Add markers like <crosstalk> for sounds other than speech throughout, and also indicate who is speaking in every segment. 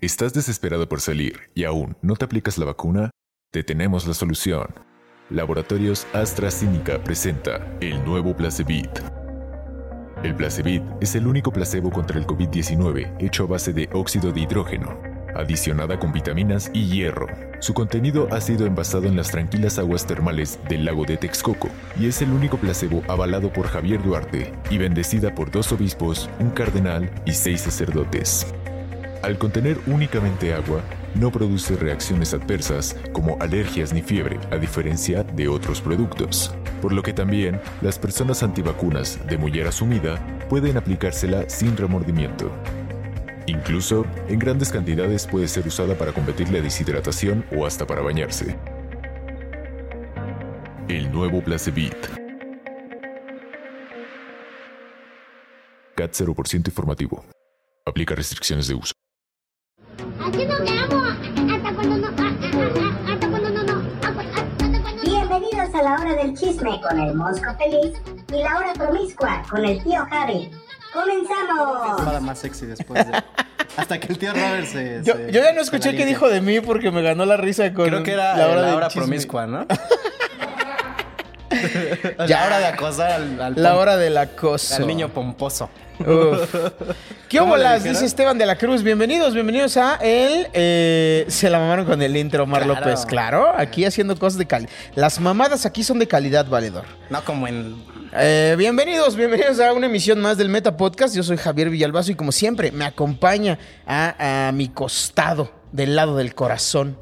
Speaker 1: ¿Estás desesperado por salir y aún no te aplicas la vacuna? Te tenemos la solución. Laboratorios AstraZeneca presenta el nuevo Placebit. El Placebit es el único placebo contra el COVID-19 hecho a base de óxido de hidrógeno, adicionada con vitaminas y hierro. Su contenido ha sido envasado en las tranquilas aguas termales del lago de Texcoco y es el único placebo avalado por Javier Duarte y bendecida por dos obispos, un cardenal y seis sacerdotes. Al contener únicamente agua, no produce reacciones adversas como alergias ni fiebre, a diferencia de otros productos. Por lo que también las personas antivacunas de mullera sumida pueden aplicársela sin remordimiento. Incluso, en grandes cantidades puede ser usada para combatir la deshidratación o hasta para bañarse. El nuevo Placebit. CAT 0% informativo. Aplica restricciones de uso.
Speaker 2: Así nos quedamos hasta cuando no. ah, a- a- a- Hasta cuando no. no a- a- hasta cuando no.
Speaker 3: Bienvenidos a la hora del chisme con el Mosco Feliz y la hora promiscua con el tío Javi. ¡Comenzamos!
Speaker 4: Nada más sexy después de... Hasta que el tío Robert se...
Speaker 5: <laughs> Yo,
Speaker 4: se-
Speaker 5: yo ya no
Speaker 4: se
Speaker 5: escuché
Speaker 4: la
Speaker 5: qué
Speaker 4: limpia.
Speaker 5: dijo de mí porque me ganó la risa con
Speaker 6: Creo que era
Speaker 5: la hora,
Speaker 6: la
Speaker 5: del
Speaker 6: hora
Speaker 5: chisme.
Speaker 6: promiscua,
Speaker 5: <laughs>
Speaker 6: ¿no? la hora de acosar al, al
Speaker 5: La
Speaker 6: pom-
Speaker 5: hora del acoso.
Speaker 6: al niño pomposo.
Speaker 4: <laughs>
Speaker 5: Uf. ¿Qué
Speaker 6: ¿Cómo le
Speaker 5: bolas?
Speaker 6: dijeron?
Speaker 5: Dice Esteban de la Cruz. Bienvenidos, bienvenidos a el... eh, se la mamaron con el intro, Omar
Speaker 6: Claro.
Speaker 5: López. Claro, aquí haciendo cosas de calidad. Las mamadas aquí son de calidad, valedor.
Speaker 6: No como en.
Speaker 5: Eh, bienvenidos, bienvenidos a una emisión más del Meta Podcast. Yo soy Javier Villalbazo y como siempre me acompaña a, a mi costado, del lado del corazón,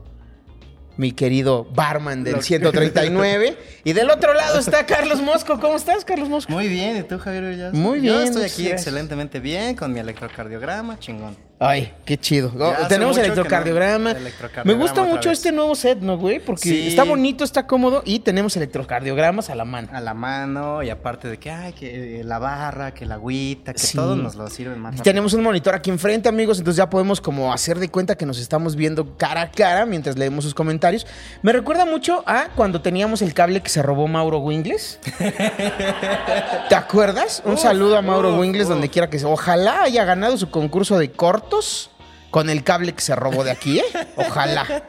Speaker 5: mi querido barman del 139. y del otro lado está Carlos Mosco. ¿Cómo estás, Carlos Mosco?
Speaker 4: Muy bien, ¿y tú, Javier Villas?
Speaker 5: Muy
Speaker 4: Yo
Speaker 5: bien,
Speaker 4: estoy
Speaker 5: muchas
Speaker 4: aquí
Speaker 5: gracias.
Speaker 4: excelentemente bien, con mi electrocardiograma, chingón.
Speaker 5: Ay, qué chido. Oh,
Speaker 4: hace
Speaker 5: Tenemos
Speaker 4: mucho que no-
Speaker 5: electrocardiograma.
Speaker 4: electrocardiograma
Speaker 5: Me gusta
Speaker 4: otra
Speaker 5: mucho
Speaker 4: vez.
Speaker 5: este nuevo set, ¿no, güey? Porque
Speaker 4: Sí.
Speaker 5: está bonito, está cómodo y tenemos electrocardiogramas a la mano.
Speaker 4: A la mano, y aparte de que, ay, que eh, la barra, que la agüita, que
Speaker 5: Sí.
Speaker 4: todo nos lo sirven más rápido.
Speaker 5: Tenemos un monitor aquí enfrente, amigos, entonces ya podemos como hacer de cuenta que nos estamos viendo cara a cara mientras leemos sus comentarios. Me recuerda mucho a cuando teníamos el cable que se robó
Speaker 4: <laughs>
Speaker 5: Mauro Wingles. ¿Te acuerdas? Un
Speaker 4: Uf,
Speaker 5: saludo a Mauro
Speaker 4: uf,
Speaker 5: Wingles
Speaker 4: uf.
Speaker 5: donde quiera que sea. Ojalá haya ganado su concurso de cortos con el cable que se robó de
Speaker 4: <laughs>
Speaker 5: aquí, ¿eh? Ojalá.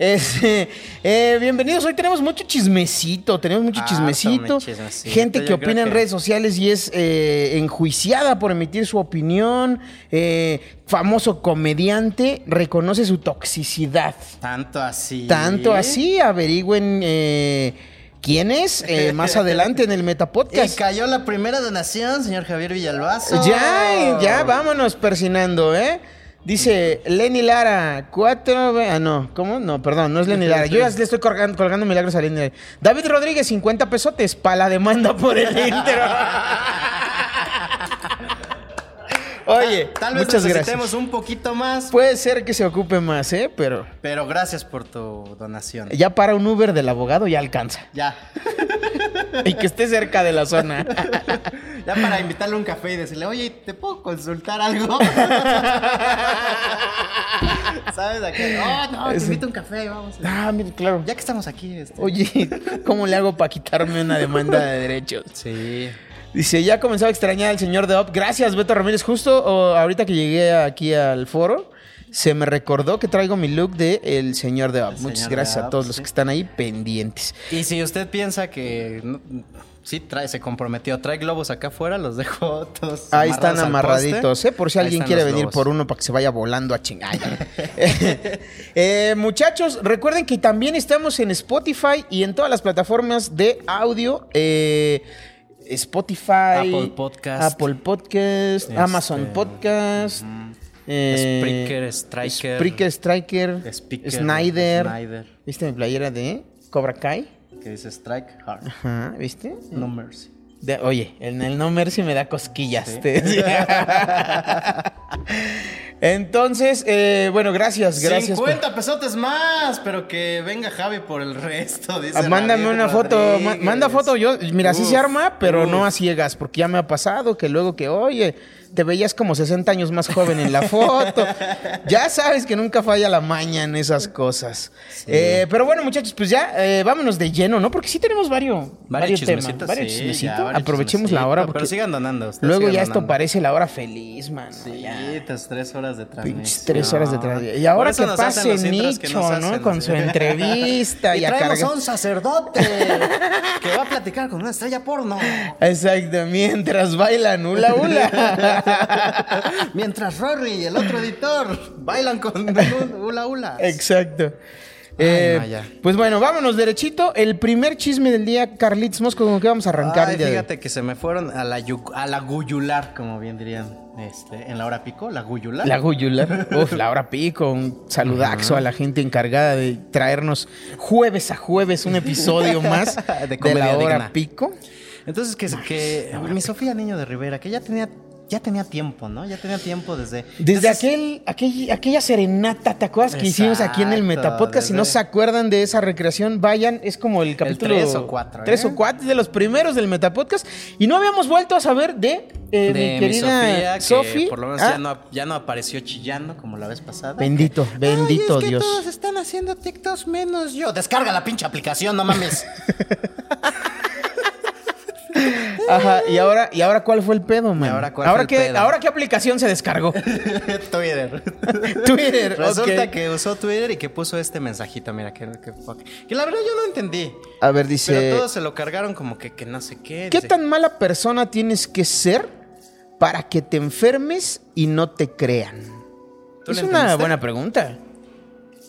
Speaker 5: Este, eh, bienvenidos, hoy tenemos mucho chismecito, tenemos mucho
Speaker 4: Harto
Speaker 5: chismecito,
Speaker 4: Ah, chismecito,
Speaker 5: gente que
Speaker 4: yo creo
Speaker 5: opina en
Speaker 4: que-
Speaker 5: redes sociales y es eh, enjuiciada por emitir su opinión, eh, famoso comediante, reconoce su toxicidad.
Speaker 4: Tanto así.
Speaker 5: Tanto así, averigüen eh, quién es eh, más adelante en
Speaker 4: <laughs>
Speaker 5: el
Speaker 4: Y
Speaker 5: Metapodcast.
Speaker 4: cayó la primera donación, señor Javier Villalbazo.
Speaker 5: Ya, ya, vámonos persinando, ¿eh? Dice Lenny Lara, cuatro... ve- Ah, no, ¿cómo? No, perdón, no es Lenny Lara. Yo ya le estoy colgando, colgando milagros a Lenny Lara. David Rodríguez, 50 pesotes para la demanda por el
Speaker 4: <laughs>
Speaker 5: intro. Oye,
Speaker 4: Ah, Tal vez
Speaker 5: muchas
Speaker 4: necesitemos
Speaker 5: gracias.
Speaker 4: un poquito más,
Speaker 5: Puede ser que se ocupe más, ¿eh? Pero
Speaker 4: pero gracias por tu donación.
Speaker 5: ya para un Uber del abogado ya alcanza.
Speaker 4: Ya.
Speaker 5: Y que esté cerca de la zona.
Speaker 4: <laughs> Ya para invitarle un café y decirle, oye, ¿te puedo consultar
Speaker 5: <laughs>
Speaker 4: algo? ¿Sabes? Aquí, oh, no, te
Speaker 5: Ese.
Speaker 4: invito a un café, vamos.
Speaker 5: ah, mira, claro.
Speaker 4: Ya que estamos aquí, este.
Speaker 5: Oye, ¿cómo le hago para quitarme una demanda de derechos?
Speaker 4: Sí.
Speaker 5: Dice, ya comenzaba a extrañar al señor de OP. Gracias, Beto Ramírez. Justo o, ahorita que llegué aquí al foro, se me recordó que traigo mi look de el señor de OP.
Speaker 4: El
Speaker 5: Muchas
Speaker 4: señor de
Speaker 5: gracias a
Speaker 4: Up,
Speaker 5: todos los
Speaker 4: sí.
Speaker 5: que están ahí pendientes.
Speaker 4: Y si usted piensa que no- sí trae, se comprometió, trae globos acá afuera, los dejo todos.
Speaker 5: Ahí están
Speaker 4: amarrados al
Speaker 5: amarraditos,
Speaker 4: poste.
Speaker 5: ¿eh? Por si
Speaker 4: Ahí
Speaker 5: alguien
Speaker 4: están
Speaker 5: quiere
Speaker 4: los
Speaker 5: venir
Speaker 4: globos.
Speaker 5: por uno para que se vaya volando
Speaker 4: <laughs>
Speaker 5: a chingar. <laughs> Eh, muchachos, recuerden que también estamos en Spotify y en todas las plataformas de audio. eh, Spotify,
Speaker 4: Apple Podcast.
Speaker 5: Apple Podcast, Amazon
Speaker 4: Este,
Speaker 5: Podcast, eh,
Speaker 4: Spreaker, Striker.
Speaker 5: Spreaker, Striker,
Speaker 4: Speaker,
Speaker 5: Snyder.
Speaker 4: Snyder.
Speaker 5: ¿Viste mi playera de Cobra Kai?
Speaker 4: Que dice Strike Hard.
Speaker 5: Ajá, ¿viste?
Speaker 4: No mercy.
Speaker 5: De- oye, en el no mercy me da cosquillas.
Speaker 4: <laughs>
Speaker 5: te decía. Entonces, eh, bueno, gracias, gracias. por-
Speaker 4: 50 pesotes más, pero que venga Javi por el resto. Dice
Speaker 5: Ah, Mándame
Speaker 4: David
Speaker 5: una foto, ma-
Speaker 4: Rodríguez.
Speaker 5: manda foto. Yo, mira, sí
Speaker 4: Uf,
Speaker 5: se arma, pero no
Speaker 4: uf.
Speaker 5: a ciegas, porque ya me ha pasado que luego que, oye, te veías como 60 años más joven en
Speaker 4: <laughs>
Speaker 5: la foto. ya sabes que nunca falla la maña en esas cosas. Eh, pero bueno, muchachos, pues ya eh, vámonos de lleno, ¿no? Porque sí tenemos varios, varios temas,
Speaker 4: chismecitos,
Speaker 5: varios
Speaker 4: sí,
Speaker 5: chismecitos. Ah,
Speaker 4: ya, varios
Speaker 5: Aprovechemos la
Speaker 4: chismecitos,
Speaker 5: hora, porque
Speaker 4: Pero sigan donando. ustedes
Speaker 5: luego
Speaker 4: sigan
Speaker 5: ya esto
Speaker 4: donando.
Speaker 5: parece la hora feliz, man.
Speaker 4: Sí, estas tres horas de transmisión.
Speaker 5: Pinches pues, tres horas de trabajo. Y ahora
Speaker 4: Por eso
Speaker 5: que
Speaker 4: nos hacen
Speaker 5: pase
Speaker 4: los intros que
Speaker 5: Nicho,
Speaker 4: nos
Speaker 5: ¿no?
Speaker 4: hacen,
Speaker 5: Con
Speaker 4: sí.
Speaker 5: su entrevista
Speaker 4: <laughs>
Speaker 5: y,
Speaker 4: y
Speaker 5: a
Speaker 4: traemos
Speaker 5: cargar-
Speaker 4: a un
Speaker 5: <laughs>
Speaker 4: sacerdote que va a platicar con una estrella porno.
Speaker 5: Exacto, mientras bailan hula
Speaker 4: <laughs>
Speaker 5: hula.
Speaker 4: Mientras Rory y el otro editor bailan con un hula hula.
Speaker 5: Exacto. Eh,
Speaker 4: no, ya.
Speaker 5: pues bueno, vámonos derechito. El primer chisme del día, Carlitos Mosco, ¿con qué vamos a arrancar?
Speaker 4: Ay,
Speaker 5: el día de hoy?
Speaker 4: fíjate que se me fueron a la, yu- a la guyular, como bien dirían este, en la hora pico, la guyular. <laughs>
Speaker 5: La Guyular. Uf, la hora pico. Un saludaxo a la gente encargada de traernos jueves a jueves un
Speaker 4: <laughs>
Speaker 5: episodio más
Speaker 4: De
Speaker 5: de, la
Speaker 4: comedia
Speaker 5: hora
Speaker 4: digna.
Speaker 5: pico.
Speaker 4: Entonces que, que mi Sofía Niño de Rivera, que ya tenía, ya tenía tiempo, ¿no? Ya tenía tiempo desde...
Speaker 5: Desde
Speaker 4: entonces-
Speaker 5: aquel, aquel- aquella serenata, ¿te acuerdas que hicimos aquí en el
Speaker 4: Exacto,
Speaker 5: Metapodcast? Si no
Speaker 4: desde-
Speaker 5: se acuerdan de esa recreación, vayan, es como el capítulo
Speaker 4: tres o cuatro,
Speaker 5: tres
Speaker 4: ¿eh?
Speaker 5: o cuatro, de los primeros del Metapodcast. Y no habíamos vuelto a saber de, eh,
Speaker 4: de
Speaker 5: mi
Speaker 4: mi Sofía,
Speaker 5: querida Sofi.
Speaker 4: que por lo menos
Speaker 5: Ah,
Speaker 4: ya, no, ya no apareció chillando como la vez pasada.
Speaker 5: Bendito,
Speaker 4: Que,
Speaker 5: bendito
Speaker 4: "Ay, es que
Speaker 5: Dios".
Speaker 4: todos están haciendo TikToks menos yo. Descarga la pinche aplicación, no mames.
Speaker 5: Ajá, y ahora, y ahora cuál fue el pedo, man.
Speaker 4: ahora cuál fue el
Speaker 5: qué,
Speaker 4: pedo?
Speaker 5: ahora qué aplicación
Speaker 4: <laughs>
Speaker 5: se descargó.
Speaker 4: <laughs> Twitter.
Speaker 5: Twitter,
Speaker 4: Resulta
Speaker 5: ok.
Speaker 4: que usó Twitter y que puso este mensajito, mira, que, que, que la verdad yo no entendí.
Speaker 5: A ver, dice.
Speaker 4: Pero todos se lo cargaron como que, que no sé qué.
Speaker 5: ¿Qué
Speaker 4: dice,
Speaker 5: tan mala persona tienes que ser para que te enfermes y no te crean?
Speaker 4: ¿Tú
Speaker 5: Es
Speaker 4: le
Speaker 5: una
Speaker 4: entendiste? Pues
Speaker 5: buena pregunta.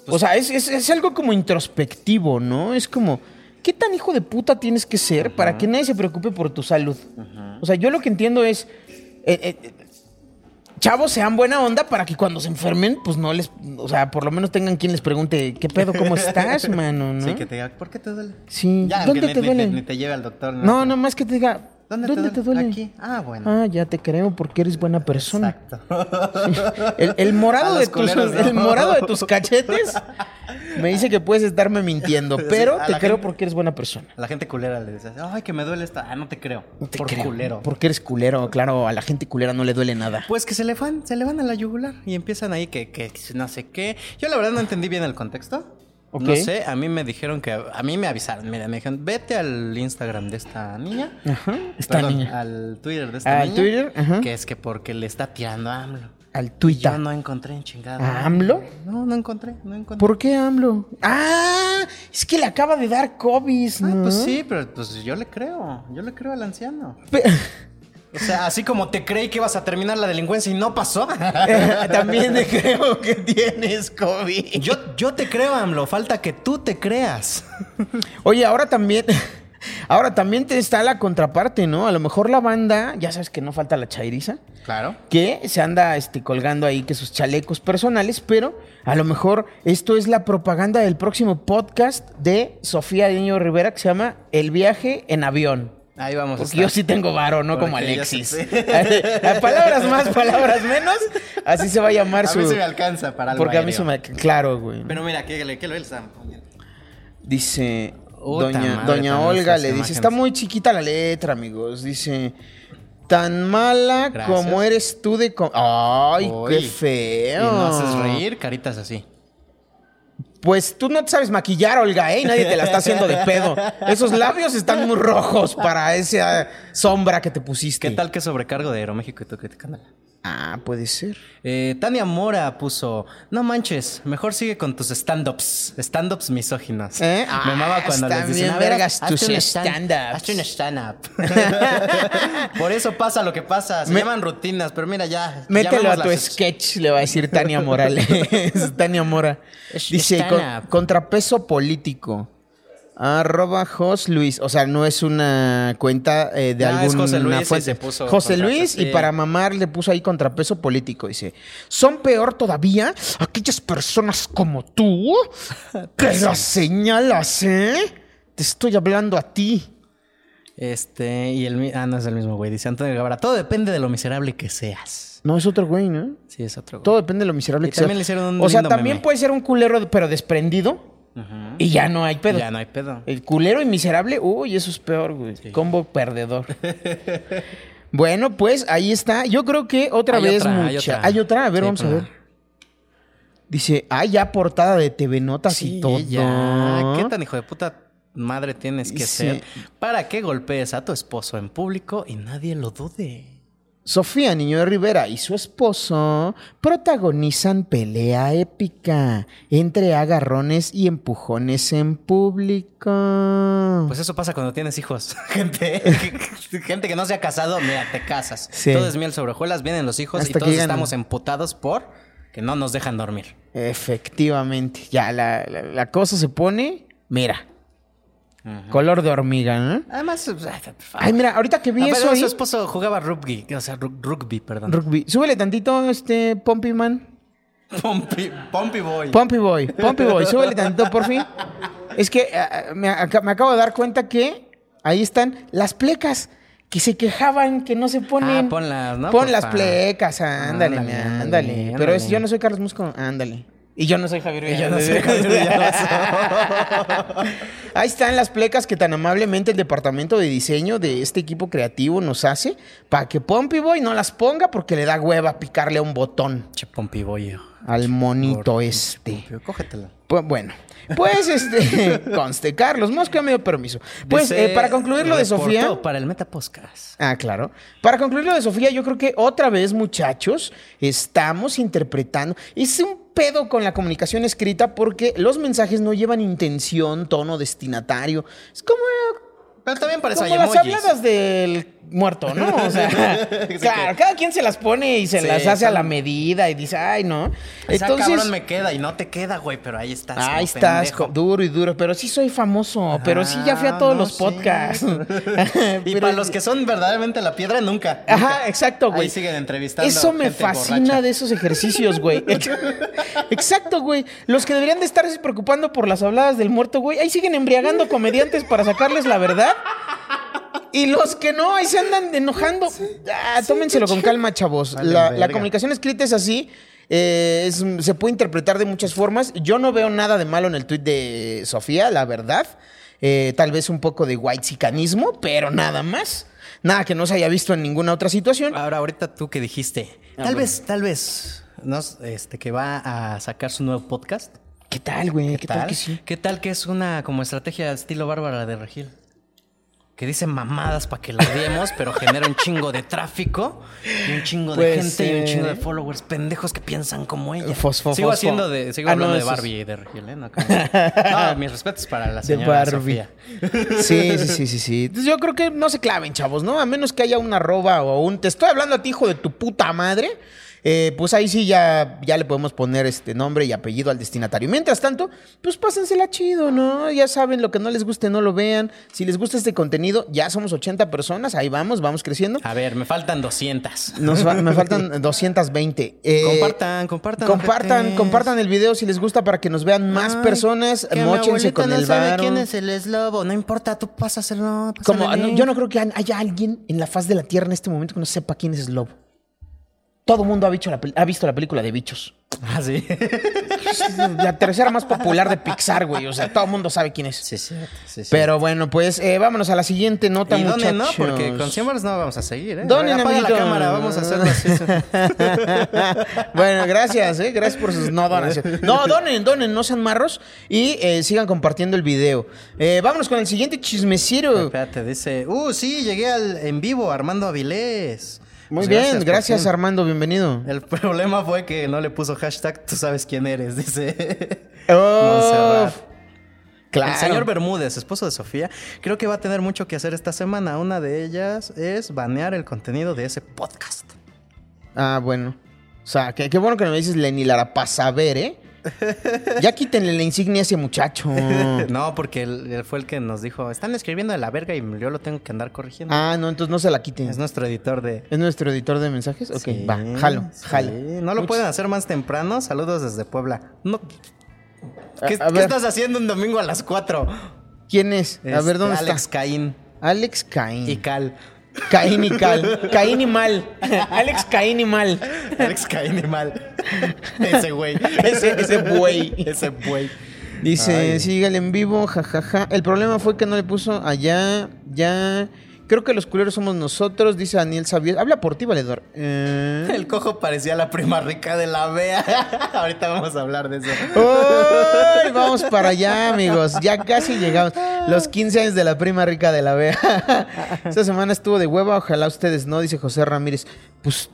Speaker 5: o sea, es, es- es algo como introspectivo, ¿no? Es como, ¿qué tan hijo de puta tienes que ser para que nadie se preocupe por tu salud? O sea, yo lo que entiendo es, eh, eh, eh, chavos sean buena onda para que cuando se enfermen, pues no les, o sea, por lo menos tengan quien les pregunte, ¿qué pedo?
Speaker 4: <laughs>
Speaker 5: ¿Cómo estás, mano? ¿no?
Speaker 4: Sí, que te diga, ¿por qué te duele?
Speaker 5: Sí.
Speaker 4: Ya,
Speaker 5: ¿Dónde
Speaker 4: aunque
Speaker 5: te
Speaker 4: ni,
Speaker 5: duele?
Speaker 4: Ni, ni te lleve al doctor.
Speaker 5: No, no más que te diga. ¿Dónde, te, duele?
Speaker 4: Aquí. Ah, bueno.
Speaker 5: Ah, ya te creo porque eres buena persona.
Speaker 4: Exacto.
Speaker 5: El, el morado
Speaker 4: A
Speaker 5: de
Speaker 4: los
Speaker 5: tus,
Speaker 4: culeros, ¿no?
Speaker 5: el morado de tus cachetes me dice que puedes
Speaker 4: <laughs>
Speaker 5: estarme mintiendo, pero
Speaker 4: a
Speaker 5: te
Speaker 4: la
Speaker 5: creo
Speaker 4: gente-
Speaker 5: porque eres buena persona.
Speaker 4: A la gente culera le dices, ay, que me duele esta. Ah, no te creo.
Speaker 5: No te
Speaker 4: por
Speaker 5: creo,
Speaker 4: culero.
Speaker 5: Porque eres culero, claro, a la gente culera no le duele nada.
Speaker 4: Pues que se le van, se le van a la yugular y empiezan ahí que, que no sé qué. Yo la verdad no entendí bien el contexto.
Speaker 5: Ok.
Speaker 4: No sé, a mí me dijeron que, a mí me avisaron, mira, me dijeron, vete al Instagram de esta niña.
Speaker 5: Ajá. Esta
Speaker 4: Perdón,
Speaker 5: niña. Ah,
Speaker 4: Al Twitter de esta
Speaker 5: Al
Speaker 4: niña.
Speaker 5: Twitter, ajá.
Speaker 4: Que es que porque le está tirando a AMLO.
Speaker 5: Al
Speaker 4: Y
Speaker 5: tuita.
Speaker 4: Yo no encontré chingada.
Speaker 5: ¿A AMLO?
Speaker 4: No, no encontré, no encontré.
Speaker 5: ¿Por qué AMLO? Ah, es que le acaba de dar COVID,
Speaker 4: Ah,
Speaker 5: ¿no?
Speaker 4: pues sí, pero pues yo le creo, yo le creo al anciano.
Speaker 5: Pe-
Speaker 4: <laughs> O sea, así como te creí que ibas a terminar la delincuencia y no
Speaker 5: <laughs>
Speaker 4: pasó.
Speaker 5: Eh, También te creo que tienes COVID.
Speaker 4: Yo, yo te creo, AMLO, falta que tú te creas.
Speaker 5: <laughs> Oye, ahora también. <laughs> Ahora también te está la contraparte, ¿no? A lo mejor la banda, ya sabes que no falta la chairiza,
Speaker 4: Claro.
Speaker 5: que se anda este, colgando ahí que sus chalecos personales, pero a lo mejor esto es la propaganda del próximo podcast de Sofía Niño Rivera que se llama El viaje en avión.
Speaker 4: Ahí vamos.
Speaker 5: Porque yo sí tengo varo, no como
Speaker 4: Porque ya se-
Speaker 5: Alexis. <laughs> A palabras más, palabras menos, así se va a llamar
Speaker 4: A
Speaker 5: su.
Speaker 4: mí se me alcanza para algo
Speaker 5: Porque a mí
Speaker 4: aéreo.
Speaker 5: se me. Claro, güey.
Speaker 4: Pero mira, ¿qué, le- qué lo están poniendo?
Speaker 5: Dice
Speaker 4: Puta
Speaker 5: doña,
Speaker 4: madre,
Speaker 5: doña
Speaker 4: también
Speaker 5: Olga,
Speaker 4: estas
Speaker 5: le dice,
Speaker 4: imágenes.
Speaker 5: está muy chiquita la letra, amigos. Dice, tan mala
Speaker 4: Gracias.
Speaker 5: como eres tú de... co- Ay, qué
Speaker 4: Uy,
Speaker 5: feo.
Speaker 4: Y no haces
Speaker 5: Ah.
Speaker 4: reír, caritas así.
Speaker 5: Pues tú no te sabes maquillar, Olga, ¿eh? Y Nadie te la está haciendo de pedo. Esos labios están muy rojos para esa sombra que te pusiste.
Speaker 4: ¿Qué tal que sobrecargo de Aeroméxico y tú criticándola?
Speaker 5: Ah, puede ser.
Speaker 4: Eh, Tania Mora puso, no manches, mejor sigue con tus stand-ups, stand-ups misóginos.
Speaker 5: ¿Eh?
Speaker 4: Me
Speaker 5: Ah,
Speaker 4: mama cuando
Speaker 5: están
Speaker 4: les dicen,
Speaker 5: bien
Speaker 4: a ver,
Speaker 5: vergas
Speaker 4: hazte
Speaker 5: tus
Speaker 4: un stand-
Speaker 5: stand-ups".
Speaker 4: Hazte un stand-up. Por eso pasa lo que pasa, se
Speaker 5: Me-
Speaker 4: llaman rutinas, pero mira ya.
Speaker 5: Mételo a tu
Speaker 4: llamémoslas-
Speaker 5: sketch, le va a decir Tania Morales. <laughs> Tania Mora.
Speaker 4: Es-
Speaker 5: Dice,
Speaker 4: están
Speaker 5: "Con-
Speaker 4: a-
Speaker 5: contrapeso político. Arroba Jos Luis. O sea, no es una cuenta eh, de
Speaker 4: No, Ah, es
Speaker 5: alguna
Speaker 4: José Luis y
Speaker 5: fuente.
Speaker 4: se puso
Speaker 5: José
Speaker 4: contrapeso,
Speaker 5: Luis y
Speaker 4: sí.
Speaker 5: para mamar le puso ahí contrapeso político. Dice, son peor todavía aquellas personas como
Speaker 4: <laughs>
Speaker 5: tú que las señalas, ¿eh? Te estoy hablando a ti.
Speaker 4: Este, y el. mi- Ah, no es el mismo güey. Dice Antonio Guevara. Todo depende de lo miserable que seas.
Speaker 5: No, es otro güey, ¿no?
Speaker 4: Sí, es otro güey.
Speaker 5: Todo depende de lo miserable
Speaker 4: Y
Speaker 5: que sea.
Speaker 4: también le hicieron un
Speaker 5: o sea,
Speaker 4: lindo
Speaker 5: también
Speaker 4: meme.
Speaker 5: puede ser un culero, pero desprendido. Y ya no hay pedo.
Speaker 4: Ya no hay pedo.
Speaker 5: El culero y miserable, uy, eso es peor, güey. Combo
Speaker 4: <laughs>
Speaker 5: perdedor. bueno, pues ahí está. Yo creo que otra
Speaker 4: Hay
Speaker 5: vez
Speaker 4: otra,
Speaker 5: mucha.
Speaker 4: hay
Speaker 5: Hay otra.
Speaker 4: otra.
Speaker 5: a ver,
Speaker 4: Sí,
Speaker 5: vamos a
Speaker 4: por
Speaker 5: ver. Dice, ah, ya portada de TV Notas y todo.
Speaker 4: ya. ¿Qué tan hijo de puta madre tienes que
Speaker 5: Sí.
Speaker 4: ser para que golpees a tu esposo en público y nadie lo dude?
Speaker 5: Sofía Niño de Rivera y su esposo protagonizan pelea épica entre agarrones y empujones en público.
Speaker 4: Pues eso pasa cuando tienes hijos. <laughs> Gente, gente que no se ha casado, mira, te casas.
Speaker 5: Sí.
Speaker 4: Todo es miel sobre hojuelas, vienen los hijos
Speaker 5: Hasta
Speaker 4: y
Speaker 5: que
Speaker 4: todos
Speaker 5: llegan-
Speaker 4: estamos emputados por que no nos dejan dormir.
Speaker 5: Efectivamente, ya la, la- la cosa se pone, mira, color de hormiga, ¿no?
Speaker 4: Además, pues, ay, por favor.
Speaker 5: Ay, mira, ahorita que vi
Speaker 4: Ah, pero
Speaker 5: eso ahí,
Speaker 4: su esposo jugaba rugby, o sea, rug- rugby, perdón.
Speaker 5: rugby. Súbele tantito, este, Pompey Man.
Speaker 4: <laughs> Pompi, Pompi Boy.
Speaker 5: Pompey Boy, Pompey Boy, súbele tantito, por fin. Es que ah, ah, me, aca- me acabo de dar cuenta que ahí están las plecas que se quejaban que no se ponen.
Speaker 4: Ah, ponlas, ¿no?
Speaker 5: Pon
Speaker 4: Por
Speaker 5: las
Speaker 4: fa-
Speaker 5: plecas, ándale,
Speaker 4: Ándale,
Speaker 5: ándale.
Speaker 4: ándale,
Speaker 5: Pero es,
Speaker 4: ándale.
Speaker 5: yo no soy Carlos Musco, ándale. Y yo no soy Javier Villalobos.
Speaker 4: <laughs>
Speaker 5: Ahí están las plecas que tan amablemente el departamento de diseño de este equipo creativo nos hace para que Pompey Boy no las ponga porque le da hueva picarle a un botón
Speaker 4: Che, Pompi Boy. yo.
Speaker 5: al monito
Speaker 4: Por-
Speaker 5: este.
Speaker 4: Pero Cógetela.
Speaker 5: Pues bueno,
Speaker 4: <laughs>
Speaker 5: pues este, conste, Carlos Mosca me dio permiso. Pues
Speaker 4: Dice,
Speaker 5: eh, para concluir lo de
Speaker 4: reportó
Speaker 5: Sofía.
Speaker 4: Para el Metapodcast.
Speaker 5: Ah, claro. Para concluir lo de Sofía, yo creo que otra vez, muchachos, estamos interpretando. Es un pedo con la comunicación escrita porque los mensajes no llevan intención, tono destinatario. Es como.
Speaker 4: Pero también para eso hay
Speaker 5: Como las
Speaker 4: emojis.
Speaker 5: habladas del muerto, ¿no? O
Speaker 4: <laughs>
Speaker 5: sea, claro, cada quien se las pone y se
Speaker 4: Sí,
Speaker 5: las hace a la
Speaker 4: son-
Speaker 5: medida y dice, ay, no.
Speaker 4: O sea,
Speaker 5: Entonces,
Speaker 4: cabrón me queda y no te queda, güey, pero ahí estás.
Speaker 5: Ahí
Speaker 4: como
Speaker 5: estás,
Speaker 4: pendejo.
Speaker 5: co- duro y duro. Pero sí soy famoso. pero Pues sí ya fui a
Speaker 4: Ah,
Speaker 5: todos
Speaker 4: no,
Speaker 5: los
Speaker 4: sí.
Speaker 5: <laughs> podcasts.
Speaker 4: Y
Speaker 5: Pero-
Speaker 4: para los que son verdaderamente la piedra, nunca.
Speaker 5: Ajá, exacto, güey.
Speaker 4: Ahí siguen entrevistando
Speaker 5: Eso me
Speaker 4: gente
Speaker 5: fascina
Speaker 4: borracha.
Speaker 5: de esos ejercicios,
Speaker 4: <laughs>
Speaker 5: güey. Exacto, güey. Los que deberían de estarse preocupando por las habladas del muerto, güey. Ahí siguen embriagando comediantes para sacarles la verdad. Y los que no, ahí se andan enojando. Ah, tómenselo con calma, chavos.
Speaker 4: Vale,
Speaker 5: la, la
Speaker 4: verga.
Speaker 5: comunicación escrita es así. eh, es- se puede interpretar de muchas formas. Yo no veo nada de malo en el tuit de Sofía, la verdad. Eh, tal vez un poco de whitezicanismo, pero nada más. Nada que no se haya visto en ninguna otra situación.
Speaker 4: Ahora, ahorita tú que dijiste.
Speaker 5: Ah,
Speaker 4: Tal
Speaker 5: bueno.
Speaker 4: vez, tal vez, no, s- este, que va a sacar su nuevo podcast.
Speaker 5: ¿Qué tal, güey? ¿Qué, tal? que sí?
Speaker 4: ¿Qué tal que es una como estrategia al estilo Bárbara de Regil? Que dice mamadas para que la odiemos, pero genera un chingo de tráfico y un chingo de
Speaker 5: Puede
Speaker 4: gente y
Speaker 5: ser,
Speaker 4: un chingo de
Speaker 5: ¿eh?
Speaker 4: followers pendejos que piensan como ella.
Speaker 5: Fosfo,
Speaker 4: sigo
Speaker 5: fosfo.
Speaker 4: haciendo de, sigo
Speaker 5: Ah, no,
Speaker 4: hablando de
Speaker 5: eso es-
Speaker 4: Barbie y de Regil,
Speaker 5: <laughs>
Speaker 4: ¿eh? No, como- No, mis respetos para la
Speaker 5: De
Speaker 4: señora
Speaker 5: Barbie.
Speaker 4: Sofía.
Speaker 5: Sí, sí, sí, sí, sí. Entonces, Pues Yo creo que no se claven, chavos, ¿no? A menos que haya una arroba o un... Te estoy hablando a ti, hijo de tu puta madre. Eh, pues ahí sí ya, ya le podemos poner este nombre y apellido al destinatario. Mientras tanto, pues pásensela chido, ¿no? Ya saben, lo que no les guste, no lo vean. Si les gusta este contenido, ya somos 80 personas, ahí vamos, vamos creciendo.
Speaker 4: A ver, me faltan 200.
Speaker 5: Nos fa-
Speaker 4: <laughs>
Speaker 5: me faltan 220. Eh,
Speaker 4: Compartan, compartan,
Speaker 5: Compartan,
Speaker 4: ojetes.
Speaker 5: compartan el video si les gusta para que nos vean más personas. Móchense con el
Speaker 4: sabe
Speaker 5: varo.
Speaker 4: quién es el eslobo. No importa, tú pásaselo.
Speaker 5: Como, ah, no, yo no creo que han- haya alguien en la faz de la Tierra en este momento que no sepa quién es Slobo. Todo mundo ha, visto la pel- ha visto la película de bichos.
Speaker 4: <laughs> Ah, sí.
Speaker 5: <laughs> La tercera más popular de Pixar, güey. O sea, todo el mundo sabe quién es.
Speaker 4: sí, sí, sí, sí.
Speaker 5: Pero bueno, pues eh, vámonos a la siguiente nota,
Speaker 4: Y donen, ¿no?
Speaker 5: muchachos.
Speaker 4: Porque con 100 baros no vamos a seguir, ¿eh?
Speaker 5: Donen,
Speaker 4: Apaga
Speaker 5: amiguito.
Speaker 4: la cámara, vamos a hacerlo así.
Speaker 5: <laughs> bueno, gracias, ¿eh? gracias por sus no
Speaker 4: <laughs>
Speaker 5: donaciones. No, donen, donen, no sean marros y eh, sigan compartiendo el video. Eh, vámonos con el siguiente chismeciro.
Speaker 4: Espérate, dice, uh, sí, llegué al en vivo, Armando Avilés.
Speaker 5: Muy
Speaker 4: Pues
Speaker 5: bien, gracias,
Speaker 4: por fin.
Speaker 5: Armando, bienvenido.
Speaker 4: El problema fue que no le puso hashtag, tú sabes quién eres, <laughs> dice.
Speaker 5: Oh,
Speaker 4: Montserrat.
Speaker 5: claro.
Speaker 4: El señor Bermúdez, esposo de Sofía, creo que va a tener mucho que hacer esta semana. Una de ellas es banear el contenido de ese podcast.
Speaker 5: Ah, bueno. O sea, qué, qué bueno que no me dices Lenny Lara para saber, ¿eh? Ya quítenle la insignia a ese muchacho.
Speaker 4: <laughs> No, porque él, él fue el que nos dijo, están escribiendo de la verga y yo lo tengo que andar corrigiendo.
Speaker 5: Ah, no, entonces no se la quiten.
Speaker 4: Es nuestro editor de...
Speaker 5: ¿Es nuestro editor de mensajes? Ok,
Speaker 4: Sí,
Speaker 5: va, jalo,
Speaker 4: Mm, sí.
Speaker 5: jalo.
Speaker 4: No lo pueden hacer más temprano. Saludos desde Puebla. No. ¿Qué,
Speaker 5: A- a
Speaker 4: qué
Speaker 5: ver.
Speaker 4: estás haciendo un domingo a las 4?
Speaker 5: ¿Quién es? A ver, ¿dónde
Speaker 4: Este, Alex
Speaker 5: está?
Speaker 4: Caín.
Speaker 5: Alex Caín.
Speaker 4: Y Cal.
Speaker 5: Caín
Speaker 4: <laughs>
Speaker 5: y Cal. Caín y Mal. <laughs> Alex Caín y Mal.
Speaker 4: Alex Caín y mal. Ese güey.
Speaker 5: Ese- ese buey.
Speaker 4: Ese buey.
Speaker 5: Dice, sígale en vivo, jajaja. El problema fue que no le puso allá, ya. Creo que los culeros somos nosotros, dice Daniel Xavier. Habla por ti, valedor. Eh.
Speaker 4: El cojo parecía la prima rica de la Bea. <laughs> Ahorita vamos a hablar de eso.
Speaker 5: ¡Ay! Vamos para allá, amigos. Ya casi llegamos. Los 15 años de la prima rica de la Bea. Esta semana estuvo de hueva, ojalá ustedes no, dice José Ramírez. Pues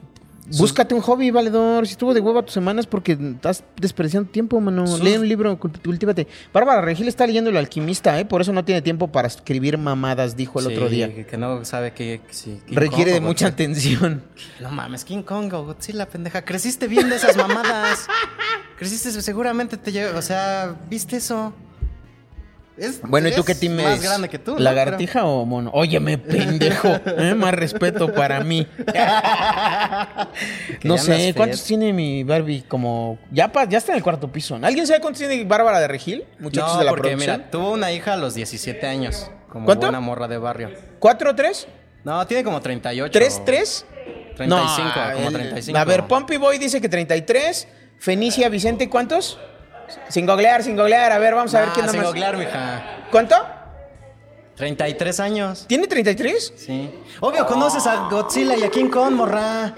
Speaker 5: búscate un hobby, valedor. Si estuvo de hueva tus semanas porque estás despreciando tiempo, mano. Lee un libro, cult- cultívate. Bárbara Regil está leyendo El alquimista, ¿eh? Por eso no tiene tiempo para escribir mamadas, dijo el otro
Speaker 4: Sí,
Speaker 5: día.
Speaker 4: Que no sabe que. que sí, King
Speaker 5: Requiere
Speaker 4: Kong
Speaker 5: de
Speaker 4: o Godzilla.
Speaker 5: mucha atención.
Speaker 4: No mames, King Kong o Godzilla, pendeja. Creciste viendo esas mamadas. Creciste, seguramente te llegó. O sea, viste eso. Es-
Speaker 5: Bueno, ¿y tú
Speaker 4: es
Speaker 5: qué team
Speaker 4: Más
Speaker 5: eres?
Speaker 4: grande que tú. ¿no?
Speaker 5: ¿Lagartija o mono? Óyeme, pendejo. ¿eh? Más respeto
Speaker 4: <laughs>
Speaker 5: para mí.
Speaker 4: Pero- que
Speaker 5: No
Speaker 4: ya andas
Speaker 5: sé, ¿cuántos
Speaker 4: fed.
Speaker 5: tiene mi Barbie? Como. Ya, pa- ya está en el cuarto piso. ¿no? ¿Alguien sabe cuántos tiene Bárbara de Regil? Muchachos
Speaker 4: no,
Speaker 5: de la
Speaker 4: porque
Speaker 5: producción.
Speaker 4: mira, tuvo una hija a los 17 años. Como
Speaker 5: ¿Cuánto?
Speaker 4: buena morra de barrio.
Speaker 5: ¿Cuatro, tres?
Speaker 4: No, tiene como 38.
Speaker 5: ¿Tres, tres?
Speaker 4: 35, como
Speaker 5: el-
Speaker 4: 35.
Speaker 5: A ver, Pompey Boy dice que 33. Fenicia Vicente, ¿cuántos? Sin googlear, sin googlear. A ver, vamos a ver
Speaker 4: Ah,
Speaker 5: quién
Speaker 4: sin
Speaker 5: nomás.
Speaker 4: googlear, mija.
Speaker 5: ¿Cuánto?
Speaker 4: 33 años.
Speaker 5: ¿Tiene 33?
Speaker 4: Sí. Obvio, conoces a Godzilla y a King Kong, morra.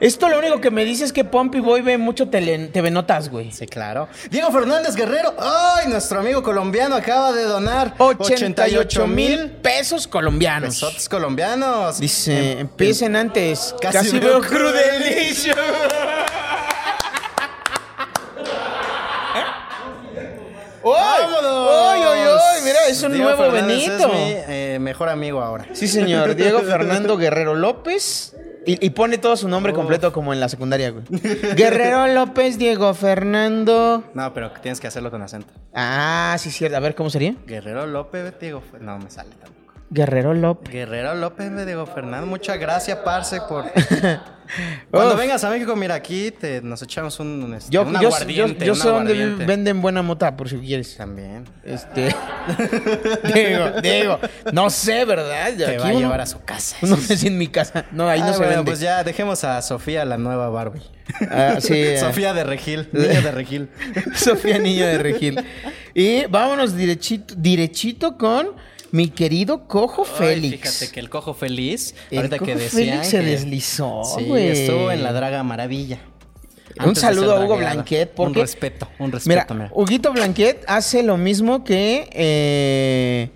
Speaker 5: Esto lo único que me dice es que Pompey Boy ve mucho tele, TV Notas, güey.
Speaker 4: Sí, claro. Diego Fernández Guerrero. ¡Ay! Nuestro amigo colombiano acaba de donar
Speaker 5: 88 mil pesos colombianos.
Speaker 4: pesos colombianos. Em,
Speaker 5: Dice, empiecen antes. Casi,
Speaker 4: Casi veo
Speaker 5: veo Crudelicious. ¡Oy! ¡Oy, oy, oy! Mira, es un
Speaker 4: Diego
Speaker 5: nuevo
Speaker 4: Fernández
Speaker 5: Benito.
Speaker 4: Es mi eh, mejor amigo ahora.
Speaker 5: Sí,
Speaker 4: <laughs>
Speaker 5: señor. Diego Fernando Guerrero López. Y, y pone todo su nombre completo como en la secundaria, güey. Guerrero López, Diego Fernando.
Speaker 4: <laughs> No, pero tienes que hacerlo con acento.
Speaker 5: Ah, sí, cierto. A ver, ¿cómo sería?
Speaker 4: Guerrero López, Diego. Fer- No, me sale tampoco.
Speaker 5: Guerrero López.
Speaker 4: Guerrero López, Diego Fernández. Muchas gracias, parce,
Speaker 5: <laughs>
Speaker 4: por. Cuando
Speaker 5: Uf.
Speaker 4: vengas a México, mira, aquí te, nos echamos un, un, este,
Speaker 5: Yo,
Speaker 4: un
Speaker 5: yo, yo,
Speaker 4: aguardiente.
Speaker 5: yo
Speaker 4: un
Speaker 5: sé dónde
Speaker 4: aguardiente.
Speaker 5: venden buena mota, por si quieres.
Speaker 4: También. <laughs>
Speaker 5: Este. <laughs> Diego, Diego. No sé, ¿verdad?
Speaker 4: Te va a
Speaker 5: Aquí uno-
Speaker 4: llevar a su casa.
Speaker 5: <laughs> No sé si en mi casa. No, ahí no
Speaker 4: Ah,
Speaker 5: se
Speaker 4: bueno,
Speaker 5: vende.
Speaker 4: pues ya dejemos a Sofía, la nueva Barbie.
Speaker 5: Ah,
Speaker 4: <laughs>
Speaker 5: sí, eh.
Speaker 4: Sofía de Regil, niña de Regil.
Speaker 5: Sofía Niño de Regil. Y vámonos derechito, derechito con mi querido Cojo <laughs> Félix.
Speaker 4: Fíjate que el cojo feliz,
Speaker 5: El
Speaker 4: ahorita
Speaker 5: Cojo
Speaker 4: que decían
Speaker 5: Félix se
Speaker 4: que-
Speaker 5: deslizó,
Speaker 4: Sí,
Speaker 5: güey.
Speaker 4: estuvo en la Draga Maravilla.
Speaker 5: Un
Speaker 4: Antes de
Speaker 5: saludo
Speaker 4: ser
Speaker 5: a Hugo
Speaker 4: dragueado.
Speaker 5: Blanquet, porque-
Speaker 4: Un respeto, un
Speaker 5: Mira,
Speaker 4: respeto, mira.
Speaker 5: Huguito Blanquet hace lo mismo que, eh,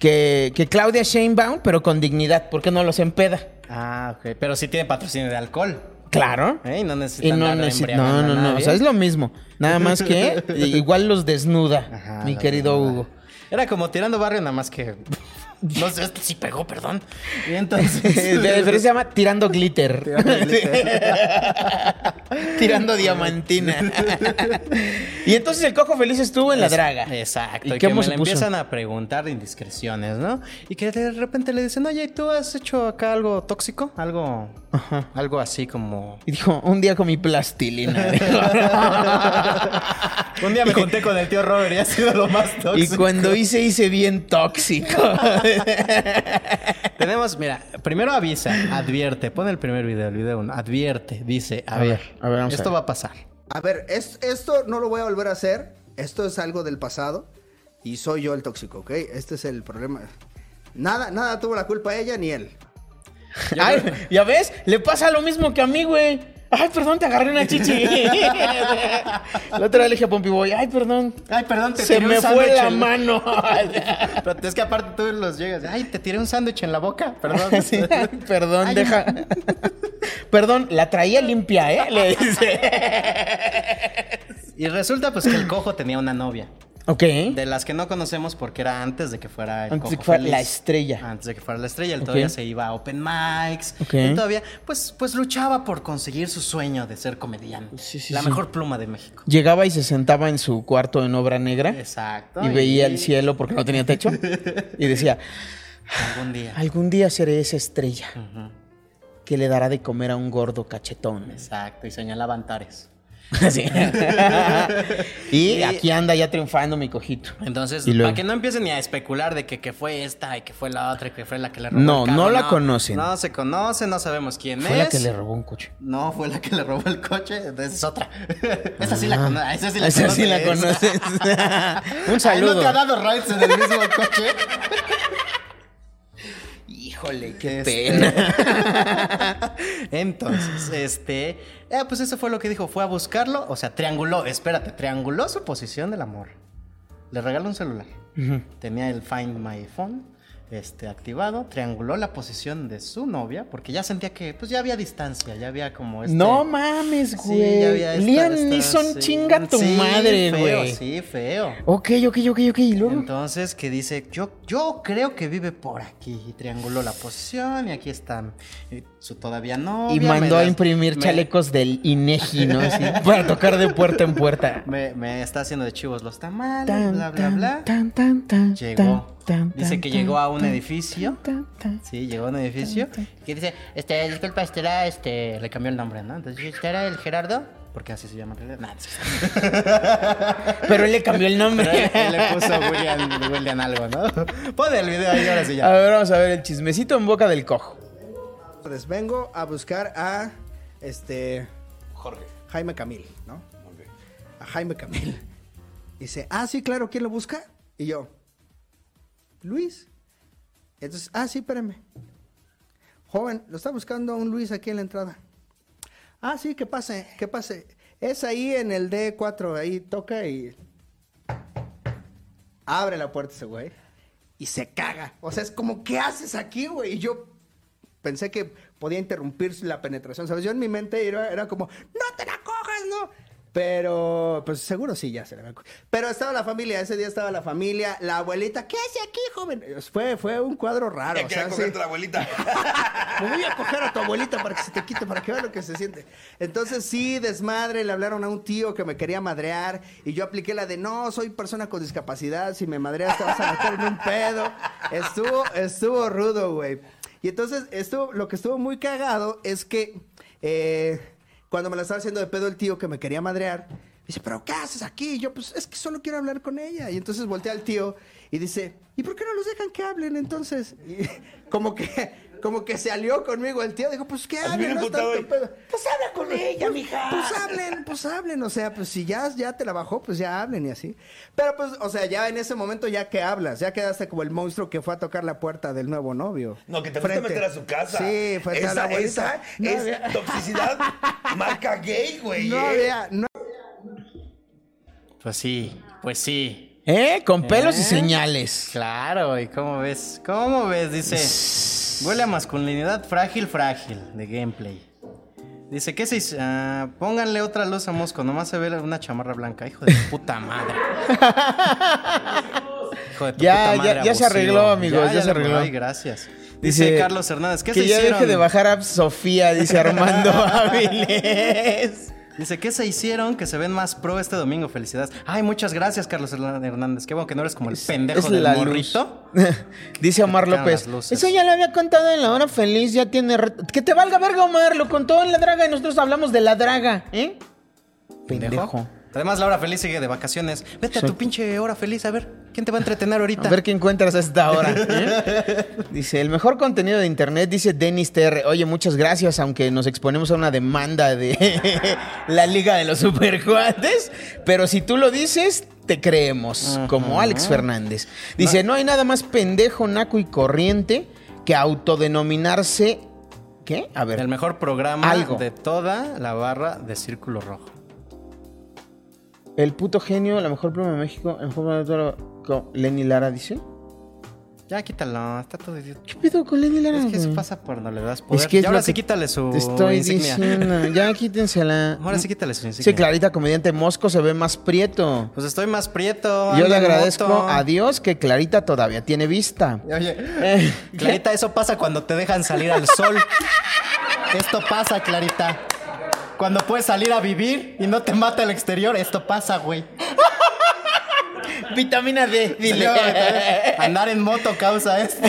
Speaker 5: que, que Claudia Sheinbaum, pero con dignidad, porque no los empeda.
Speaker 4: Ah, ok. Pero sí tiene patrocinio de alcohol.
Speaker 5: Claro.
Speaker 4: ¿eh? Y no necesita
Speaker 5: Y no,
Speaker 4: andar
Speaker 5: necesi- no,
Speaker 4: embriagando
Speaker 5: no,
Speaker 4: a
Speaker 5: no, o
Speaker 4: nadie.
Speaker 5: sea, es lo mismo. Nada
Speaker 4: <laughs>
Speaker 5: más que igual los desnuda,
Speaker 4: Ajá,
Speaker 5: mi
Speaker 4: la
Speaker 5: querido
Speaker 4: verdad.
Speaker 5: Hugo.
Speaker 4: Era como tirando barrio, nada más
Speaker 5: <laughs>
Speaker 4: que. No sé, este sí pegó, perdón. Y entonces.
Speaker 5: Eh, Pero se llama tirando glitter.
Speaker 4: Tirando <laughs>
Speaker 5: <laughs> Tirando diamantina.
Speaker 4: <laughs>
Speaker 5: <laughs> y entonces el cojo feliz estuvo en la
Speaker 4: Es-
Speaker 5: draga.
Speaker 4: Exacto.
Speaker 5: ¿Y
Speaker 4: ¿Y,
Speaker 5: qué
Speaker 4: que me
Speaker 5: hemos
Speaker 4: le
Speaker 5: puso?
Speaker 4: empiezan a preguntar indiscreciones, ¿no? Y que de repente le dicen, oye, ¿tú has hecho acá algo tóxico? Algo, algo así como...
Speaker 5: Y dijo, un día con mi plastilina. dijo.
Speaker 4: <laughs> Un día me conté con el tío Robert y ha sido lo más tóxico.
Speaker 5: y cuando hice, hice bien tóxico.
Speaker 4: <laughs> Tenemos, mira, primero avisa, advierte, pon el primer video, el video uno, advierte, dice, a,
Speaker 5: A
Speaker 4: ver,
Speaker 5: ver, a ver, vamos a
Speaker 4: esto
Speaker 5: ver.
Speaker 4: va a pasar.
Speaker 7: A ver, es- esto no lo voy a volver a hacer. Esto es algo del pasado. Y soy yo el tóxico, ¿ok? Este es el problema. Nada, nada tuvo la culpa ella ni él.
Speaker 5: Ay, ya ves, le pasa lo mismo que a mí, güey. Ay, perdón, te agarré
Speaker 4: <laughs>
Speaker 5: una chichi. la otra vez le dije a Pompey Boy, ay, perdón.
Speaker 4: Ay, perdón, te
Speaker 5: Se
Speaker 4: tiré un
Speaker 5: me
Speaker 4: sándwich
Speaker 5: fue la
Speaker 4: en- <laughs>
Speaker 5: mano.
Speaker 4: Pero es que aparte tú los llegas, ay, te tiré un sándwich en la boca, perdón. <laughs>
Speaker 5: <laughs> Sí, ay, perdón,
Speaker 4: Ay,
Speaker 5: deja. <laughs> perdón, la traía limpia, ¿eh? Le dice.
Speaker 4: Y resulta pues que el cojo tenía una novia.
Speaker 5: Ok.
Speaker 4: De las que no conocemos porque era antes de que fuera el
Speaker 5: ¿Eh? Antes de
Speaker 4: Cojo
Speaker 5: que fuera
Speaker 4: Feliz.
Speaker 5: la estrella.
Speaker 4: Antes de que fuera la estrella, él
Speaker 5: Ok.
Speaker 4: todavía se iba a open mics.
Speaker 5: Ok.
Speaker 4: Él todavía, pues, pues luchaba por conseguir su sueño de ser comediante.
Speaker 5: Sí, sí,
Speaker 4: la
Speaker 5: sí.
Speaker 4: mejor pluma de México.
Speaker 5: Llegaba y se sentaba en su cuarto en obra negra
Speaker 4: Exacto.
Speaker 5: y veía el cielo porque no tenía techo y decía,
Speaker 4: Algún día.
Speaker 5: algún día seré esa estrella que le dará de comer a un gordo cachetón.
Speaker 4: Exacto. Y señalaba Antares.
Speaker 5: Sí. <laughs> y aquí anda ya triunfando mi cojito.
Speaker 4: Entonces,
Speaker 5: Y luego-
Speaker 4: para que no empiecen ni a especular de que, que fue esta y que fue la otra y que fue la que le robó
Speaker 5: No,
Speaker 4: el carro,
Speaker 5: no la conocen.
Speaker 4: No se conoce, no sabemos quién
Speaker 5: Fue
Speaker 4: es.
Speaker 5: la que le robó un coche.
Speaker 4: No, fue la que le robó el coche. Entonces es
Speaker 5: <laughs>
Speaker 4: otra. esa sí la conoce. Esa sí la
Speaker 5: Ah. Esa
Speaker 4: conoces.
Speaker 5: sí la
Speaker 4: <laughs>
Speaker 5: conoces. un saludo.
Speaker 4: Ay, ¿No te ha dado rides en el mismo coche? Híjole, qué pena. Este, <laughs> Entonces, este. eh, pues eso fue lo que dijo. Fue a buscarlo. O sea, trianguló. Espérate, trianguló su posición del amor. Le regaló un celular. Tenía el Find My Phone este, activado. Trianguló la posición de su novia. Porque ya sentía que, pues ya había distancia. Ya había como este.
Speaker 5: No mames,
Speaker 4: Sí,
Speaker 5: güey.
Speaker 4: ya había esta-
Speaker 5: Liam
Speaker 4: esta-
Speaker 5: Neeson,
Speaker 4: sí.
Speaker 5: chinga tu
Speaker 4: Sí,
Speaker 5: madre,
Speaker 4: feo,
Speaker 5: güey.
Speaker 4: Sí, feo. <laughs>
Speaker 5: Ok, ok, ok, ok. ¿Y luego?
Speaker 4: Entonces que dice, yo, yo creo que vive por aquí. Y trianguló la posición y aquí está eh, su todavía no.
Speaker 5: Y mandó a imprimir chalecos del Inegi, ¿no? Así, para tocar de puerta en puerta.
Speaker 4: <laughs> Me, me está haciendo de chivos los tamales,
Speaker 5: Tan,
Speaker 4: bla, bla,
Speaker 5: tan,
Speaker 4: bla.
Speaker 5: tan, tan, tan,
Speaker 4: Llegó.
Speaker 5: tan,
Speaker 4: Dice
Speaker 5: tan,
Speaker 4: que
Speaker 5: tan,
Speaker 4: llegó a un
Speaker 5: tan,
Speaker 4: edificio.
Speaker 5: tan, tan.
Speaker 4: Sí, llegó a un edificio. Que dice, este, disculpa, este era, este, le cambió el nombre, ¿no? Entonces, este era el Gerardo, porque así se llama. en realidad. Nah, sí, sí.
Speaker 5: <laughs> Pero él le cambió el
Speaker 4: Pero él,
Speaker 5: nombre.
Speaker 4: él le puso William, William algo, ¿no? Pon el video ahí, ahora sí
Speaker 5: A
Speaker 4: ya.
Speaker 5: ver, vamos a ver el chismecito en boca del cojo.
Speaker 7: Entonces Pues vengo a buscar a este
Speaker 8: Jorge.
Speaker 7: Jaime Camil, ¿no? A Jaime Camil. Dice, ah, sí, claro, ¿quién lo busca? Y yo, Luis. Entonces, ah, sí, espérame. Joven, lo está buscando un Luis aquí en la entrada. Ah, sí, que pase, que pase. Es ahí en el D4, ahí toca y. Abre la puerta ese güey. Y se caga. O sea, es como, ¿qué haces aquí, güey? Y yo pensé que podía interrumpir la penetración, ¿sabes? Yo en mi mente era, era como, ¡no te la cojas, no! Pero, pues seguro sí, ya se la había co- Pero estaba la familia, ese día estaba la familia, la abuelita, ¿qué hace aquí, joven? Fue, fue un cuadro raro.
Speaker 8: Ya
Speaker 7: o
Speaker 8: quería
Speaker 7: sea, sí.
Speaker 8: cogerte la
Speaker 3: <laughs>
Speaker 8: abuelita.
Speaker 7: Me voy a coger a tu abuelita para que se te quite, para que vea lo que se siente. Entonces, sí, desmadre, le hablaron a un tío que me quería madrear y yo apliqué la de, no, soy persona con discapacidad, si me madreas te vas a meter en un pedo. Estuvo, estuvo rudo, güey. Y entonces, estuvo, lo que estuvo muy cagado es que eh, cuando me la estaba haciendo de pedo el tío que me quería madrear, dice, pero ¿qué haces aquí? Y yo, pues, es que solo quiero hablar con ella. Y entonces volteé al tío y dice, ¿y por qué no los dejan que hablen entonces? Y <laughs> como que... Como que se alió conmigo el tío, dijo, pues que
Speaker 8: Así
Speaker 7: hablen,
Speaker 8: bien
Speaker 7: no es
Speaker 8: emputado
Speaker 7: tanto
Speaker 8: ahí.
Speaker 7: pedo. Pues habla con ella, mija. Pues hablen, pues hablen, o sea, pues si ya, ya te la bajó, pues ya hablen y así. Pero pues, o sea, ya en ese momento ya que hablas, ya quedaste como el monstruo que fue a tocar la puerta del nuevo novio.
Speaker 8: No, que te fuiste a
Speaker 7: Frente.
Speaker 8: meter a su casa.
Speaker 7: Sí, fue a la
Speaker 8: esa,
Speaker 7: abuelita.
Speaker 8: esa
Speaker 7: No
Speaker 3: <laughs>
Speaker 8: es
Speaker 7: había-
Speaker 8: toxicidad marca gay, güey.
Speaker 7: No
Speaker 8: ¿eh?
Speaker 7: había, no
Speaker 4: Pues sí, pues sí.
Speaker 5: ¿Eh? Con pelos y
Speaker 4: ¿Eh?
Speaker 5: señales.
Speaker 4: Claro, ¿y cómo ves? ¿Cómo ves? Dice, huele a masculinidad frágil, frágil de gameplay. Dice, ¿qué se hizo? Ah, pónganle otra luz a Mosco, nomás se ve una chamarra blanca. Hijo de tu puta madre. Hijo de tu
Speaker 5: Ya, ya- ya se
Speaker 4: abusivo.
Speaker 5: arregló, amigos, ya se
Speaker 4: le-
Speaker 5: arregló.
Speaker 4: Ay, gracias. Dice, Carlos Hernández, ¿qué
Speaker 5: que
Speaker 4: se
Speaker 5: ya
Speaker 4: hicieron?
Speaker 5: deje de bajar a Sofía, <laughs>
Speaker 4: <laughs>
Speaker 5: dice Armando Áviles.
Speaker 4: Dice, ¿qué se hicieron? Que se ven más pro este domingo, felicidades. Ay, muchas gracias, Carlos Hernan- Hernández. Qué bueno que no eres como el pendejo
Speaker 5: Es
Speaker 4: del
Speaker 5: la
Speaker 4: morrito.
Speaker 5: luz. <laughs> Dice Omar
Speaker 4: Te quedan
Speaker 5: López.
Speaker 4: las luces.
Speaker 5: Eso ya lo había contado en la hora feliz, ya tiene reto. Que te valga verga, Omar, lo contó en la draga y nosotros hablamos de la draga, ¿eh? Pendejo.
Speaker 4: Además, la hora feliz sigue de vacaciones. Vete a tu pinche hora feliz, a ver. ¿Quién te va a entretener ahorita?
Speaker 5: A ver qué encuentras a esta
Speaker 4: <laughs>
Speaker 5: hora. ¿eh? Dice, el mejor contenido de internet, dice Denis TR. Oye, muchas gracias, aunque nos exponemos a una demanda de <laughs> la Liga de los Supercuates. Pero si tú lo dices, te creemos, como Alex Fernández. Dice, no hay nada más pendejo, naco y corriente que autodenominarse... ¿Qué? A ver.
Speaker 4: El mejor programa
Speaker 5: Algo.
Speaker 4: de toda la barra de Círculo Rojo.
Speaker 5: El puto genio, la mejor pluma de México, el mejor pluma de todo lo- con Lenny Lara, dice.
Speaker 4: Ya quítalo, está todo idiota.
Speaker 5: ¿Qué pedo con Lenny Lara?
Speaker 4: Es que eso
Speaker 5: güey?
Speaker 4: pasa cuando le das poder.
Speaker 5: Es que es
Speaker 4: y ahora
Speaker 5: lo
Speaker 4: sí
Speaker 5: que
Speaker 4: quítale su
Speaker 5: Te estoy
Speaker 4: insignia. <laughs>
Speaker 5: diciendo. Ya quítensela.
Speaker 4: Ahora sí quítale su
Speaker 5: Sí,
Speaker 4: insignia.
Speaker 5: sí, Clarita, comediante Mosco, se ve más prieto.
Speaker 4: Pues estoy más prieto.
Speaker 5: Yo
Speaker 4: ando
Speaker 5: le
Speaker 4: en
Speaker 5: agradezco
Speaker 4: moto.
Speaker 5: a Dios que Clarita todavía tiene vista.
Speaker 4: Oye,
Speaker 5: Eh,
Speaker 4: Clarita, eso pasa cuando te dejan salir al sol. Esto pasa, Clarita. Cuando puedes salir a vivir y no te mata el exterior, esto pasa, güey.
Speaker 5: Vitamina D,
Speaker 4: Dile,
Speaker 5: <laughs>
Speaker 4: andar en moto causa esto.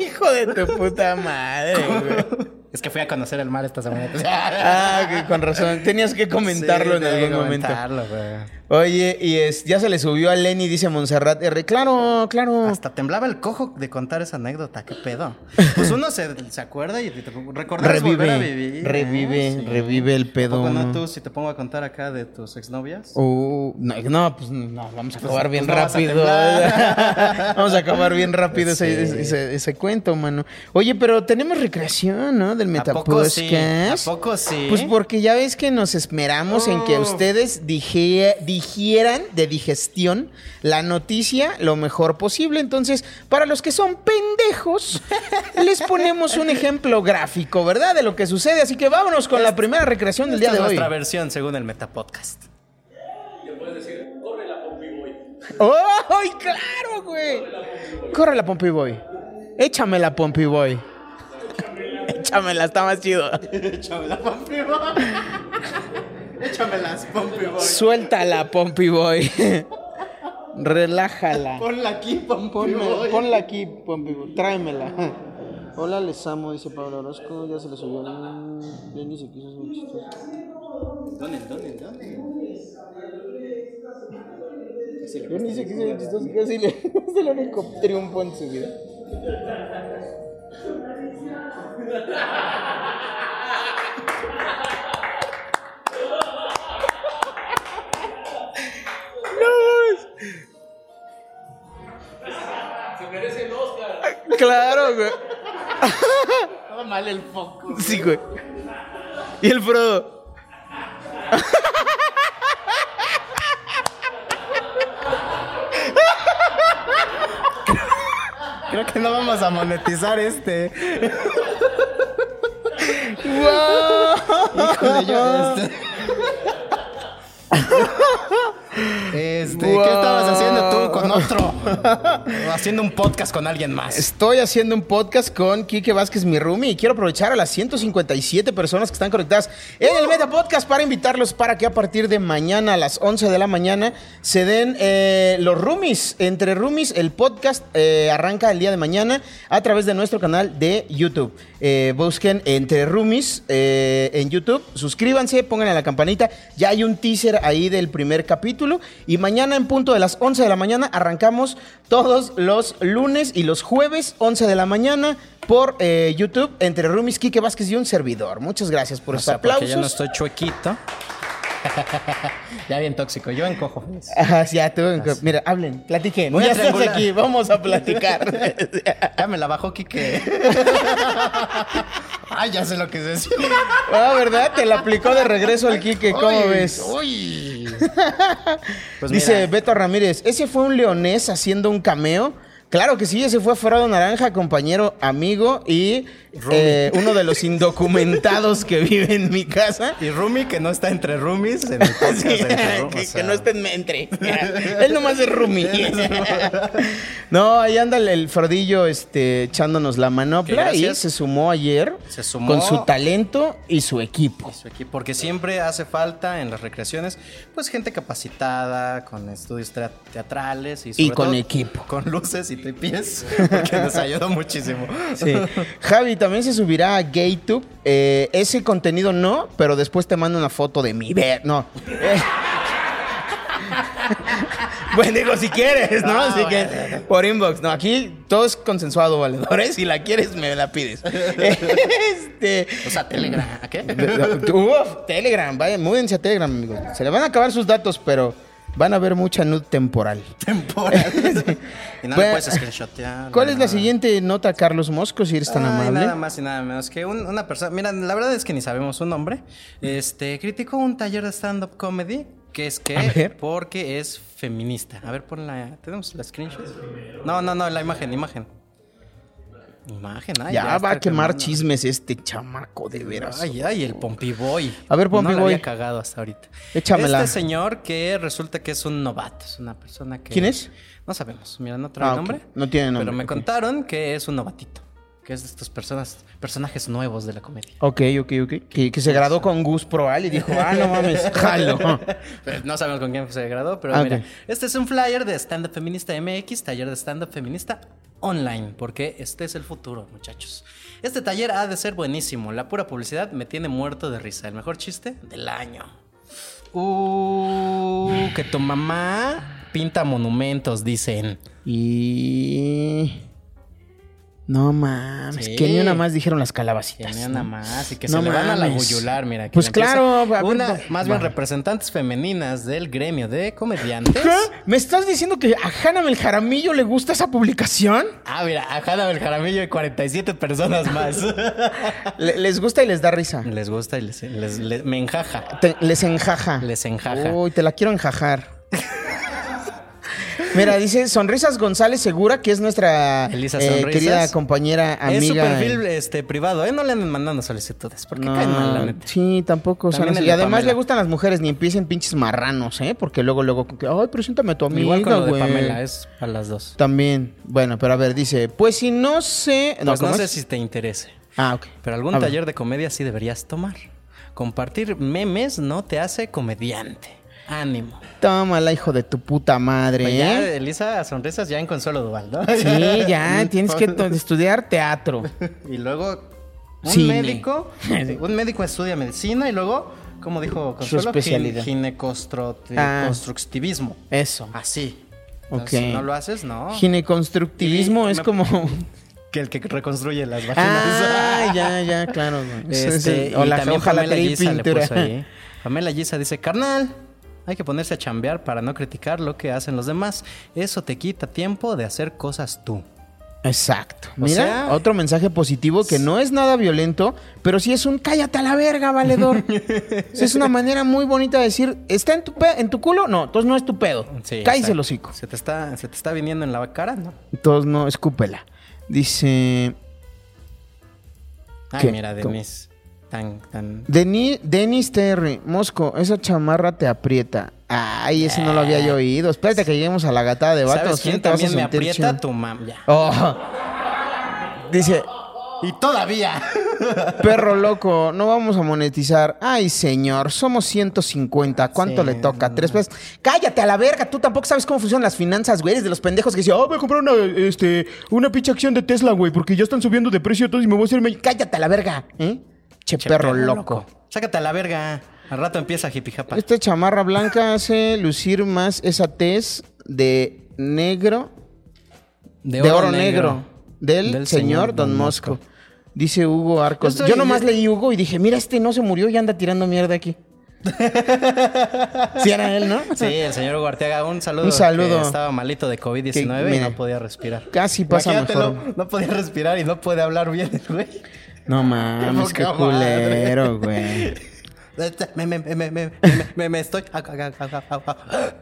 Speaker 5: Hijo de tu puta madre, güey.
Speaker 4: Es que fui a conocer el mar esta semana.
Speaker 5: Ah, que con razón. Tenías que comentarlo
Speaker 4: Sí,
Speaker 5: en
Speaker 4: tenía que
Speaker 5: algún momento.
Speaker 4: comentarlo, güey.
Speaker 5: Oye, y es- ya se le subió a Lenny, dice Montserrat R. Claro, claro.
Speaker 4: Hasta temblaba el cojo de contar esa anécdota, qué pedo. Pues uno se, se acuerda y te- recordar es volver a vivir.
Speaker 5: revive,
Speaker 4: ¿eh?
Speaker 5: revive,
Speaker 4: Sí.
Speaker 5: revive el
Speaker 4: ¿A
Speaker 5: pedo.
Speaker 4: poco no
Speaker 5: uno.
Speaker 4: tú, si te pongo a contar acá de tus exnovias.
Speaker 5: Uh, no, no, pues no, vamos a acabar bien
Speaker 4: pues no vas a
Speaker 5: rápido.
Speaker 4: temblar.
Speaker 5: <laughs> vamos a
Speaker 4: <laughs>
Speaker 5: acabar bien rápido ese,
Speaker 4: Sí.
Speaker 5: ese- ese cuento, mano. Oye, pero tenemos recreación, ¿no? Del
Speaker 4: ¿A poco
Speaker 5: Metapodcast.
Speaker 4: sí? ¿A poco sí?
Speaker 5: Pues porque ya ves que nos esmeramos en que
Speaker 4: Uf.
Speaker 5: ustedes dije- digieran de digestión la noticia lo mejor posible. Entonces, para los que son
Speaker 4: <laughs>
Speaker 5: pendejos, les ponemos un ejemplo gráfico, ¿verdad? De lo que sucede. Así que vámonos con la primera recreación del
Speaker 4: Este, Esta
Speaker 5: día de
Speaker 4: es
Speaker 5: hoy.
Speaker 4: nuestra versión según el Metapodcast.
Speaker 5: ¡Ay, claro, güey! Corre la Pompey Boy. Échame la Pompey Boy. <laughs> Échamela, está más chido.
Speaker 4: Échame la Pompi Boy. <laughs> Échame las Pompi Boy.
Speaker 5: Suéltala, Pompey Boy. Relájala.
Speaker 4: Ponla aquí, Pompi
Speaker 5: Ponme- ponla aquí, Pompey Boy. Tráemela. Hola, les amo, dice Pablo Orozco. Ya se le subió. el- Lenny se quiso subir chistoso.
Speaker 4: ¿Dónde, dónde, dónde?
Speaker 5: Lenny se quiso subir chistoso. Casi le- <laughs> es el único triunfo en su vida. <laughs> Claro, güey.
Speaker 4: Todo mal el foco.
Speaker 5: Sí, güey. Y el Frodo.
Speaker 4: Creo que no vamos a monetizar
Speaker 5: <laughs>
Speaker 4: este. Híjole, yo, este. Este,
Speaker 5: Wow.
Speaker 4: ¿qué estabas haciendo tú con
Speaker 5: <laughs>
Speaker 4: otro? O haciendo un podcast con alguien más.
Speaker 5: Estoy haciendo un podcast con Quique Vázquez, mi roomie, y quiero aprovechar a las 157 personas que están conectadas en el Meta Podcast para invitarlos para que a partir de mañana a las 11 de la mañana se den eh, los roomies. Entre roomies, el podcast eh, arranca el día de mañana a través de nuestro canal de YouTube. Eh, busquen Entre Roomies eh, en YouTube, suscríbanse, pongan a la campanita. Ya hay un teaser ahí del primer capítulo. Y mañana en punto de las 11 de la mañana arrancamos todos los lunes y los jueves, 11 de la mañana, por eh, YouTube, entre Rumis, Quique Vázquez y un servidor. Muchas gracias por
Speaker 4: O
Speaker 5: esos
Speaker 4: sea, porque
Speaker 5: aplausos.
Speaker 4: yo no
Speaker 5: <laughs>
Speaker 4: estoy chuequito. ya bien tóxico, yo encojo.
Speaker 5: Ajá, Ah, ya, tú, mira, hablen, platiquen.
Speaker 4: Ah, Voy a
Speaker 5: Ya estás
Speaker 4: triangular.
Speaker 5: aquí, vamos a platicar.
Speaker 4: <laughs> Ya me la bajó Kike. Ay, ya sé lo que se decía.
Speaker 5: Ah, ¿verdad? Te la aplicó de regreso el Quique, ¿cómo
Speaker 4: Uy,
Speaker 5: ves?
Speaker 4: Uy.
Speaker 5: <laughs>
Speaker 4: Pues
Speaker 5: Dice
Speaker 4: mira.
Speaker 5: Beto Ramírez, ¿ese fue un leonés haciendo un cameo? Claro que sí, ese fue Frodo Naranja, compañero, amigo y eh, uno de los indocumentados que vive en mi casa.
Speaker 4: <laughs> Y Rumi, que no está entre roomies en el podcast.
Speaker 5: <laughs> Sí,
Speaker 4: entre ru- o
Speaker 5: que,
Speaker 4: sea,
Speaker 5: que no estén entre. Él nomás
Speaker 4: <laughs>
Speaker 5: es Rumi. no, ahí anda el- el Frodillo este, echándonos la manopla
Speaker 4: Que
Speaker 5: y
Speaker 4: gracias.
Speaker 5: se sumó ayer
Speaker 4: Se sumó.
Speaker 5: con su talento y su equipo.
Speaker 4: su equipo, Porque siempre hace falta en las recreaciones, pues gente capacitada, con estudios tra- teatrales y, sobre
Speaker 5: Y con
Speaker 4: todo,
Speaker 5: equipo.
Speaker 4: Con luces y tripies, <laughs> porque nos ayudó muchísimo. <laughs>
Speaker 5: Sí. Javi, también se subirá a GayTube. Eh, ese contenido no, pero después te mando una foto de mi ver. No. Eh. <laughs> bueno, digo, si quieres, ¿no?
Speaker 4: Ah,
Speaker 5: Así que
Speaker 4: bueno.
Speaker 5: por inbox. No, aquí todo es consensuado, valedores. Si la quieres, me
Speaker 4: <laughs>
Speaker 5: la pides. este.
Speaker 4: O sea, Telegram, ¿a qué?
Speaker 5: uh, Uf, Telegram, vaya, múdense a Telegram, amigos. Se le van a acabar sus datos, pero van a ver mucha nud temporal.
Speaker 4: Temporal. Y no lo
Speaker 5: Bueno,
Speaker 4: puedes screenshotear.
Speaker 5: ¿Cuál es la
Speaker 4: nada.
Speaker 5: siguiente nota, Carlos Mosco, si eres tan
Speaker 4: Ay,
Speaker 5: amable?
Speaker 4: Nada más y nada menos que un- una persona. Mira, la verdad es que ni sabemos su nombre. Este criticó un taller de stand-up comedy que es
Speaker 5: A
Speaker 4: que
Speaker 5: ver.
Speaker 4: porque es feminista. A ver, pon la. ¿Tenemos la screenshot? No, no, no, la imagen, imagen. Imagen, ay,
Speaker 5: ya,
Speaker 4: está
Speaker 5: va a quemar
Speaker 4: quemando.
Speaker 5: chismes este chamaco, de veras.
Speaker 4: Ay, ay, el Pompiboy.
Speaker 5: A ver, Pompi
Speaker 4: no la
Speaker 5: Boy.
Speaker 4: había cagado hasta ahorita.
Speaker 5: Échamela.
Speaker 4: Este señor que resulta que es un novato, es una persona que...
Speaker 5: ¿Quién es?
Speaker 4: No sabemos, mira, no trae
Speaker 5: Ah, ok.
Speaker 4: nombre.
Speaker 5: No tiene nombre,
Speaker 4: Pero me
Speaker 5: ok.
Speaker 4: contaron que es un novatito. que es de estos personas, personajes nuevos de la comedia.
Speaker 5: Ok, ok, ok. Que, que se graduó con Gus Proal y dijo, ah, no mames, <laughs> jalo.
Speaker 4: <laughs> Pues no sabemos con quién se degradó, pero
Speaker 5: Ah,
Speaker 4: mira,
Speaker 5: ok.
Speaker 4: este es un flyer de Stand Up Feminista MX, taller de Stand Up Feminista online, porque este es el futuro, muchachos. Este taller ha de ser buenísimo, la pura publicidad me tiene muerto de risa, el mejor chiste del año. Uh, que tu mamá Ah, pinta monumentos, dicen.
Speaker 5: Y... No mames,
Speaker 4: Sí.
Speaker 5: que ni una más dijeron las
Speaker 4: Que
Speaker 5: calabacitas.
Speaker 4: ni nada más y que
Speaker 5: No
Speaker 4: se le van a la
Speaker 5: mames.
Speaker 4: yugular, mira. que
Speaker 5: Pues
Speaker 4: le empieza-
Speaker 5: claro, a ver,
Speaker 4: Una,
Speaker 5: no.
Speaker 4: más bien
Speaker 5: Bueno.
Speaker 4: representantes femeninas del gremio de comediantes.
Speaker 5: ¿Qué? ¿Me estás diciendo que a Hannah el Jaramillo le gusta esa publicación?
Speaker 4: Ah, mira, a Jada el Jaramillo y 47 personas más.
Speaker 5: <laughs> Le- les gusta y les da risa.
Speaker 4: les gusta y les, les- les- me enjaja.
Speaker 5: Te- les enjaja.
Speaker 4: Les enjaja.
Speaker 5: Uy, te la quiero enjajar. Mira, dice Sonrisas González Segura, que es nuestra
Speaker 4: Elisa
Speaker 5: eh,
Speaker 4: Sonrisas.
Speaker 5: querida compañera
Speaker 4: es su
Speaker 5: Eh, amiga.
Speaker 4: perfil este, privado, ¿eh? No le anden mandando solicitudes porque
Speaker 5: No,
Speaker 4: caen mal, la neta.
Speaker 5: Ah, sí, tampoco. o sea,
Speaker 4: También
Speaker 5: no sé.
Speaker 4: el
Speaker 5: y
Speaker 4: de
Speaker 5: además
Speaker 4: Pamela.
Speaker 5: le gustan las mujeres, ni empiecen pinches marranos, ¿eh? Porque luego, luego, con que, ay, preséntame a tu amiga,
Speaker 4: Igual con lo de
Speaker 5: güey".
Speaker 4: Pamela, es a las dos.
Speaker 5: También. Bueno, pero a ver, dice, pues si no sé... No,
Speaker 4: Pues no
Speaker 5: ¿cómo
Speaker 4: sé
Speaker 5: es?
Speaker 4: si te interese.
Speaker 5: Ah, ok.
Speaker 4: Pero algún
Speaker 5: A ver.
Speaker 4: taller de comedia sí deberías tomar. Compartir memes no te hace comediante.
Speaker 5: ¿Eh?
Speaker 4: Ánimo.
Speaker 5: Tómala, hijo de tu puta madre,
Speaker 4: Pues
Speaker 5: ¿eh?
Speaker 4: Ya, eh. Elisa, sonrisas ya en Consuelo Duval, ¿no?
Speaker 5: Sí,
Speaker 4: <laughs>
Speaker 5: ya, tienes que to- estudiar teatro.
Speaker 4: Y luego, un
Speaker 5: Cine. <laughs>
Speaker 4: médico, un médico estudia medicina y luego, como dijo Consuelo,
Speaker 5: especialidad. Ah.
Speaker 4: ginecostructivismo.
Speaker 5: Eso.
Speaker 4: Así.
Speaker 5: Ok.
Speaker 4: Entonces, Si <laughs> no lo haces, no.
Speaker 5: Gineconstructivismo
Speaker 4: Y
Speaker 5: es
Speaker 4: me-
Speaker 5: como.
Speaker 4: <laughs>
Speaker 5: <laughs>
Speaker 4: que el que reconstruye las vaginas.
Speaker 5: Ah, ya, ya, claro.
Speaker 4: <laughs>
Speaker 5: güey. Sí,
Speaker 4: Este,
Speaker 5: sí. O
Speaker 4: y
Speaker 5: la-
Speaker 4: también
Speaker 5: ojalá
Speaker 4: Pamela
Speaker 5: te di
Speaker 4: Giza le
Speaker 5: pintura.
Speaker 4: puso ahí. Pamela Giza dice, carnal, hay que ponerse a chambear para no criticar lo que hacen los demás. Eso te quita tiempo de hacer cosas tú.
Speaker 5: Exacto.
Speaker 4: O
Speaker 5: Mira,
Speaker 4: sea-
Speaker 5: otro mensaje positivo que no es nada violento, pero sí es un cállate a la verga,
Speaker 4: <laughs>
Speaker 5: valedor. Sí, es una manera muy bonita de decir, ¿está en tu, pe- en tu culo? No, entonces no es tu pedo.
Speaker 4: Sí,
Speaker 5: Cállese
Speaker 4: exacto.
Speaker 5: el hocico.
Speaker 4: Se te está, se te está viniendo en la cara, ¿no?
Speaker 5: Entonces no, escúpela. Dice,
Speaker 4: Ay,
Speaker 5: ¿Qué?
Speaker 4: mira,
Speaker 5: ¿Cómo?
Speaker 4: Denise. Tan, tan.
Speaker 5: Deni- Denis Terry, Mosco, esa chamarra te aprieta. Ay, ese no lo había yo oído. Espérate que lleguemos a la gatada de vatos.
Speaker 4: Eh. ¿Sabes quién
Speaker 5: te vas a
Speaker 4: también me
Speaker 5: sentir
Speaker 4: aprieta?
Speaker 5: chido?
Speaker 4: Tu mam, ya.
Speaker 5: Oh. Dice,
Speaker 4: Y todavía.
Speaker 5: perro loco, no vamos a monetizar. Ay, señor, somos 150. ¿Cuánto
Speaker 4: Sí,
Speaker 5: le toca?
Speaker 4: no.
Speaker 5: Tres pesos. Cállate a la verga. Tú tampoco sabes cómo funcionan las finanzas, güey. Eres de los pendejos que dicen, oh, voy a comprar una, este, una pinche acción de Tesla, güey, porque ya están subiendo de precio todos y me voy a hacer... millo-". Cállate a la verga, ¿eh? Che, perro, loco.
Speaker 4: Sácate a la verga. Al rato empieza jipijapa.
Speaker 5: Esta chamarra blanca hace lucir más esa tez de negro, de, oro, negro, del,
Speaker 4: Del
Speaker 5: señor
Speaker 4: señor
Speaker 5: Don
Speaker 4: Don
Speaker 5: Mosco. Dice Hugo Arcos.
Speaker 4: Yo estoy-
Speaker 5: Yo nomás leí Hugo y dije, mira, este no se murió y anda tirando mierda aquí. Si era él, ¿no?
Speaker 4: Sí, el señor Hugo Arteaga, un saludo.
Speaker 5: Un saludo.
Speaker 4: que estaba malito de COVID-19 y
Speaker 5: mira.
Speaker 4: no podía respirar.
Speaker 5: Casi pasa
Speaker 4: Imagínatelo,
Speaker 5: mejor.
Speaker 4: No podía respirar y no puede hablar bien, el güey. <laughs>
Speaker 5: No <laughs> mames, qué
Speaker 4: Qué poca
Speaker 5: culero, güey.
Speaker 4: Me, me, me, me, me, me- me estoy.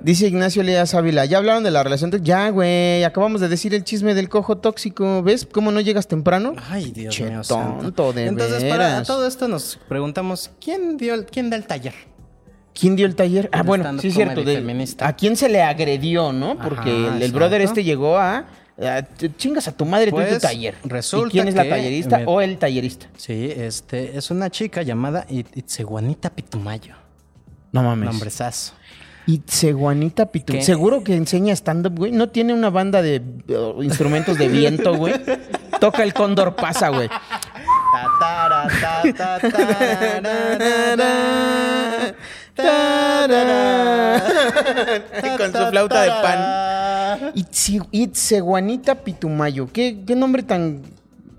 Speaker 5: Dice Ignacio Elías Ávila, ya hablaron de la relación. tóxica? Ya, güey, acabamos de decir el chisme del cojo tóxico. ¿Ves cómo no llegas temprano?
Speaker 4: Ay, Dios
Speaker 5: Che,
Speaker 4: mío. santo.
Speaker 5: tonto, de
Speaker 4: Entonces, para
Speaker 5: veras.
Speaker 4: todo esto nos preguntamos: ¿quién, dio, el- quién da el taller?
Speaker 5: ¿Quién dio el taller? Ah, bueno,
Speaker 4: stand-up
Speaker 5: sí es cierto.
Speaker 4: comedy
Speaker 5: de-
Speaker 4: feminista.
Speaker 5: ¿A quién se le agredió, no? Porque
Speaker 4: Ajá,
Speaker 5: el, el
Speaker 4: exacto.
Speaker 5: brother este llegó a... a- te- chingas a tu madre, tú y tu
Speaker 4: Pues,
Speaker 5: taller. ¿Y
Speaker 4: resulta
Speaker 5: quién es la
Speaker 4: que
Speaker 5: tallerista
Speaker 4: me-
Speaker 5: o el tallerista?
Speaker 4: Sí, este es una chica llamada It- Itzeguanita Pitumayo.
Speaker 5: No mames.
Speaker 4: Nombrezazo.
Speaker 5: Itzeguanita Pitu.
Speaker 4: ¿Qué?
Speaker 5: Seguro que enseña stand-up, güey. No tiene una banda de eh, instrumentos de viento, güey. Toca el cóndor pasa, güey.
Speaker 4: Ta, tara, ta, ta, ta, ra, ra, ra. Ta, ra, ra.
Speaker 5: Con su flauta de
Speaker 4: pan.
Speaker 5: Itzi- Itzeguanita Pitumayo. ¿Qué, qué nombre tan...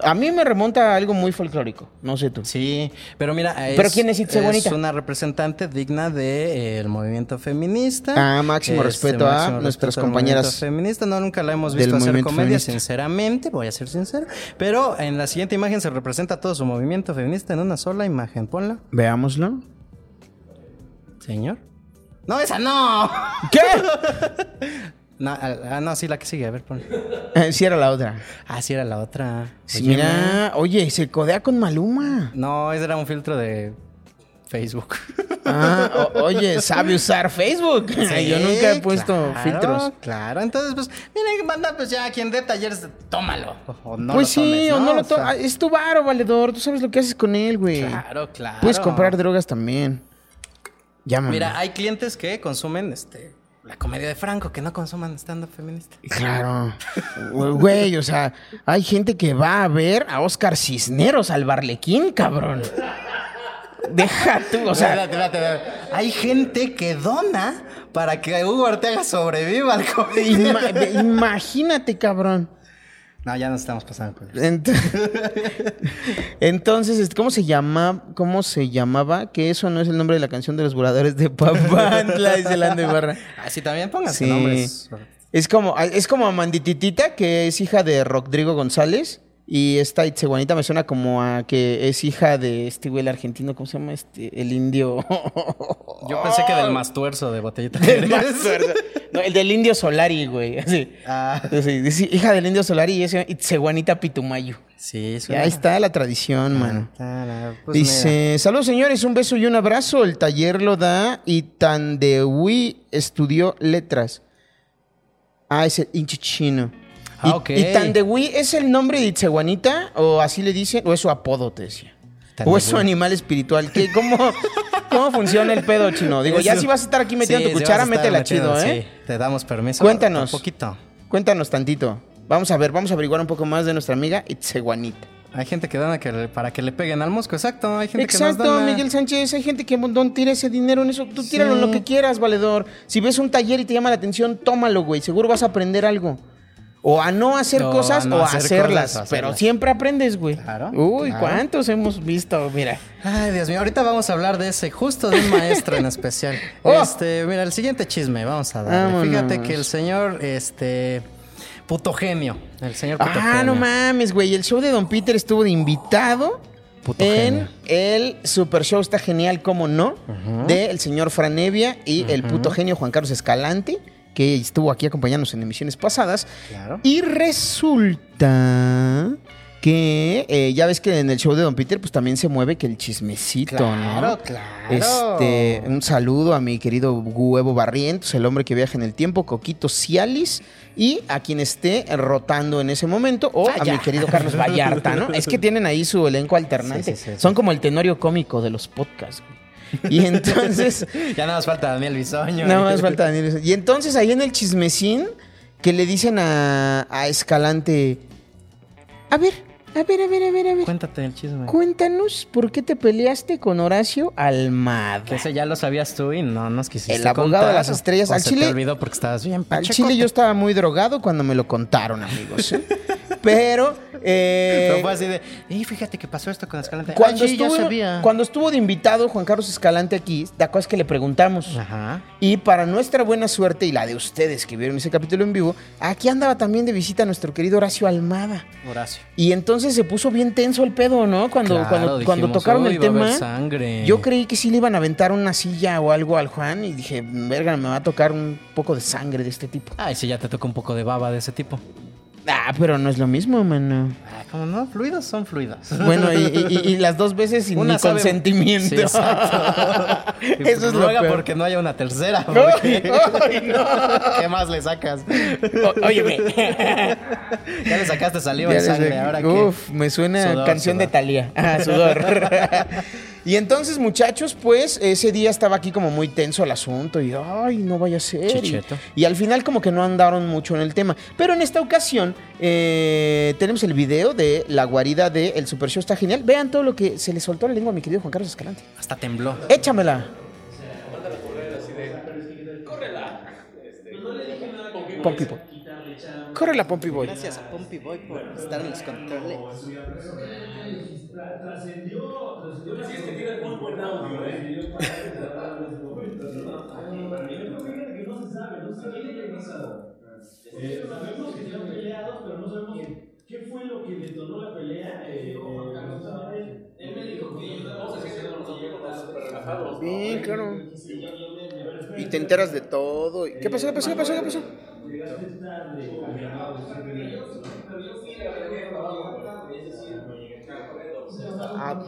Speaker 5: A mí me remonta a algo muy folclórico. No sé tú.
Speaker 4: Sí, pero mira, es,
Speaker 5: ¿Pero quién es Itzeguanita?
Speaker 4: es una representante digna del movimiento feminista. Este,
Speaker 5: Ah, máximo respeto a nuestras
Speaker 4: al
Speaker 5: compañeras
Speaker 4: movimiento feminista, no nunca la hemos
Speaker 5: del
Speaker 4: visto hacer
Speaker 5: movimiento
Speaker 4: comedia,
Speaker 5: feminista.
Speaker 4: sinceramente, voy a ser sincero, pero en la siguiente imagen se representa todo su movimiento feminista en una sola imagen. Ponla,
Speaker 5: Veámoslo.
Speaker 4: señor. No, esa no.
Speaker 5: ¿Qué?
Speaker 4: <laughs> No, ah, ah, no, sí, la que sigue, a ver, ponla.
Speaker 5: Eh, sí era la otra.
Speaker 4: Ah, sí, era la otra.
Speaker 5: Sí,
Speaker 4: Oye,
Speaker 5: mira, oye, se codea con Maluma.
Speaker 4: No, ese era un filtro de Facebook.
Speaker 5: Ah, o- oye, sabe usar Facebook. <laughs> Yo nunca he puesto
Speaker 4: claro,
Speaker 5: filtros.
Speaker 4: Claro, entonces, pues, miren, manda, pues ya quien dé talleres, tómalo. O no
Speaker 5: pues
Speaker 4: lo
Speaker 5: sí,
Speaker 4: tomes,
Speaker 5: o no lo
Speaker 4: sea,
Speaker 5: tomas. Es tu varo, valedor. Tú sabes lo que haces con él, güey.
Speaker 4: Claro, claro.
Speaker 5: Puedes comprar drogas también. Llámame.
Speaker 4: Mira, hay clientes que consumen este la comedia de Franco, que no consuman stand-up feminista.
Speaker 5: Claro. Güey, o sea, hay gente que va a ver a Oscar Cisneros, al Barlequín, cabrón. Deja tú, o sea.
Speaker 4: Espérate, espérate, espérate. Hay gente que dona para que Hugo Ortega sobreviva al COVID.
Speaker 5: ima- ve- imagínate, cabrón.
Speaker 4: No, ya nos estamos pasando. pues.
Speaker 5: Ent- Entonces, este, ¿cómo se llama? ¿Cómo se llamaba? Que eso no es el nombre de la canción de los voladores de Papantla, dice Lando Ibarra.
Speaker 4: Así también pónganse
Speaker 5: Ah, Sí.
Speaker 4: nombres.
Speaker 5: Es como, es como Amandititita, que es hija de Rodrigo González. Y esta Itzeguanita me suena como a que es hija de este güey, el argentino, ¿cómo se llama? Este, el indio. <laughs>
Speaker 4: Yo pensé que del más tuerzo de botellita. de
Speaker 5: Más
Speaker 4: Jerez.
Speaker 5: suerte. No, el del indio Solari, güey. Así.
Speaker 4: Ah.
Speaker 5: Así, dice, hija del indio Solari y es Itzeguanita Pitumayo.
Speaker 4: Sí,
Speaker 5: Y ahí está la tradición, mano.
Speaker 4: Tara, pues, mira.
Speaker 5: Dice, saludos señores, un beso y un abrazo. El taller lo da y Tandewi estudió letras. Ah, es el inche chino.
Speaker 4: Ah,
Speaker 5: y,
Speaker 4: ok.
Speaker 5: ¿Y Tandewi es el nombre de Itzehuanita? ¿O así le dicen? ¿O es su apodo, te decía? ¿O es su
Speaker 4: Tandewi.
Speaker 5: animal espiritual? ¿Qué,
Speaker 4: <laughs>
Speaker 5: cómo, ¿Cómo funciona el pedo chino? Digo, ya
Speaker 4: Eso.
Speaker 5: si vas a estar aquí metiendo
Speaker 4: Sí,
Speaker 5: tu
Speaker 4: sí vas a
Speaker 5: cuchara,
Speaker 4: estar
Speaker 5: métela
Speaker 4: metiendo,
Speaker 5: chido,
Speaker 4: sí.
Speaker 5: ¿eh?
Speaker 4: Te damos permiso.
Speaker 5: Cuéntanos.
Speaker 4: Un poquito.
Speaker 5: Cuéntanos tantito. Vamos a ver, vamos a averiguar un poco más de nuestra amiga Itzehuanita.
Speaker 4: Hay gente que dona que le- para que le peguen al mosco, exacto. Hay gente que nos
Speaker 5: Exacto,
Speaker 4: dona.
Speaker 5: Miguel Sánchez. Hay gente que montón tira ese dinero en eso. Tú tíralo en lo que quieras, valedor. Si ves un taller y te llama la atención, tómalo, güey. Seguro vas a aprender algo. O a no hacer
Speaker 4: No,
Speaker 5: cosas
Speaker 4: a no
Speaker 5: o a
Speaker 4: hacer
Speaker 5: hacerlas,
Speaker 4: cosas, o
Speaker 5: Pero
Speaker 4: hacerlas.
Speaker 5: siempre aprendes, güey.
Speaker 4: Claro,
Speaker 5: Uy,
Speaker 4: claro.
Speaker 5: ¿cuántos hemos visto? Mira.
Speaker 4: Ay, Dios mío, ahorita vamos a hablar de ese, justo de un maestro en especial.
Speaker 5: <laughs> Oh.
Speaker 4: Este, mira, el siguiente chisme, vamos a darle.
Speaker 5: Vámonos.
Speaker 4: Fíjate que el señor, este, puto genio, el señor puto
Speaker 5: Ah,
Speaker 4: genio. <laughs>
Speaker 5: no mames, güey. El show de Don Peter estuvo de invitado
Speaker 4: Puto
Speaker 5: en
Speaker 4: genio.
Speaker 5: el Super Show. Está genial, ¿cómo no? De el señor Franevia y el puto genio Juan Carlos Escalante, que estuvo aquí acompañándonos en emisiones pasadas.
Speaker 4: Claro.
Speaker 5: Y resulta que eh, ya ves que en el show de Don Peter, pues también se mueve que el chismecito, ¿no?
Speaker 4: Claro, claro.
Speaker 5: Este, un saludo a mi querido Huevo Barrientos, el hombre que viaja en el tiempo, Coquito Cialis, y a quien esté rotando en ese momento, o a mi querido Carlos Vallarta, ¿no? Es que tienen ahí su elenco alternante.
Speaker 4: Sí, sí, sí, sí.
Speaker 5: Son como el tenorio cómico de los podcasts, güey.
Speaker 4: <laughs>
Speaker 5: Y entonces,
Speaker 4: Ya nada más falta Daniel Bisoño.
Speaker 5: Nada más falta Daniel. Bisoño. Y entonces ahí en el chismecín que le dicen a, a Escalante, a ver, a ver, a ver, a ver, a
Speaker 4: <laughs>
Speaker 5: ver,
Speaker 4: Cuéntate el chisme.
Speaker 5: cuéntanos por qué te peleaste con Horacio Almada.
Speaker 4: Que ese ya lo sabías tú y no nos quisiste
Speaker 5: El abogado de
Speaker 4: contar.
Speaker 5: las estrellas.
Speaker 4: O
Speaker 5: Al
Speaker 4: se
Speaker 5: chile-
Speaker 4: te olvidó porque estabas bien
Speaker 5: Al
Speaker 4: pacheco. <laughs>
Speaker 5: chile yo estaba muy drogado cuando me lo contaron, amigos. ¿eh? Pero, eh,
Speaker 4: Pero fue así de, y fíjate que pasó esto con Escalante.
Speaker 5: cuando,
Speaker 4: Ah, sí, ya
Speaker 5: estuvo,
Speaker 4: sabía.
Speaker 5: cuando estuvo de invitado Juan Carlos Escalante aquí, la cosa es que le preguntamos.
Speaker 4: Ajá.
Speaker 5: Y para nuestra buena suerte y la de ustedes que vieron ese capítulo en vivo, aquí andaba también de visita nuestro querido Horacio Almada.
Speaker 4: Horacio.
Speaker 5: Y entonces se puso bien tenso el pedo, ¿no? Cuando,
Speaker 4: Claro,
Speaker 5: cuando, cuando
Speaker 4: dijimos,
Speaker 5: tocaron
Speaker 4: "Uy,
Speaker 5: el
Speaker 4: va a haber
Speaker 5: tema.
Speaker 4: sangre".
Speaker 5: Yo creí que sí le iban a aventar una silla o algo al Juan y dije, verga, me va a tocar un poco de sangre de este tipo.
Speaker 4: Ay, sí, ya te toca un poco de baba de ese tipo.
Speaker 5: Ah, pero no es lo mismo, mano.
Speaker 4: Ah, ¿cómo no? Fluidos son fluidos.
Speaker 5: Bueno, y, y-
Speaker 4: <laughs>
Speaker 5: y- y las dos veces sin
Speaker 4: Una
Speaker 5: mi
Speaker 4: sabe-
Speaker 5: consentimiento.
Speaker 4: Sí,
Speaker 5: <laughs>
Speaker 4: exacto.
Speaker 5: Eso es lo
Speaker 4: Ruega
Speaker 5: peor.
Speaker 4: porque no haya una tercera.
Speaker 5: Ay,
Speaker 4: porque-
Speaker 5: <laughs> ay, no.
Speaker 4: <laughs> ¿Qué más le sacas?
Speaker 5: O- óyeme.
Speaker 4: <laughs> Ya le sacaste saliva
Speaker 5: Ya
Speaker 4: y
Speaker 5: les-
Speaker 4: sangre. Ahora
Speaker 5: Uf,
Speaker 4: que...
Speaker 5: me suena
Speaker 4: Sudor,
Speaker 5: canción de
Speaker 4: sudor. <laughs>
Speaker 5: Talía. Ah, sudor. <laughs> y entonces, muchachos, pues ese día estaba aquí como muy tenso el asunto y ay, no vaya a ser. Y,
Speaker 4: Chicheto.
Speaker 5: y al final como que no andaron mucho en el tema. Pero en esta ocasión eh, tenemos el video de la guarida de El Super Show está genial. Vean todo lo que se le soltó la lengua a mi querido Juan Carlos Escalante.
Speaker 4: Hasta tembló.
Speaker 5: Échamela. Pompey Boy. Córrela, Pompey Boy.
Speaker 4: Gracias a Pompey Boy por estar en los controles.
Speaker 5: Bien, claro. Y te enteras de todo. y- ¿Qué pasó? ¿Qué pasó? ¿Qué pasó? ¿Qué pasó? Ah.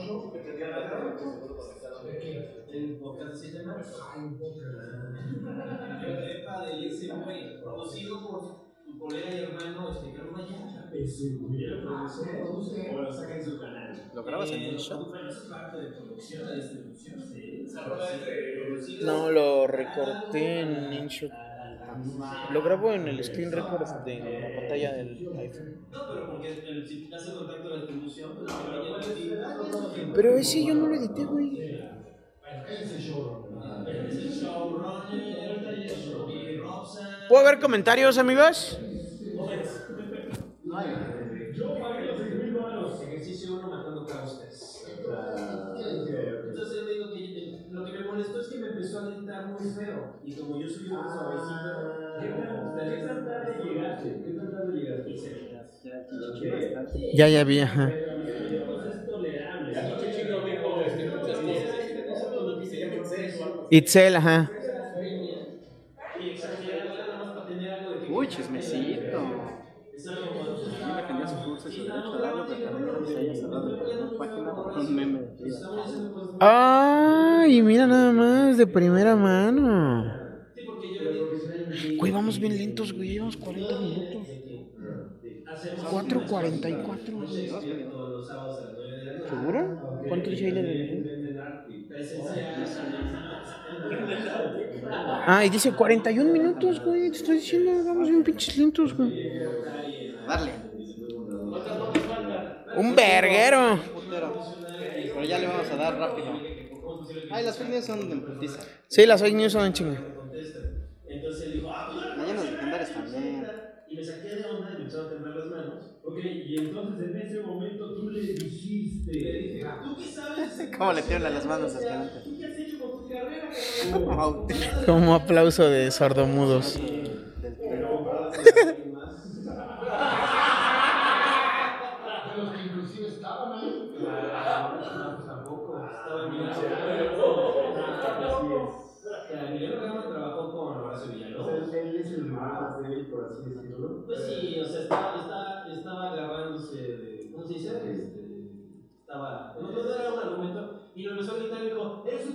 Speaker 4: ¿Lo grabas en el shot?
Speaker 3: No, lo recorté en InShot. Lo grabo en el screen record de la pantalla del iPhone. pues, Pero ese yo no lo edité, güey. ¿Puedo ver comentarios, amigos? eh, Ya, ya vi, ajá. Itzel, ajá.
Speaker 5: Uy, chismecito.
Speaker 3: Ay, mira nada más, de primera mano. Güey, vamos bien lentos, güey, llevamos 40 minutos. 4.44. ¿Seguro? ¿Cuánto dice ahí la de Ah, y dice 41
Speaker 5: pues,
Speaker 3: minutos, güey. Te estoy diciendo, vamos bien pinches lentos, güey.
Speaker 5: Dale.
Speaker 3: Un verguero.
Speaker 5: Pero ya le vamos a dar rápido. Ay, las fake news son de putiza.
Speaker 3: Sí, las fake news son en chinga.
Speaker 4: "Ah,
Speaker 5: Mañana los legendarios también. <laughs> ¿Cómo le tiemblan las manos a este Escalante? <laughs> Como autista
Speaker 3: Como aplauso de sordomudos.
Speaker 5: del perro. <laughs>
Speaker 3: Pues Este,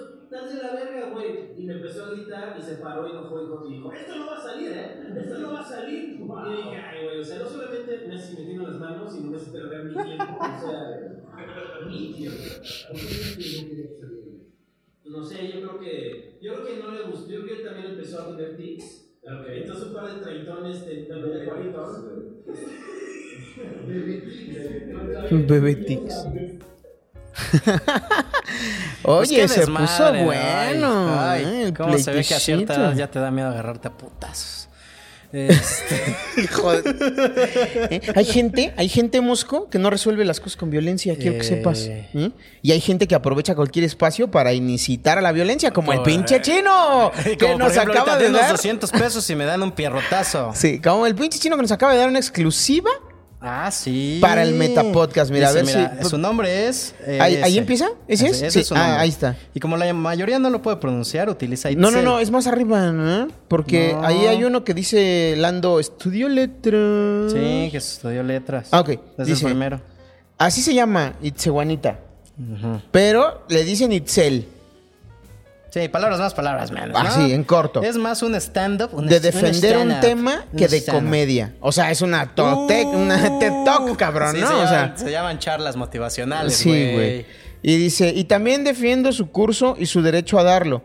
Speaker 3: ¿eh? Pues, Bebé
Speaker 4: <laughs>
Speaker 3: Tix. Oye,
Speaker 4: Pues qué
Speaker 3: se puso
Speaker 4: desmadre,
Speaker 3: bueno.
Speaker 4: ay,
Speaker 3: ¿eh?
Speaker 4: ay,
Speaker 3: El
Speaker 4: ¿Cómo se ve que a cierta edad
Speaker 3: pleitecito.
Speaker 4: ya te da miedo agarrarte a putazos?
Speaker 3: <laughs>
Speaker 4: Este, <laughs>
Speaker 3: Hijo de- ¿Eh? <laughs> Hay gente, hay gente mosco que no resuelve las cosas con violencia, quiero que sepas.
Speaker 4: Eh.
Speaker 3: ¿eh? Y hay gente que aprovecha cualquier espacio para incitar a la violencia, como el
Speaker 4: Corre-
Speaker 3: pinche chino que
Speaker 4: eh, <laughs> como por
Speaker 3: nos
Speaker 4: ejemplo,
Speaker 3: acaba
Speaker 4: ahorita
Speaker 3: de
Speaker 4: unos
Speaker 3: dar.
Speaker 4: 200 pesos y me dan un pierrotazo.
Speaker 3: Sí, como el pinche chino que nos acaba de dar una exclusiva.
Speaker 4: Ah, sí.
Speaker 3: Para el Metapodcast, mira, a ver si-
Speaker 4: Su nombre es. eh,
Speaker 3: ¿Ahí- ahí
Speaker 4: ese.
Speaker 3: empieza? ¿Ese es? Sí.
Speaker 4: su
Speaker 3: Ah,
Speaker 4: nombre.
Speaker 3: ahí está.
Speaker 4: Y como la mayoría no lo puede pronunciar, utiliza
Speaker 3: No, no,
Speaker 4: Itzel.
Speaker 3: no, es más arriba, ¿no? Porque
Speaker 4: No.
Speaker 3: ahí hay uno que dice Lando estudió letras.
Speaker 4: Sí, que estudió letras.
Speaker 3: Ah, ok,
Speaker 4: Es
Speaker 3: dice.
Speaker 4: el primero.
Speaker 3: Así se llama Itzehuanita. Pero le dicen Itzel.
Speaker 4: Sí, palabras más, palabras menos. ¿no?
Speaker 3: Así, en corto.
Speaker 4: Es más un stand-up. un
Speaker 3: de
Speaker 4: est- un
Speaker 3: defender un
Speaker 4: stand-up,
Speaker 3: tema que
Speaker 4: un
Speaker 3: de
Speaker 4: stand-up.
Speaker 3: comedia. O sea, es una totec, una TED Talk, cabrón,
Speaker 4: Sí,
Speaker 3: ¿no?
Speaker 4: Se
Speaker 3: o sea,
Speaker 4: llaman, se llaman charlas motivacionales, güey.
Speaker 3: sí, güey. Y dice, y también defiendo su curso y su derecho a darlo.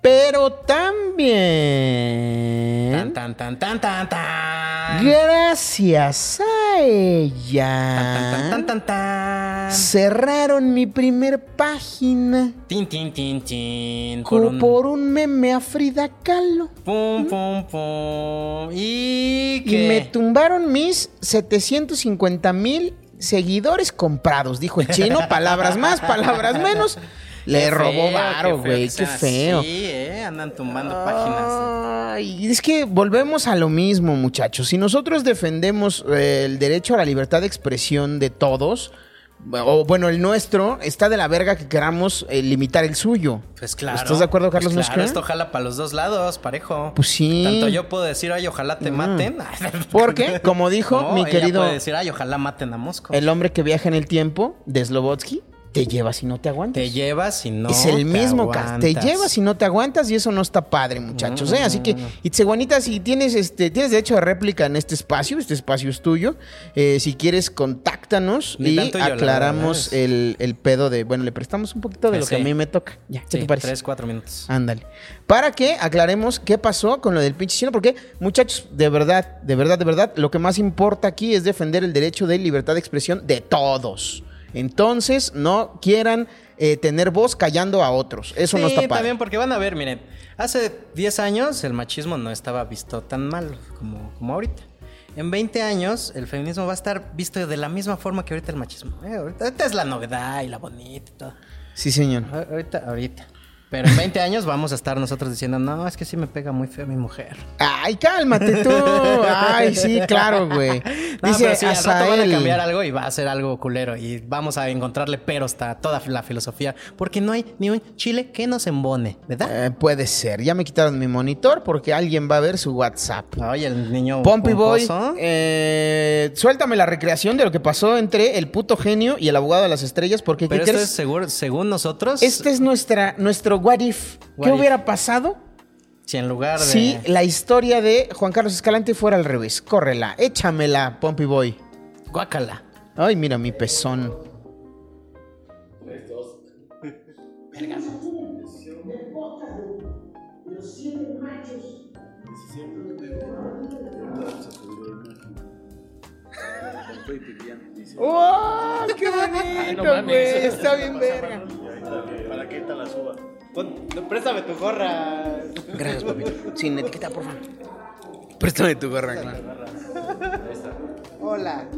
Speaker 5: Pero también.
Speaker 4: Tan, tan, tan, tan, tan, tan.
Speaker 5: Gracias a
Speaker 4: Tan,
Speaker 5: ella.
Speaker 4: tan, tan, tan.
Speaker 5: Cerraron mi primer página
Speaker 4: Tin, tin, tin, tin.
Speaker 5: co- por
Speaker 4: Por
Speaker 5: un...
Speaker 4: un-
Speaker 5: meme a Frida Kahlo. ¿Mm?
Speaker 4: Pum, pum, pum. Y
Speaker 5: Y me
Speaker 4: que.
Speaker 5: tumbaron mis 750 mil seguidores comprados, dijo el chino.
Speaker 4: <laughs>
Speaker 5: Palabras más, palabras menos. Le
Speaker 4: Qué
Speaker 5: robó
Speaker 4: feo, qué feo
Speaker 5: varo, güey.
Speaker 4: que
Speaker 5: Qué
Speaker 4: sean
Speaker 5: feo.
Speaker 4: así, ¿eh? Andan tumbando páginas.
Speaker 5: Ay, es que volvemos a lo mismo, muchachos. Si nosotros defendemos eh, el derecho a la libertad de expresión de todos, o bueno, el nuestro, está de la verga que queramos eh, limitar el suyo.
Speaker 4: Pues claro.
Speaker 5: ¿Estás de acuerdo, Carlos
Speaker 4: Pues claro,
Speaker 5: Mosquera?
Speaker 4: esto jala para los dos lados, parejo.
Speaker 5: Pues sí.
Speaker 4: Tanto yo puedo decir, ay, ojalá te
Speaker 5: <laughs>
Speaker 4: maten.
Speaker 5: Porque, como dijo
Speaker 4: No,
Speaker 5: mi
Speaker 4: ella
Speaker 5: querido-
Speaker 4: puede decir, ay, ojalá maten a Mosco.
Speaker 5: El hombre que viaja en el tiempo, de Slobodsky, te llevas y no te aguantas.
Speaker 4: Te llevas y no.
Speaker 5: es el
Speaker 4: te
Speaker 5: mismo caso. Te
Speaker 4: aguantas. Mm,
Speaker 5: llevas y no te aguantas y eso no está padre, muchachos. ¿eh? Así que, Itzeguanita, si tienes este, tienes derecho de réplica en este espacio, este espacio es tuyo. Eh, si quieres, contáctanos
Speaker 4: Ni
Speaker 5: y
Speaker 4: tanto yo, la
Speaker 5: aclaramos
Speaker 4: verdad,
Speaker 5: el, el pedo de. Bueno, le prestamos un poquito de
Speaker 4: Eh,
Speaker 5: lo que a
Speaker 4: sí.
Speaker 5: mí me toca. Ya, ¿qué
Speaker 4: Sí,
Speaker 5: te parece?
Speaker 4: Tres, cuatro minutos.
Speaker 5: Ándale. Para que aclaremos qué pasó con lo del pinche chino, porque muchachos, de verdad, de verdad, de verdad, lo que más importa aquí es defender el derecho de libertad de expresión de todos. Entonces, no quieran eh, tener voz callando a otros. Eso no
Speaker 4: Sí,
Speaker 5: está padre.
Speaker 4: también porque van a ver, miren, hace 10 años el machismo no estaba visto tan mal como, como ahorita. En 20 años el feminismo va a estar visto de la misma forma que ahorita el machismo. ¿eh? Ahorita, ahorita es la novedad y la bonita y todo.
Speaker 5: Sí, señor.
Speaker 4: A- Ahorita, ahorita. Pero en 20 años vamos a estar nosotros diciendo, no, es que sí me pega muy feo mi mujer.
Speaker 5: Ay, cálmate tú. Ay, sí, claro, güey.
Speaker 4: <laughs> No, pero sí, al rato van a
Speaker 5: Azael.
Speaker 4: cambiar algo y va a ser algo culero. Y vamos a encontrarle pero hasta toda la filosofía. Porque no hay ni un chile que nos embone, ¿verdad?
Speaker 5: Eh, puede ser. Ya me quitaron mi monitor porque alguien va a ver su WhatsApp.
Speaker 4: Ay, el niño
Speaker 5: Pompey Boy,
Speaker 4: pomposo.
Speaker 5: eh, suéltame la recreación de lo que pasó entre el puto genio y el abogado de las estrellas, porque ¿qué
Speaker 4: Pero esto
Speaker 5: crees?
Speaker 4: es seguro, según nosotros,
Speaker 5: Este es nuestra, nuestro what if.
Speaker 4: What
Speaker 5: ¿Qué
Speaker 4: if?
Speaker 5: hubiera pasado
Speaker 4: si en lugar de...
Speaker 5: si la historia de Juan Carlos Escalante fuera al revés? Córrela, échamela, Pompey Boy.
Speaker 4: Guácala.
Speaker 5: Ay, mira mi pezón. ¡Oh, qué bonito, güey! Está bien verga.
Speaker 4: Préstame tu gorra.
Speaker 5: Gracias, papi. Sin etiqueta, por favor. Préstame tu gorra, claro.
Speaker 7: Hola.
Speaker 3: <laughs>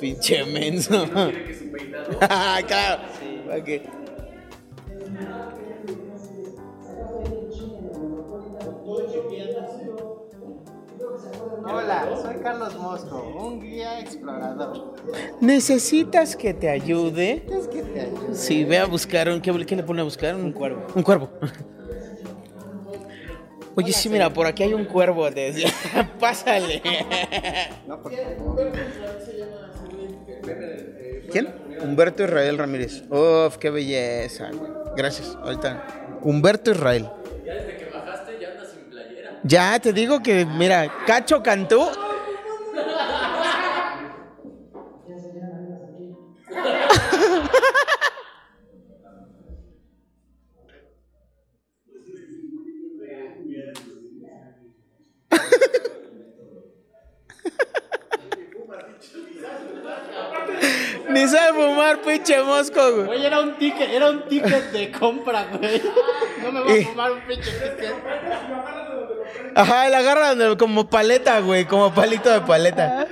Speaker 5: Pinche menso. <laughs> Ah, claro. Ok.
Speaker 7: Hola, soy Carlos Mosco, un guía explorador.
Speaker 5: ¿Necesitas que te ayude? Sí, ve a buscar un... ¿Qué, qué le pone a buscar? Un cuervo. Un cuervo. <laughs> Oye, sí, mira, por aquí hay un cuervo. te decía. <laughs> Pásale. <laughs> ¿Quién? Humberto Israel Ramírez. Uf, qué belleza. güey. Gracias. Ahorita. Humberto Israel. Ya te digo que, mira, Cacho Cantú. Ni sabe fumar, pinche mosco, güey.
Speaker 4: Oye, era un ticket, era un ticket de compra, güey. No me voy
Speaker 5: Y-
Speaker 4: a fumar un pinche cristiano.
Speaker 5: Ajá, la agarra donde- como paleta, güey, como palito de paleta.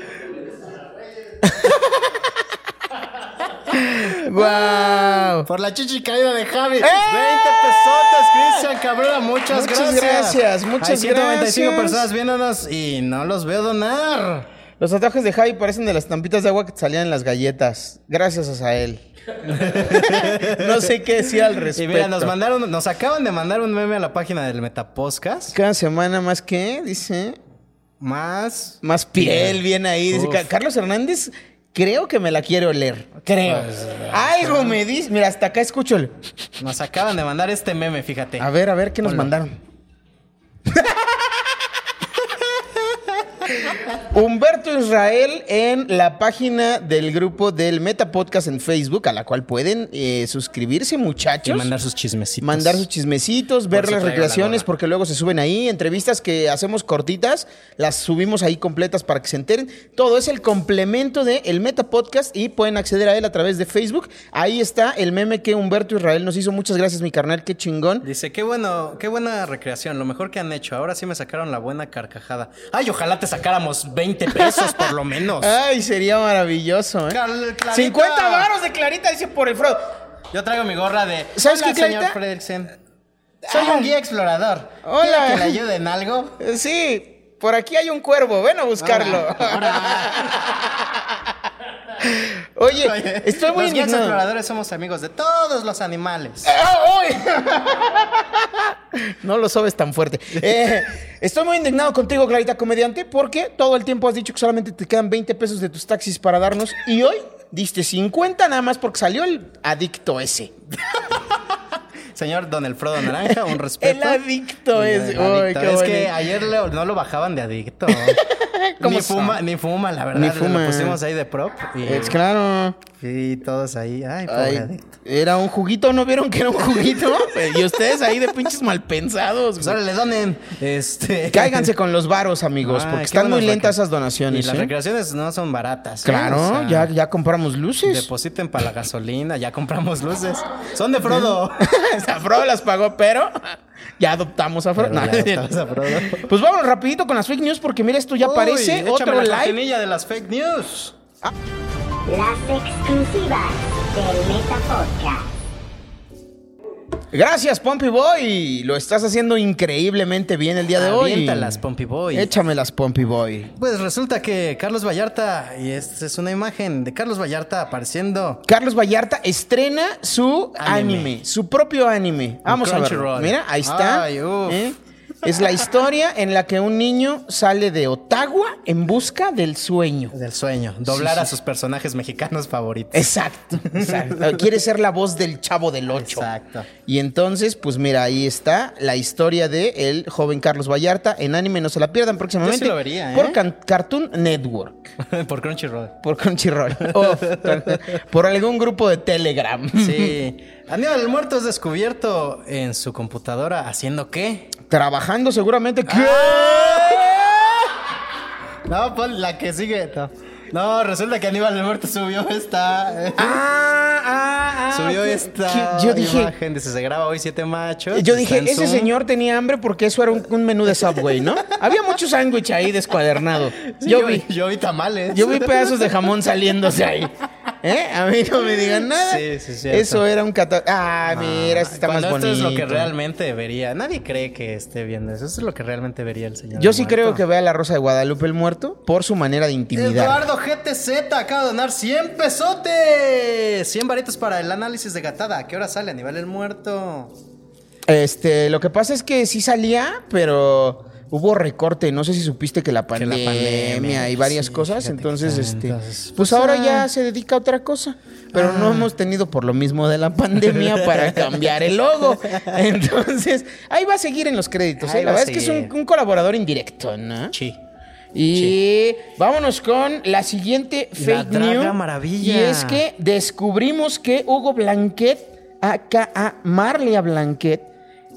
Speaker 5: <laughs> ¡Guau!
Speaker 4: Por la chichi caída de Javi. 20
Speaker 5: pesotes,
Speaker 4: pesotes, Cristian Cabrera. ¡Eh! Muchas,
Speaker 5: Muchas gracias. gracias, muchas
Speaker 4: Hay 195
Speaker 5: gracias.
Speaker 4: personas viéndonos y no los veo donar.
Speaker 5: Los ataques de Javi parecen de las tampitas de agua que salían en las galletas. Gracias, Azael. no sé qué decir al
Speaker 4: Y
Speaker 5: respecto.
Speaker 4: mira, nos mandaron, nos acaban de mandar un meme a la página del Metapodcast.
Speaker 5: Cada semana más que, dice.
Speaker 4: Más.
Speaker 5: Más piel, bien ahí. Dice,
Speaker 4: Uf.
Speaker 5: "Ca- Carlos Hernández, creo que me la quiere oler. Creo. Algo me dice. Mira, hasta acá escucho el-
Speaker 4: Nos acaban de mandar este meme, fíjate.
Speaker 5: A ver, a ver, ¿qué nos mandaron? Humberto Israel en la página del grupo del Meta Podcast en Facebook, a la cual pueden eh, suscribirse,
Speaker 4: Y
Speaker 5: muchachos.
Speaker 4: mandar sus chismecitos.
Speaker 5: Mandar sus chismecitos, ver
Speaker 4: Por si
Speaker 5: las
Speaker 4: traigo la
Speaker 5: recreaciones,
Speaker 4: gorra.
Speaker 5: porque luego se suben ahí. Entrevistas que hacemos cortitas, las subimos ahí completas para que se enteren. Todo es el complemento de el Meta Podcast y pueden acceder a él a través de Facebook. Ahí está el meme que Humberto Israel nos hizo. Muchas gracias, mi carnal, qué chingón.
Speaker 4: Dice, qué bueno, qué buena recreación, lo mejor que han hecho. Ahora sí me sacaron la buena carcajada. Ay, ojalá te sacáramos 20 pesos por lo
Speaker 5: <laughs>
Speaker 4: menos.
Speaker 5: Ay, sería maravilloso, ¿eh?
Speaker 4: Cal- Clarita.
Speaker 5: 50 varos de Clarita, dice por el Frodo.
Speaker 4: Yo traigo mi gorra de
Speaker 5: ¿Sabes
Speaker 4: "Hola,
Speaker 5: qué, Clarita?
Speaker 4: señor Fredricksen. Soy un guía explorador.
Speaker 5: Hola.
Speaker 4: ¿Quiere que le ayude en algo?
Speaker 5: Eh, Sí, por aquí hay un cuervo, ven a buscarlo. <laughs> Oye,
Speaker 4: Oye,
Speaker 5: estoy muy
Speaker 4: Los guías
Speaker 5: indignado.
Speaker 4: exploradores somos amigos de todos los animales.
Speaker 5: ¡Ah, uy! No lo sabes tan
Speaker 4: <laughs>
Speaker 5: fuerte. Eh, estoy muy indignado contigo, Clarita Comediante, porque todo el tiempo has dicho que solamente te quedan 20 pesos de tus taxis para darnos y hoy diste 50 nada más porque salió el adicto ese.
Speaker 4: Señor Don Elfrodo Naranja,
Speaker 5: <laughs>
Speaker 4: un respeto.
Speaker 5: El adicto es-
Speaker 4: El
Speaker 5: uy,
Speaker 4: adicto.
Speaker 5: qué
Speaker 4: es que
Speaker 5: bonito.
Speaker 4: ayer le- no lo bajaban de adicto.
Speaker 5: <laughs> ¿Cómo
Speaker 4: ni
Speaker 5: son?
Speaker 4: fuma, ni fuma, la verdad.
Speaker 5: Ni fuma.
Speaker 4: Lo pusimos ahí de prop. Y,
Speaker 5: Es claro.
Speaker 4: y todos ahí. Ay, pobre
Speaker 5: Ay,
Speaker 4: adicto.
Speaker 5: era un juguito, ¿no vieron que era un
Speaker 4: Ah, <laughs>
Speaker 5: juguito? y ustedes ahí de pinches malpensados.
Speaker 4: Pues
Speaker 5: güey.
Speaker 4: ahora le donen. Este.
Speaker 5: Cáiganse con los varos, amigos,
Speaker 4: Ay,
Speaker 5: porque
Speaker 4: qué
Speaker 5: están muy
Speaker 4: buenas
Speaker 5: lentas
Speaker 4: recre-
Speaker 5: esas donaciones.
Speaker 4: Y las
Speaker 5: ¿eh?
Speaker 4: recreaciones no son baratas. ¿eh?
Speaker 5: Claro,
Speaker 4: O sea,
Speaker 5: ya, ya compramos luces.
Speaker 4: Depositen para la gasolina, ya compramos luces. Son de
Speaker 5: <laughs>
Speaker 4: Frodo.
Speaker 5: Hasta Frodo las pagó, pero ya adoptamos a Frodo.
Speaker 4: Pero
Speaker 5: <laughs> No,
Speaker 4: ya
Speaker 5: no es cierto.
Speaker 4: estamos a Frodo.
Speaker 5: Pues vámonos rapidito con las fake news, porque mira, esto ya
Speaker 4: Uy,
Speaker 5: parece
Speaker 4: échame
Speaker 5: otro
Speaker 4: la
Speaker 5: live.
Speaker 4: cortinilla de las fake news.
Speaker 9: Las exclusivas del Meta Podcast.
Speaker 5: Gracias, Pompey Boy. Lo estás haciendo increíblemente bien el día de hoy.
Speaker 4: Aviéntalas, Pompey Boy.
Speaker 5: Échamelas, Pompey Boy.
Speaker 4: Pues resulta que Carlos Vallarta, y esta es una imagen de Carlos Vallarta apareciendo.
Speaker 5: Carlos Vallarta estrena su anime,
Speaker 4: Anime.
Speaker 5: su propio anime. Vamos a verlo.
Speaker 4: Crunchyroll.
Speaker 5: Mira, ahí está.
Speaker 4: Ay, uf.
Speaker 5: ¿eh? Es la historia en la que un niño sale de Ottawa en busca del sueño.
Speaker 4: Del sueño, doblar a sus personajes mexicanos favoritos. <laughs>
Speaker 5: Exacto, exacto. Quiere ser la voz del chavo del ocho.
Speaker 4: Exacto.
Speaker 5: Y entonces, pues mira, ahí está la historia de el joven Carlos Vallarta en anime. No se la pierdan próximamente.
Speaker 4: Yo sí lo vería, ¿eh?
Speaker 5: Por Can- Cartoon Network.
Speaker 4: <laughs> Por Crunchyroll.
Speaker 5: Por Crunchyroll. <laughs> o por algún grupo de Telegram. <laughs>
Speaker 4: Sí. Aníbal el Muerto es descubierto en su computadora haciendo qué?
Speaker 5: Trabajando seguramente. ¿Qué?
Speaker 4: Ah. No, pon la que sigue. No, No, resulta que Aníbal el Muerto subió esta. <laughs> eh,
Speaker 5: Ah, ah, ah,
Speaker 4: Subió
Speaker 5: ¿qué-
Speaker 4: esta
Speaker 5: qué- Yo dije,
Speaker 4: imagen, dice, se graba hoy siete machos. está
Speaker 5: yo dije,
Speaker 4: en
Speaker 5: ese
Speaker 4: Zoom".
Speaker 5: señor tenía hambre porque eso era un, un menú de Subway, ¿no? Había mucho sándwich ahí descuadernado.
Speaker 4: Sí,
Speaker 5: yo vi.
Speaker 4: Yo vi tamales.
Speaker 5: Yo vi
Speaker 4: <laughs>
Speaker 5: pedazos de jamón saliéndose ahí. ¿Eh? A mí no me digan nada.
Speaker 4: Sí, sí, cierto.
Speaker 5: Eso era un cata... Ah, mira, este está más
Speaker 4: Cuando
Speaker 5: bonito.
Speaker 4: Esto es lo que realmente debería. Nadie cree que esté viendo eso. Eso es lo que realmente vería el señor.
Speaker 5: Yo sí
Speaker 4: muerto.
Speaker 5: creo que vea la Rosa de Guadalupe el muerto por su manera de intimidar.
Speaker 4: Eduardo GTZ acaba de donar 100 pesotes. 100 varitos para el análisis de gatada. ¿A qué hora sale? ¿A nivel el muerto?
Speaker 5: Este, lo que pasa es que sí salía, pero hubo recorte. No sé si supiste que la
Speaker 4: la
Speaker 5: pandemia,
Speaker 4: pandemia,
Speaker 5: y varias
Speaker 4: sí,
Speaker 5: cosas.
Speaker 4: fíjate que
Speaker 5: Entonces,
Speaker 4: está,
Speaker 5: este,
Speaker 4: entonces,
Speaker 5: pues
Speaker 4: pues,
Speaker 5: ahora
Speaker 4: ah.
Speaker 5: ya se dedica a otra cosa. Pero no hemos tenido por lo mismo de la pandemia
Speaker 4: <laughs>
Speaker 5: para cambiar el logo. Entonces, ahí va a seguir en los créditos. ¿eh?
Speaker 4: Ahí
Speaker 5: La
Speaker 4: va a
Speaker 5: verdad es que es un,
Speaker 4: seguir.
Speaker 5: un colaborador indirecto, ¿no?
Speaker 4: Sí.
Speaker 5: Y vámonos con la siguiente
Speaker 4: La
Speaker 5: fake
Speaker 4: Draga
Speaker 5: news.
Speaker 4: Maravilla.
Speaker 5: Y es que descubrimos que Hugo Blanquet, aka Marlia Blanquet,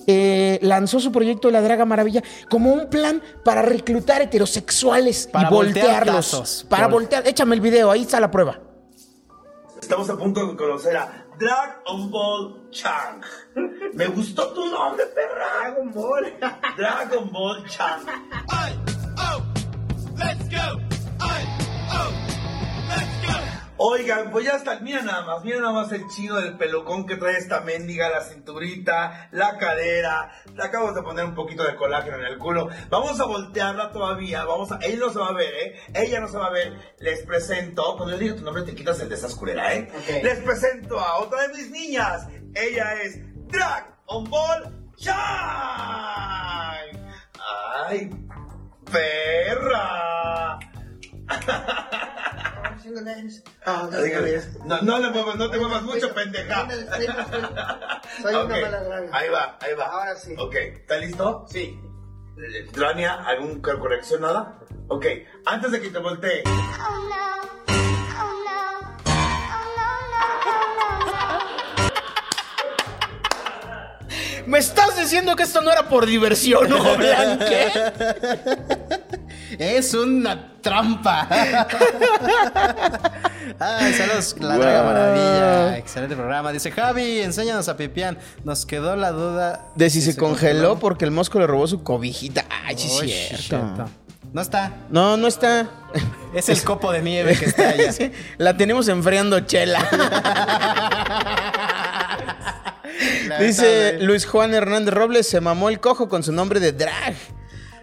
Speaker 5: eh, lanzó su proyecto La Draga Maravilla como un plan para reclutar heterosexuales
Speaker 4: Para
Speaker 5: y
Speaker 4: voltear
Speaker 5: voltearlos.
Speaker 4: tazos.
Speaker 5: para
Speaker 4: Vol-
Speaker 5: voltear. Échame el video, ahí está la prueba.
Speaker 8: Estamos a punto de conocer a Dragon Ball Chang. Me gustó tu nombre, perra. Dragon Ball. Dragon Ball Chang. Oigan, pues ya está, mira nada más, mira nada más el chino del pelocón que trae esta mendiga, la cinturita, la cadera, le acabamos de poner un poquito de colágeno en el culo, vamos a voltearla todavía, vamos a, él no se va a ver, ¿eh? Ella no se va a ver, les presento, cuando yo digo tu nombre te quitas el de esa oscurera, ¿eh? Les presento a otra de mis niñas, ella es Drag on Ball Shine. ¡Ay, perra! Ah, No, no le muevas, no te muevas mucho, pendeja.
Speaker 7: Soy una
Speaker 8: Ok,
Speaker 7: mala draga.
Speaker 8: Ahí va, ahí va.
Speaker 7: Ahora sí.
Speaker 8: Ok, ¿está listo? Sí. ¿Trania? ¿Algún corrección? ¿Nada? Ok, antes de que te voltee.
Speaker 5: ¿Me estás diciendo que esto no era por <laughs> diversión, ojo blanque?
Speaker 4: Es una trampa. Ay, saludos, la Draga
Speaker 5: Wow.
Speaker 4: maravilla. Excelente programa. Dice Javi, enséñanos a Pipián. Nos quedó la duda.
Speaker 5: De si se congeló porque el mosco le robó su cobijita. Ay, sí,
Speaker 4: Uy,
Speaker 5: es
Speaker 4: cierto.
Speaker 5: cierto.
Speaker 4: No está.
Speaker 5: No, no está.
Speaker 4: Es el copo de nieve que está allá.
Speaker 5: <laughs> Sí, La tenemos
Speaker 4: <laughs>
Speaker 5: enfriando chela. Dice Luis Juan Hernández Robles, se mamó el cojo con su nombre de drag.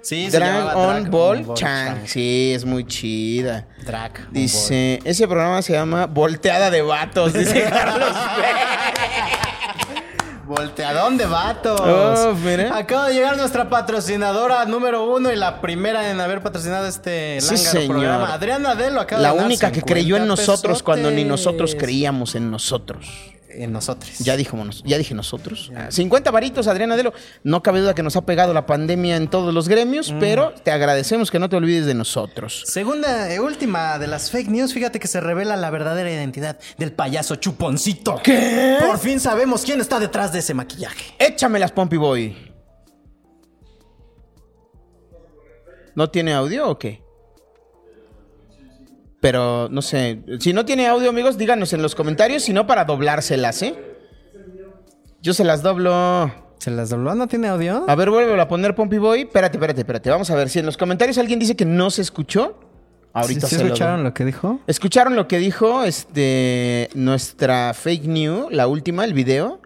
Speaker 4: Sí, se
Speaker 5: Drag
Speaker 4: llamaba
Speaker 5: on Ball Chang.
Speaker 4: Chang.
Speaker 5: Sí, es muy chida.
Speaker 4: Drag on
Speaker 5: Dice, ese programa se llama Volteada
Speaker 4: <laughs>
Speaker 5: de Vatos, dice Carlos.
Speaker 4: Ball. Volteadón de vatos.
Speaker 5: Oh, mira.
Speaker 4: Acaba de llegar nuestra patrocinadora número uno y la primera en haber patrocinado este
Speaker 5: Sí,
Speaker 4: lángaro
Speaker 5: señor.
Speaker 4: programa. Adriana Adelo acaba de
Speaker 5: La
Speaker 4: ganar
Speaker 5: única que creyó en
Speaker 4: 50
Speaker 5: nosotros cuando ni nosotros
Speaker 4: pesotes.
Speaker 5: creíamos en nosotros.
Speaker 4: En nosotros.
Speaker 5: Ya, dijimos, ya dije nosotros. Ah, 50 varitos, Adriana Adelo. No cabe duda que nos ha pegado la pandemia en todos los
Speaker 4: Mm.
Speaker 5: gremios, pero te agradecemos que no te olvides de nosotros.
Speaker 4: Segunda y última de las fake news, fíjate que se revela la verdadera identidad del payaso chuponcito.
Speaker 5: ¿Qué?
Speaker 4: Por fin sabemos quién está detrás de ese maquillaje.
Speaker 5: Échamelas, Pompey Boy. ¿No tiene audio o qué? Pero no sé. Si no tiene audio, amigos, díganos en los comentarios, si no para doblárselas, ¿eh? Yo se las doblo.
Speaker 4: ¿Se las dobló? ¿No tiene audio?
Speaker 5: A ver, vuélvelo a poner Pompey Boy. Espérate, espérate, espérate. Vamos a ver si en los comentarios alguien dice que no se escuchó. Ahorita se lo doy.
Speaker 4: que dijo?
Speaker 5: ¿Escucharon lo que dijo este, nuestra fake news, la última, el video?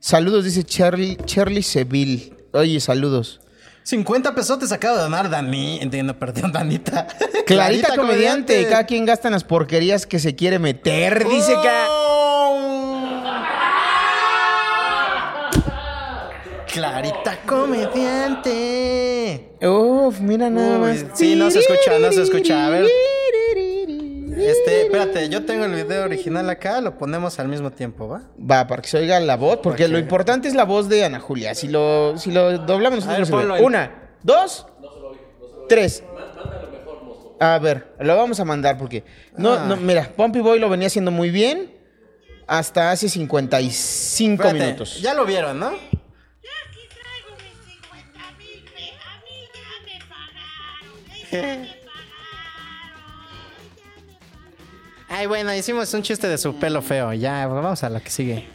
Speaker 5: Saludos, dice Charlie, Charlie Seville. Oye, saludos.
Speaker 4: 50 pesotes acaba de donar Dani. Entiendo, perdón, Danita.
Speaker 5: Clarita, comediante. Cada quien gasta en las porquerías que se quiere meter, dice que... ah,
Speaker 8: Oh.
Speaker 4: Oh. Clarita comediante.
Speaker 5: Uf, mira nada
Speaker 4: Uy,
Speaker 5: más.
Speaker 4: sí, no se escucha, no se escucha. A ver. Este, espérate, yo tengo el video original acá, lo ponemos al mismo tiempo, ¿va?
Speaker 5: Va, para que se oiga la voz, porque lo importante es la voz de Ana Julia. Si lo, si lo doblamos
Speaker 4: A ver,
Speaker 5: nosotros, no se
Speaker 4: ponlo
Speaker 5: ve.
Speaker 4: en-
Speaker 5: una, dos, tres. A ver, lo vamos a mandar porque. No,
Speaker 4: Ah.
Speaker 5: no, mira, Pompey Boy lo venía haciendo muy bien hasta hace 55
Speaker 4: Espérate,
Speaker 5: minutos.
Speaker 4: Ya lo vieron, ¿no?
Speaker 10: Yo aquí traigo mis 50 mil, pe- a mí ya me pagaron, ya me pagaron, ya me
Speaker 4: Ay, bueno, hicimos un chiste de su pelo feo. Ya, vamos a la que sigue.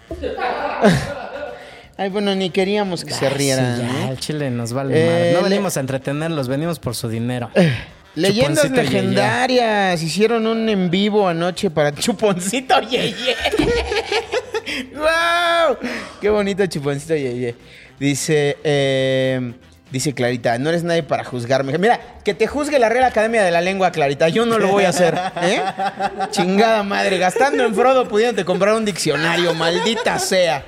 Speaker 5: Ay, bueno, ni queríamos que se
Speaker 4: Ay, sí,
Speaker 5: rieran.
Speaker 4: ya,
Speaker 5: ¿no?
Speaker 4: el chile nos vale
Speaker 5: Eh,
Speaker 4: madre. No
Speaker 5: le- Eh,
Speaker 4: venimos a entretenerlos, venimos por su dinero.
Speaker 5: Leyendas
Speaker 4: Chuponcito Yeye.
Speaker 5: legendarias. Hicieron un en vivo anoche para
Speaker 4: <laughs>
Speaker 5: Chuponcito Yeye. ¡Wow! Qué bonito Chuponcito Yeye. Dice, eh, dice Clarita, no eres nadie para juzgarme. Mira, que te juzgue la Real Academia de la Lengua, Clarita. Yo no lo voy a hacer. <laughs> ¿eh? Chingada madre. Gastando en Frodo pudiéndote comprar un diccionario. Maldita sea.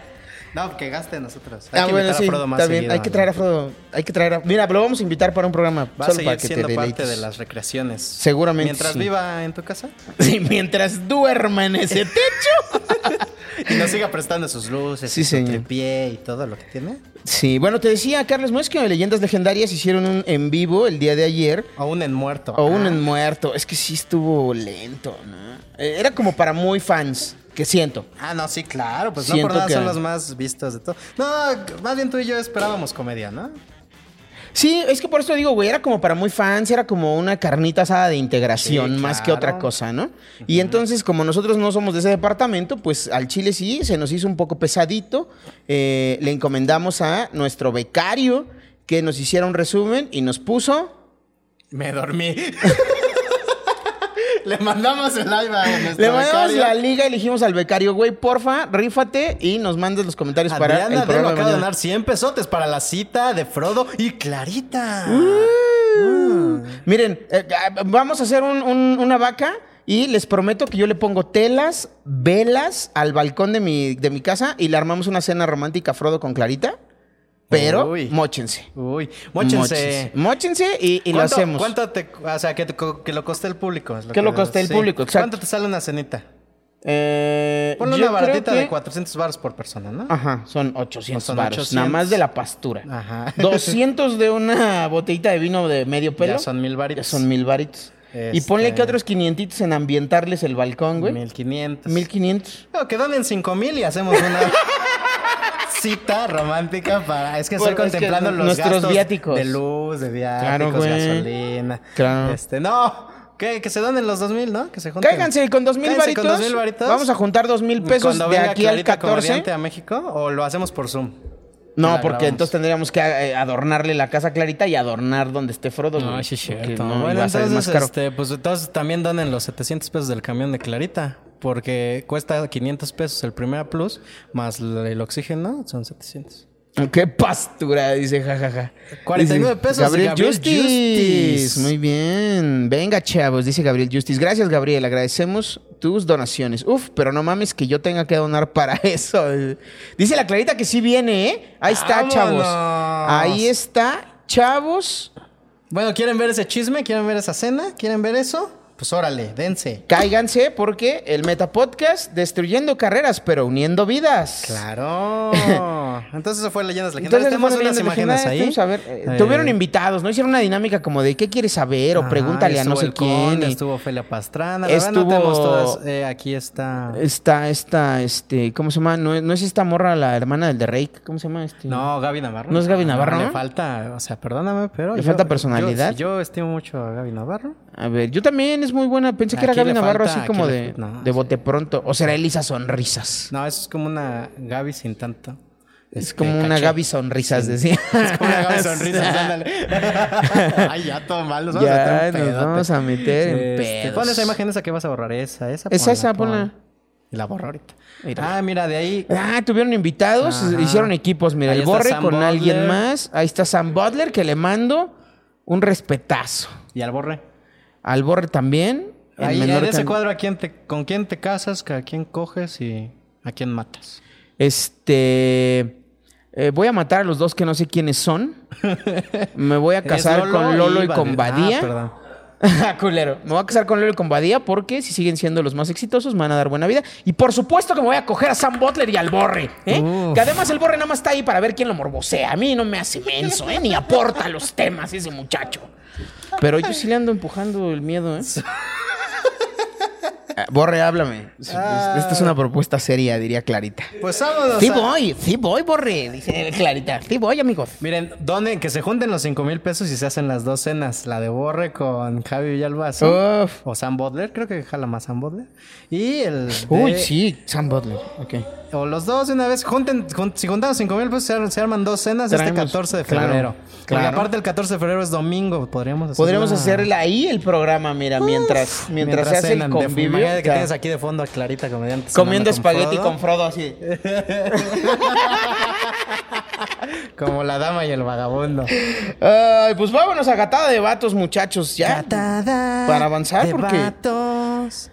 Speaker 4: No, que gaste nosotros.
Speaker 5: ah, bueno, sí,
Speaker 4: más
Speaker 5: está bien.
Speaker 4: seguido,
Speaker 5: Hay que
Speaker 4: ¿no?
Speaker 5: traer a Frodo. Hay que traer a... Mira, lo vamos a invitar para un programa.
Speaker 4: Va a
Speaker 5: solo
Speaker 4: seguir
Speaker 5: para que te
Speaker 4: siendo parte
Speaker 5: deleites.
Speaker 4: de las recreaciones.
Speaker 5: Seguramente
Speaker 4: Mientras
Speaker 5: sí.
Speaker 4: viva en tu casa.
Speaker 5: <laughs> Sí, mientras duerma en ese techo.
Speaker 4: <laughs> Y nos siga prestando sus luces,
Speaker 5: Sí,
Speaker 4: y su
Speaker 5: señor.
Speaker 4: tripié y todo lo que tiene.
Speaker 5: Sí, bueno, te decía Carlos Mues que Leyendas Legendarias hicieron un en vivo el día de ayer.
Speaker 4: Aún en muerto.
Speaker 5: O un
Speaker 4: Ah,
Speaker 5: en muerto. Es que sí estuvo lento, ¿no? Eh, Era como para muy fans, que siento.
Speaker 4: Ah, no, sí, claro. Pues no
Speaker 5: Siento
Speaker 4: por nada
Speaker 5: que-
Speaker 4: son los más vistos de todo. No, más bien tú y yo esperábamos comedia, ¿no?
Speaker 5: Sí, es que por eso digo, güey, era como para muy fans, era como una carnita asada de integración,
Speaker 4: Sí,
Speaker 5: más que otra
Speaker 4: claro.
Speaker 5: cosa, ¿no? Y entonces, como nosotros no somos de ese departamento, pues al Chile sí, se nos hizo un poco pesadito. Eh, le encomendamos a nuestro becario que nos hiciera un resumen y nos puso...
Speaker 4: Me dormí. <laughs> Le mandamos el live a nuestro
Speaker 5: Le mandamos
Speaker 4: becario.
Speaker 5: la liga, elegimos al becario, güey, porfa, rífate y nos mandas los comentarios Pues para
Speaker 4: Adriana
Speaker 5: el
Speaker 4: Delo
Speaker 5: programa de
Speaker 4: acaba de
Speaker 5: mañana.
Speaker 4: donar 100 pesotes para la cita de Frodo y Clarita.
Speaker 5: Miren, eh, ah, vamos a hacer un- un- una vaca y les prometo que yo le pongo telas, velas al balcón de mi, de mi casa y le armamos una cena romántica a Frodo con Clarita, pero
Speaker 4: Uy.
Speaker 5: mochense.
Speaker 4: Uy, mochense.
Speaker 5: Mochense y, y lo
Speaker 4: ¿Cuánto-
Speaker 5: hacemos.
Speaker 4: ¿Cuánto te, o sea, que, te co- que lo coste el público? es
Speaker 5: Que lo coste el público, exacto.
Speaker 4: ¿Cuánto te sale una cenita?
Speaker 5: Eh,
Speaker 4: Ponle
Speaker 5: yo
Speaker 4: una baratita
Speaker 5: creo que-
Speaker 4: de 400 baros por persona, ¿no?
Speaker 5: Ajá, son 800
Speaker 4: Son
Speaker 5: varos,
Speaker 4: 800.
Speaker 5: nada más de la pastura.
Speaker 4: Ajá. <laughs>
Speaker 5: 200 de una botellita de vino de medio pelo.
Speaker 4: Ya son mil varitos.
Speaker 5: Ya son mil varitos. Y
Speaker 4: Este-
Speaker 5: ponle que otros 500 en ambientarles el balcón, güey.
Speaker 4: 1500.
Speaker 5: 1500.
Speaker 4: Bueno, que donen 5000 y hacemos una cita romántica para.
Speaker 5: <laughs>
Speaker 4: Es que estoy
Speaker 5: Bueno, es que
Speaker 4: contemplando
Speaker 5: nu-
Speaker 4: los
Speaker 5: nuestros
Speaker 4: gastos
Speaker 5: viáticos.
Speaker 4: de luz, de viáticos,
Speaker 5: Claro, güey.
Speaker 4: gasolina.
Speaker 5: Claro.
Speaker 4: Este, no, que, que se donen los 2000, ¿no? Que se junten.
Speaker 5: Cáiganse con 2 mil
Speaker 4: Cáiganse con
Speaker 5: varitos.
Speaker 4: 2000 varitos.
Speaker 5: Vamos a juntar 2 mil pesos
Speaker 4: Cuando
Speaker 5: de
Speaker 4: venga
Speaker 5: aquí al
Speaker 4: Clarita
Speaker 5: 14.
Speaker 4: Comediante a México o lo hacemos por Zoom. La
Speaker 5: No, porque
Speaker 4: grabamos.
Speaker 5: entonces tendríamos que eh, adornarle la casa a Clarita y adornar donde esté Frodo. güey,
Speaker 4: Ay, sí,
Speaker 5: porque
Speaker 4: cierto.
Speaker 5: no,
Speaker 4: bueno,
Speaker 5: iba a salir
Speaker 4: entonces,
Speaker 5: más caro.
Speaker 4: este, pues entonces también donen los 700 pesos del camión de Clarita. Porque cuesta 500 pesos el Primera Plus, más l- el oxígeno, son 700.
Speaker 5: Qué pastura, dice jajaja.
Speaker 4: 49 pesos de
Speaker 5: Gabriel,
Speaker 4: Gabriel
Speaker 5: Justice.
Speaker 4: Justice.
Speaker 5: Muy bien. Venga, chavos, dice Gabriel Justice. Gracias, Gabriel. Agradecemos tus donaciones. Uf, pero no mames que yo tenga que donar para <laughs> eso. Dice la Clarita que sí viene, ¿eh? Ahí está,
Speaker 4: Vámonos.
Speaker 5: chavos. Ahí está, chavos.
Speaker 4: Bueno, ¿quieren ver ese chisme? ¿Quieren ver esa cena? ¿Quieren ver eso? Pues órale, dense.
Speaker 5: Cáiganse porque el Meta Podcast destruyendo carreras, pero uniendo vidas.
Speaker 4: Claro. Entonces eso fue Leyendas Legendarias.
Speaker 5: <laughs>
Speaker 4: Tenemos
Speaker 5: Entonces, bueno,
Speaker 4: unas
Speaker 5: viendo
Speaker 4: imágenes
Speaker 5: legendarias,
Speaker 4: ahí.
Speaker 5: tenemos a ver, eh,
Speaker 4: Eh,
Speaker 5: tuvieron invitados, ¿no? Hicieron una dinámica como de qué quieres saber o
Speaker 4: ajá,
Speaker 5: pregúntale a no
Speaker 4: estuvo
Speaker 5: sé
Speaker 4: el
Speaker 5: quién.
Speaker 4: Conde,
Speaker 5: y-
Speaker 4: Estuvo Felia Pastrana. La verdad, no
Speaker 5: Estuvo-
Speaker 4: tenemos todas. Eh, aquí está.
Speaker 5: Está esta, este, ¿cómo se llama? No, es- no es esta morra la hermana del de Rey, ¿cómo se llama este?
Speaker 4: No, Gaby Navarro.
Speaker 5: ¿No es Gaby Navarro?
Speaker 4: Le falta, o sea, perdóname, pero.
Speaker 5: ¿Le falta personalidad?
Speaker 4: Yo, estimo mucho a Gaby Navarro.
Speaker 5: A ver, yo también es muy buena, pensé que era
Speaker 4: Aquí
Speaker 5: Gaby
Speaker 4: le
Speaker 5: Navarro
Speaker 4: falta,
Speaker 5: así como
Speaker 4: aquí
Speaker 5: de,
Speaker 4: le- no,
Speaker 5: de
Speaker 4: sí.
Speaker 5: bote pronto, o será Elisa Sonrisas.
Speaker 4: No, eso es como una Gaby sin tanto. Este,
Speaker 5: Es como una Gaby Sonrisas, decía.
Speaker 4: <laughs> Es como una Gaby
Speaker 5: <laughs>
Speaker 4: sonrisa, ándale. Ay, ya todo mal, nos vamos
Speaker 5: Ya,
Speaker 4: a meter en
Speaker 5: nos
Speaker 4: pedote.
Speaker 5: vamos a meter en pedos.
Speaker 4: Pon esa imagen esa que vas a borrar, esa, esa.
Speaker 5: Es esa, ponla.
Speaker 4: Y la borro ahorita. Ah, mira, de ahí.
Speaker 5: Ah, tuvieron invitados,
Speaker 4: Ajá.
Speaker 5: hicieron equipos. Mira,
Speaker 4: Ahí
Speaker 5: el
Speaker 4: está
Speaker 5: Borre
Speaker 4: Sam
Speaker 5: con
Speaker 4: Butler.
Speaker 5: alguien más. Ahí está Sam Butler, que le mando un respetazo.
Speaker 4: Y al borre.
Speaker 5: Al Borre también. en
Speaker 4: Ahí,
Speaker 5: menor
Speaker 4: en ese
Speaker 5: can-
Speaker 4: cuadro, ¿a quién te, ¿con quién te casas, a quién coges y a quién matas?
Speaker 5: Este. eh, voy a matar a los dos que no sé quiénes son. Me voy a
Speaker 4: Es
Speaker 5: casar con Lolo y
Speaker 4: Badía.
Speaker 5: con Badía.
Speaker 4: Ah, perdón.
Speaker 5: <laughs> Ah, culero. Me voy a casar con Lolo y con Badía porque si siguen siendo los más exitosos me van a dar buena vida. Y por supuesto que me voy a coger a Sam Butler y al Borre. ¿eh? Que además el Borre nada más está ahí para ver quién lo morbosea. A mí no me hace menso, ¿eh? ni aporta los temas ese muchacho. Pero yo sí le ando empujando el miedo. ¿eh? Ah, <laughs> Borre, háblame. Esta es una propuesta seria, diría Clarita.
Speaker 4: Pues vámonos.
Speaker 5: Sí
Speaker 4: a-
Speaker 5: voy, sí voy, Borre, dice Clarita. Sí voy, amigos.
Speaker 4: Miren, ¿dónde? Que se junten los 5 mil pesos y se hacen las dos cenas. La de Borre con Javi Villalba. ¿sí?
Speaker 5: Uf.
Speaker 4: O Sam Butler. Creo que jala más Sam Butler. Y el. de-
Speaker 5: Uy, sí, Sam Butler. Ok.
Speaker 4: O los dos de una vez. Junten, jun- si juntan los 5 mil pesos, se, ar- se arman dos cenas este
Speaker 5: Traemos-
Speaker 4: 14 de
Speaker 5: claro,
Speaker 4: febrero. Porque
Speaker 5: claro.
Speaker 4: aparte, el 14 de febrero es domingo. Podríamos hacer.
Speaker 5: Pues Podríamos
Speaker 4: una-
Speaker 5: hacer ahí el programa, mira, mientras, mientras, se hace el
Speaker 4: cenan de-
Speaker 5: convivio.
Speaker 4: imagínate que
Speaker 5: ya.
Speaker 4: tienes aquí de fondo a Clarita comediante. cenando
Speaker 5: comiendo
Speaker 4: con
Speaker 5: espagueti
Speaker 4: Frodo,
Speaker 5: con Frodo así.
Speaker 4: <laughs> Como la dama y el vagabundo.
Speaker 5: Ay, pues vámonos a gatada de vatos, muchachos, ya. Para avanzar,
Speaker 4: de
Speaker 5: porque-
Speaker 4: vatos.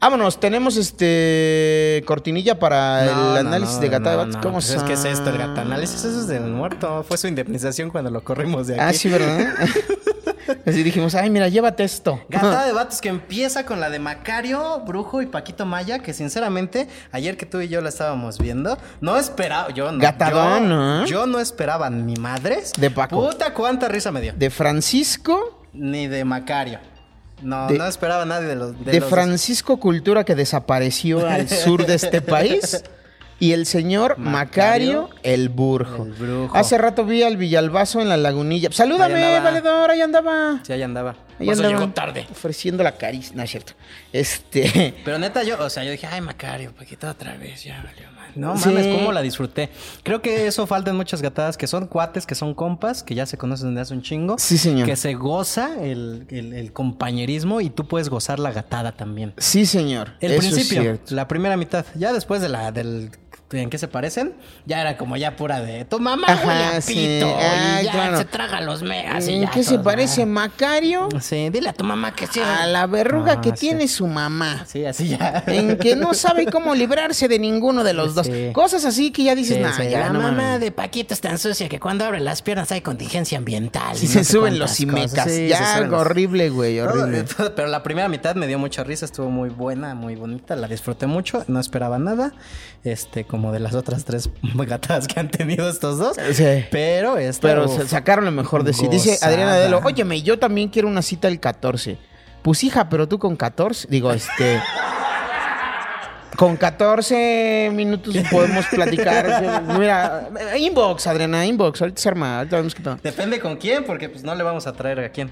Speaker 5: Vámonos, tenemos este cortinilla para
Speaker 4: No,
Speaker 5: el
Speaker 4: no,
Speaker 5: análisis
Speaker 4: no,
Speaker 5: de gatada de
Speaker 4: no,
Speaker 5: vatos.
Speaker 4: no,
Speaker 5: ¿Cómo
Speaker 4: pues es que es esto, el
Speaker 5: sabe?
Speaker 4: gata análisis, eso es del muerto. Fue su indemnización cuando lo corrimos de aquí.
Speaker 5: Ah, sí, ¿verdad? así dijimos, ay, mira, llévate esto.
Speaker 4: <laughs>
Speaker 5: Ah,
Speaker 4: Gatada de vatos que empieza con la de Macario, Brujo y Paquito Maya, que sinceramente, ayer que tú y yo la estábamos viendo, no esperaba, yo no.
Speaker 5: Gatadón,
Speaker 4: yo,
Speaker 5: ¿no?
Speaker 4: yo no esperaba ni madres.
Speaker 5: De Paco.
Speaker 4: Puta, cuánta risa me dio.
Speaker 5: De Francisco,
Speaker 4: Ni de Macario. No,
Speaker 5: De-
Speaker 4: no esperaba a nadie de los...
Speaker 5: de,
Speaker 4: los-
Speaker 5: Francisco Cultura que desapareció al sur de este país. Y el señor Macario,
Speaker 4: Macario,
Speaker 5: el, burjo.
Speaker 4: el Brujo.
Speaker 5: Hace rato vi al Villalbazo en la lagunilla. Salúdame,
Speaker 4: Ahí andaba.
Speaker 5: valedor, ahí andaba.
Speaker 4: Sí, ahí andaba.
Speaker 5: Ahí
Speaker 4: Por eso
Speaker 5: andaba
Speaker 4: llegó tarde.
Speaker 5: Ofreciendo la cariz. No es cierto. Este.
Speaker 4: Pero neta, yo, o sea, yo dije, ay, Macario, Paquito, otra vez, ya valió mal. No
Speaker 5: Sí.
Speaker 4: mames, cómo la disfruté. Creo que eso falta en muchas gatadas, que son cuates, que son compas, que ya se conocen desde hace un chingo.
Speaker 5: Sí, señor.
Speaker 4: Que se goza el, el- el compañerismo y tú puedes gozar la gatada también.
Speaker 5: Sí, señor.
Speaker 4: El
Speaker 5: Eso es
Speaker 4: principio,
Speaker 5: cierto.
Speaker 4: la primera mitad. Ya después de la, del en qué se parecen, ya era como ya pura de tu <laughs> mamá
Speaker 5: Ajá,
Speaker 4: huele a
Speaker 5: sí.
Speaker 4: pito
Speaker 5: Ay,
Speaker 4: y ya
Speaker 5: claro.
Speaker 4: se traga los megas. y
Speaker 5: ¿En
Speaker 4: ya
Speaker 5: qué se
Speaker 4: todo,
Speaker 5: parece
Speaker 4: ¿no?
Speaker 5: Macario?
Speaker 4: Sí, dile a tu mamá que sí.
Speaker 5: A la verruga
Speaker 4: Ah,
Speaker 5: que
Speaker 4: sí.
Speaker 5: tiene su mamá.
Speaker 4: Sí, así ya.
Speaker 5: En que no sabe
Speaker 4: <laughs>
Speaker 5: cómo librarse de ninguno de los dos.
Speaker 4: Sí.
Speaker 5: Cosas así que ya dices,
Speaker 4: Sí,
Speaker 5: nah,
Speaker 4: sí,
Speaker 5: ya
Speaker 4: la
Speaker 5: no
Speaker 4: mamá
Speaker 5: mames".
Speaker 4: de Paquito es tan sucia que cuando abre las piernas hay contingencia ambiental.
Speaker 5: Si
Speaker 4: y no
Speaker 5: se
Speaker 4: sé
Speaker 5: suben los
Speaker 4: cuántas cosas.
Speaker 5: cimecas.
Speaker 4: Sí, se
Speaker 5: ya,
Speaker 4: suben
Speaker 5: algo
Speaker 4: los-
Speaker 5: horrible, güey,
Speaker 4: Todo-
Speaker 5: horrible.
Speaker 4: <laughs> todo- pero la primera mitad me dio mucha risa, estuvo muy buena, muy bonita, la disfruté mucho, no esperaba nada, este, como de las otras tres <laughs> gatadas que han tenido estos dos.
Speaker 5: Sí.
Speaker 4: Pero esta,
Speaker 5: Pero
Speaker 4: uf,
Speaker 5: se sacaron lo mejor de sí. Dice
Speaker 4: gozada.
Speaker 5: Adriana Adelo, óyeme, yo también quiero una cita el 14. Pues hija, pero tú con 14,
Speaker 4: <laughs>
Speaker 5: digo, este... Con 14 minutos podemos platicar.
Speaker 4: <laughs>
Speaker 5: Mira, ah, inbox, Adriana, inbox. Ahorita se arma. Ahorita vemos qué pedo.
Speaker 4: Depende con quién, porque pues no le vamos a traer a quién.